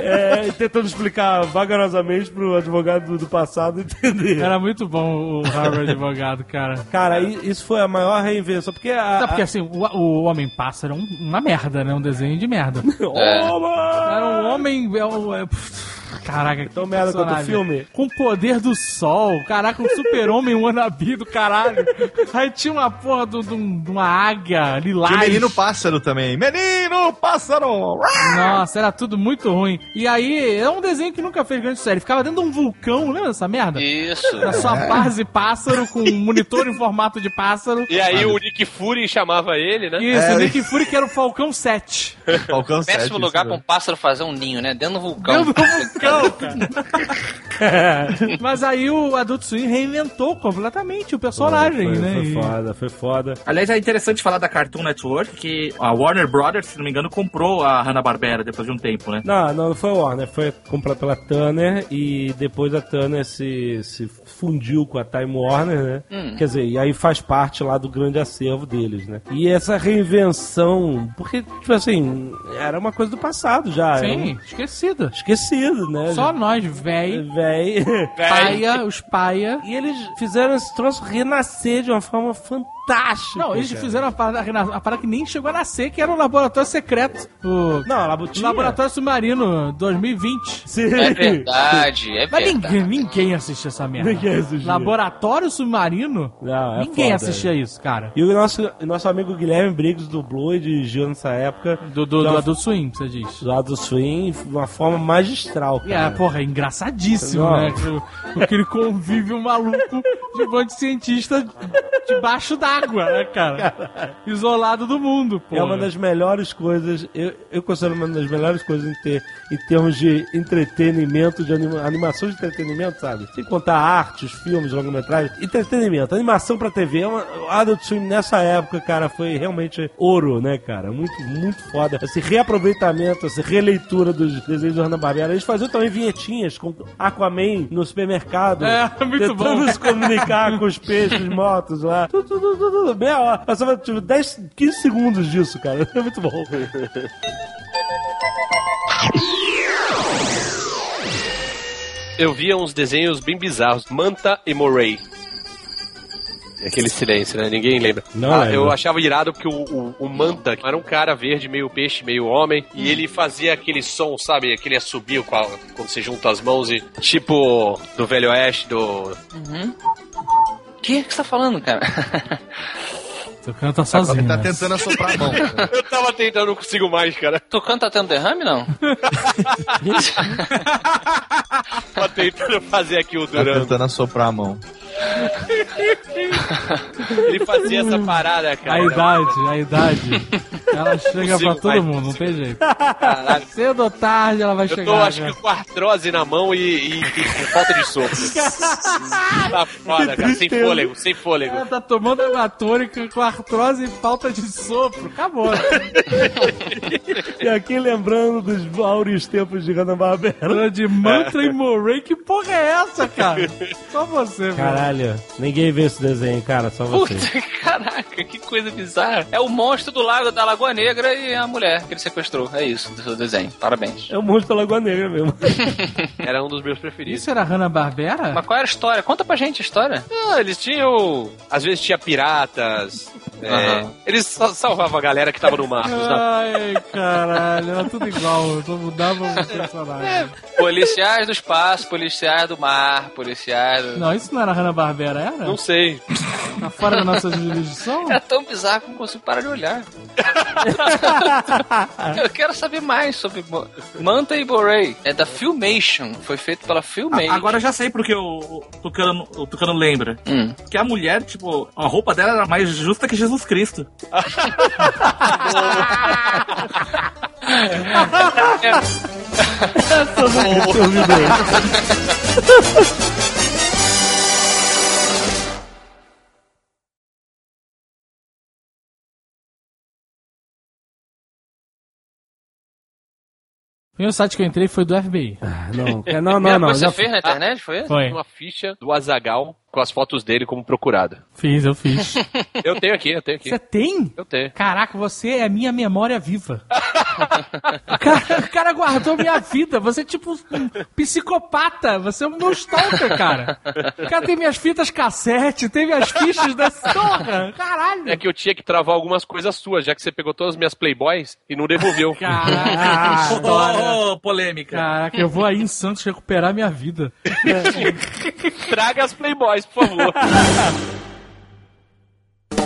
É, tentando explicar vagarosamente pro advogado do- do passado entender.
Era muito bom o Harvard [LAUGHS] advogado, cara.
Cara, i- isso foi a maior reinvenção, porque a...
Tá, porque assim, o, o Homem-Pássaro é um- uma merda, né? Um desenho de merda.
É.
Oh, mano!
Era um homem. é um- é- pff, Caraca, que
É Tão merda quanto o
personagem.
filme.
Com o poder do sol. Caraca, um super-homem, um wannabe do caralho. Aí tinha uma porra do- do- de uma águia
E o
lilás.
menino pássaro também. Menino pássaro!
Nossa, era tudo muito ruim. E aí, é um desenho que nunca fez grande série. Ficava dentro de um vulcão, lembra dessa merda?
Isso.
Na sua
É.
base pássaro, com um monitor em formato de pássaro.
E aí o Nick Fury chamava ele, né?
Isso,
É,
o Nick Fury que era o Falcão 7.
Falcão
Péssimo
sete,
lugar
isso
pra um
mesmo.
pássaro fazer um ninho, né? Dentro do vulcão.
Mas aí o Adult Swim reinventou completamente o personagem,
foi,
né?
Foi
E-
foda, foi foda.
Aliás, é interessante falar da Cartoon Network, que a Warner Brothers, se não me engano, comprou a Hanna-Barbera depois de um tempo, né?
Não, não, não foi o Warner, foi comprado pela Turner e depois a Turner se, se fundiu com a Time Warner, né?
Hum.
Quer dizer, e aí faz parte lá do grande acervo deles, né? E essa reinvenção, porque, tipo assim, era uma coisa do passado já. era um-
Sim, esquecido.
Esquecido, né?
Só nós, véi,
Véi.
É. paia, os paia.
[LAUGHS] E eles fizeram esse troço renascer de uma forma fantástica.
Não, eles
cara.
fizeram a parada, a parada que nem chegou a nascer, que era um laboratório secreto. O
Não, a Labutinha.
Laboratório Submarino 2020.
Sim.
É verdade, é
Mas
verdade.
ninguém, ninguém assistia essa
[LAUGHS]
merda.
Ninguém assistia.
Laboratório Submarino?
Não, é
ninguém
foda,
assistia isso, cara.
E o nosso, nosso amigo Guilherme Briggs dublou e dirigiu nessa época.
Do, do, do
Não.
Adult Swim, você diz.
lá do swing de uma forma magistral,
E é,
cara.
porra, é engraçadíssimo,
Não.
né? Aquele- Aquele convívio maluco de um monte de cientista debaixo água, né, cara? Isolado do mundo, pô.
É uma das melhores coisas, eu, eu considero uma das melhores coisas em, ter, em termos de entretenimento, de anima, animação de entretenimento, sabe? Sem contar artes, filmes, longa-metragem. Entretenimento, animação pra TV. é Uma, o Adult Swim nessa época, cara, foi realmente ouro, né, cara? Muito, muito foda. Esse reaproveitamento, essa releitura dos desenhos do Hanna-Barbera. Eles faziam também vinhetinhas com Aquaman no supermercado.
É, muito bom.
tentando se comunicar com os
[LAUGHS]
peixes mortos lá. Tudo, tudo, tudo, tudo. Meia hora. Passava, tipo, 10, 15 segundos disso, cara. [LAUGHS] Era muito bom.
Eu via uns desenhos bem bizarros. Manta e Moray. Aquele silêncio, né? Ninguém lembra.
Não
Ah,
lembro.
eu achava irado porque o, o- o Manta era um cara verde, meio peixe, meio homem, e ele fazia aquele som, sabe? Aquele assobio com a- quando você junta as mãos e. Tipo do Velho Oeste, do. [LAUGHS]
Uhum. O que, que você tá falando, cara?
Seu cara tá sozinho.
Ele tá
né?
tentando assoprar a mão.
[LAUGHS] Eu tava tentando, não consigo mais, cara.
[LAUGHS] Tocando tá tendo derrame, não?
Tava tentando fazer aqui o
Tá
Duran.
tentando assoprar a mão.
Ele fazia essa parada, cara.
A idade, a idade. Ela chega pra
Consigo,
todo
vai,
mundo, não tem jeito.
Caralho.
Cedo ou tarde ela vai
Eu
chegar.
tô, acho
né?
que, com artrose na mão e, e- e com falta de soco. tá foda, cara. Sem fôlego, sem
Ela
fôlego.
tá tomando anatônica com artrose e falta de sopro. Acabou.
E aqui lembrando dos áureos tempos de Hanna-Barbera.
Ela de mantra e morei. Que porra é essa, cara? Só você, velho.
Caralho, ninguém vê esse desenho, cara, só
Puta,
vocês.
caraca, que coisa bizarra. É o monstro do lago da Lagoa Negra e a mulher que ele sequestrou. É isso, do seu desenho. Parabéns.
É o monstro da Lagoa Negra mesmo.
Era um dos meus preferidos.
Isso era Hanna-Barbera?
Mas qual era a história? Conta pra gente a história.
Ah, eles tinham. Às vezes tinha piratas. é,
Aham.
Eles sa- salvavam a galera que tava no mar.
Ah.
sabe?
Ai, caralho, era tudo igual. Eu só mudava o personagem.
Policiais do espaço, policiais do mar, policiais do...
Não, isso não era Hanna-Barbera, era?
Não sei.
Tá fora da nossa jurisdição?
É tão bizarro que eu não consigo parar de olhar. eu quero saber mais sobre Mo- Manta e Borei. É da Filmation. Foi feito pela Filmation.
A- Agora eu já sei porque o, o, Tucano, o Tucano lembra.
Hum.
Que a mulher, tipo, a roupa dela era mais justa que Jesus Cristo.
O primeiro um site que eu entrei foi do FBI.
Ah, não, é, não, não,
Primeira
não.
coisa
Já
que você fez na internet, foi isso?
Foi.
Uma ficha do Azagal com as fotos dele como procurado.
Fiz, eu fiz.
Eu tenho aqui, eu tenho aqui.
Você tem?
Eu tenho.
Caraca, você é minha memória viva. o, cara, o cara guardou minha vida. Você é tipo um psicopata. Você é um meu stalker, cara. O cara tem minhas fitas cassete, tem minhas fichas da torra. Caralho.
É que eu tinha que travar algumas coisas suas, já que você pegou todas as minhas Playboys e não devolveu.
Caraca, que história.
Oh, polêmica.
Caraca, eu vou aí em Santos recuperar minha vida.
Traga as Playboys, por favor.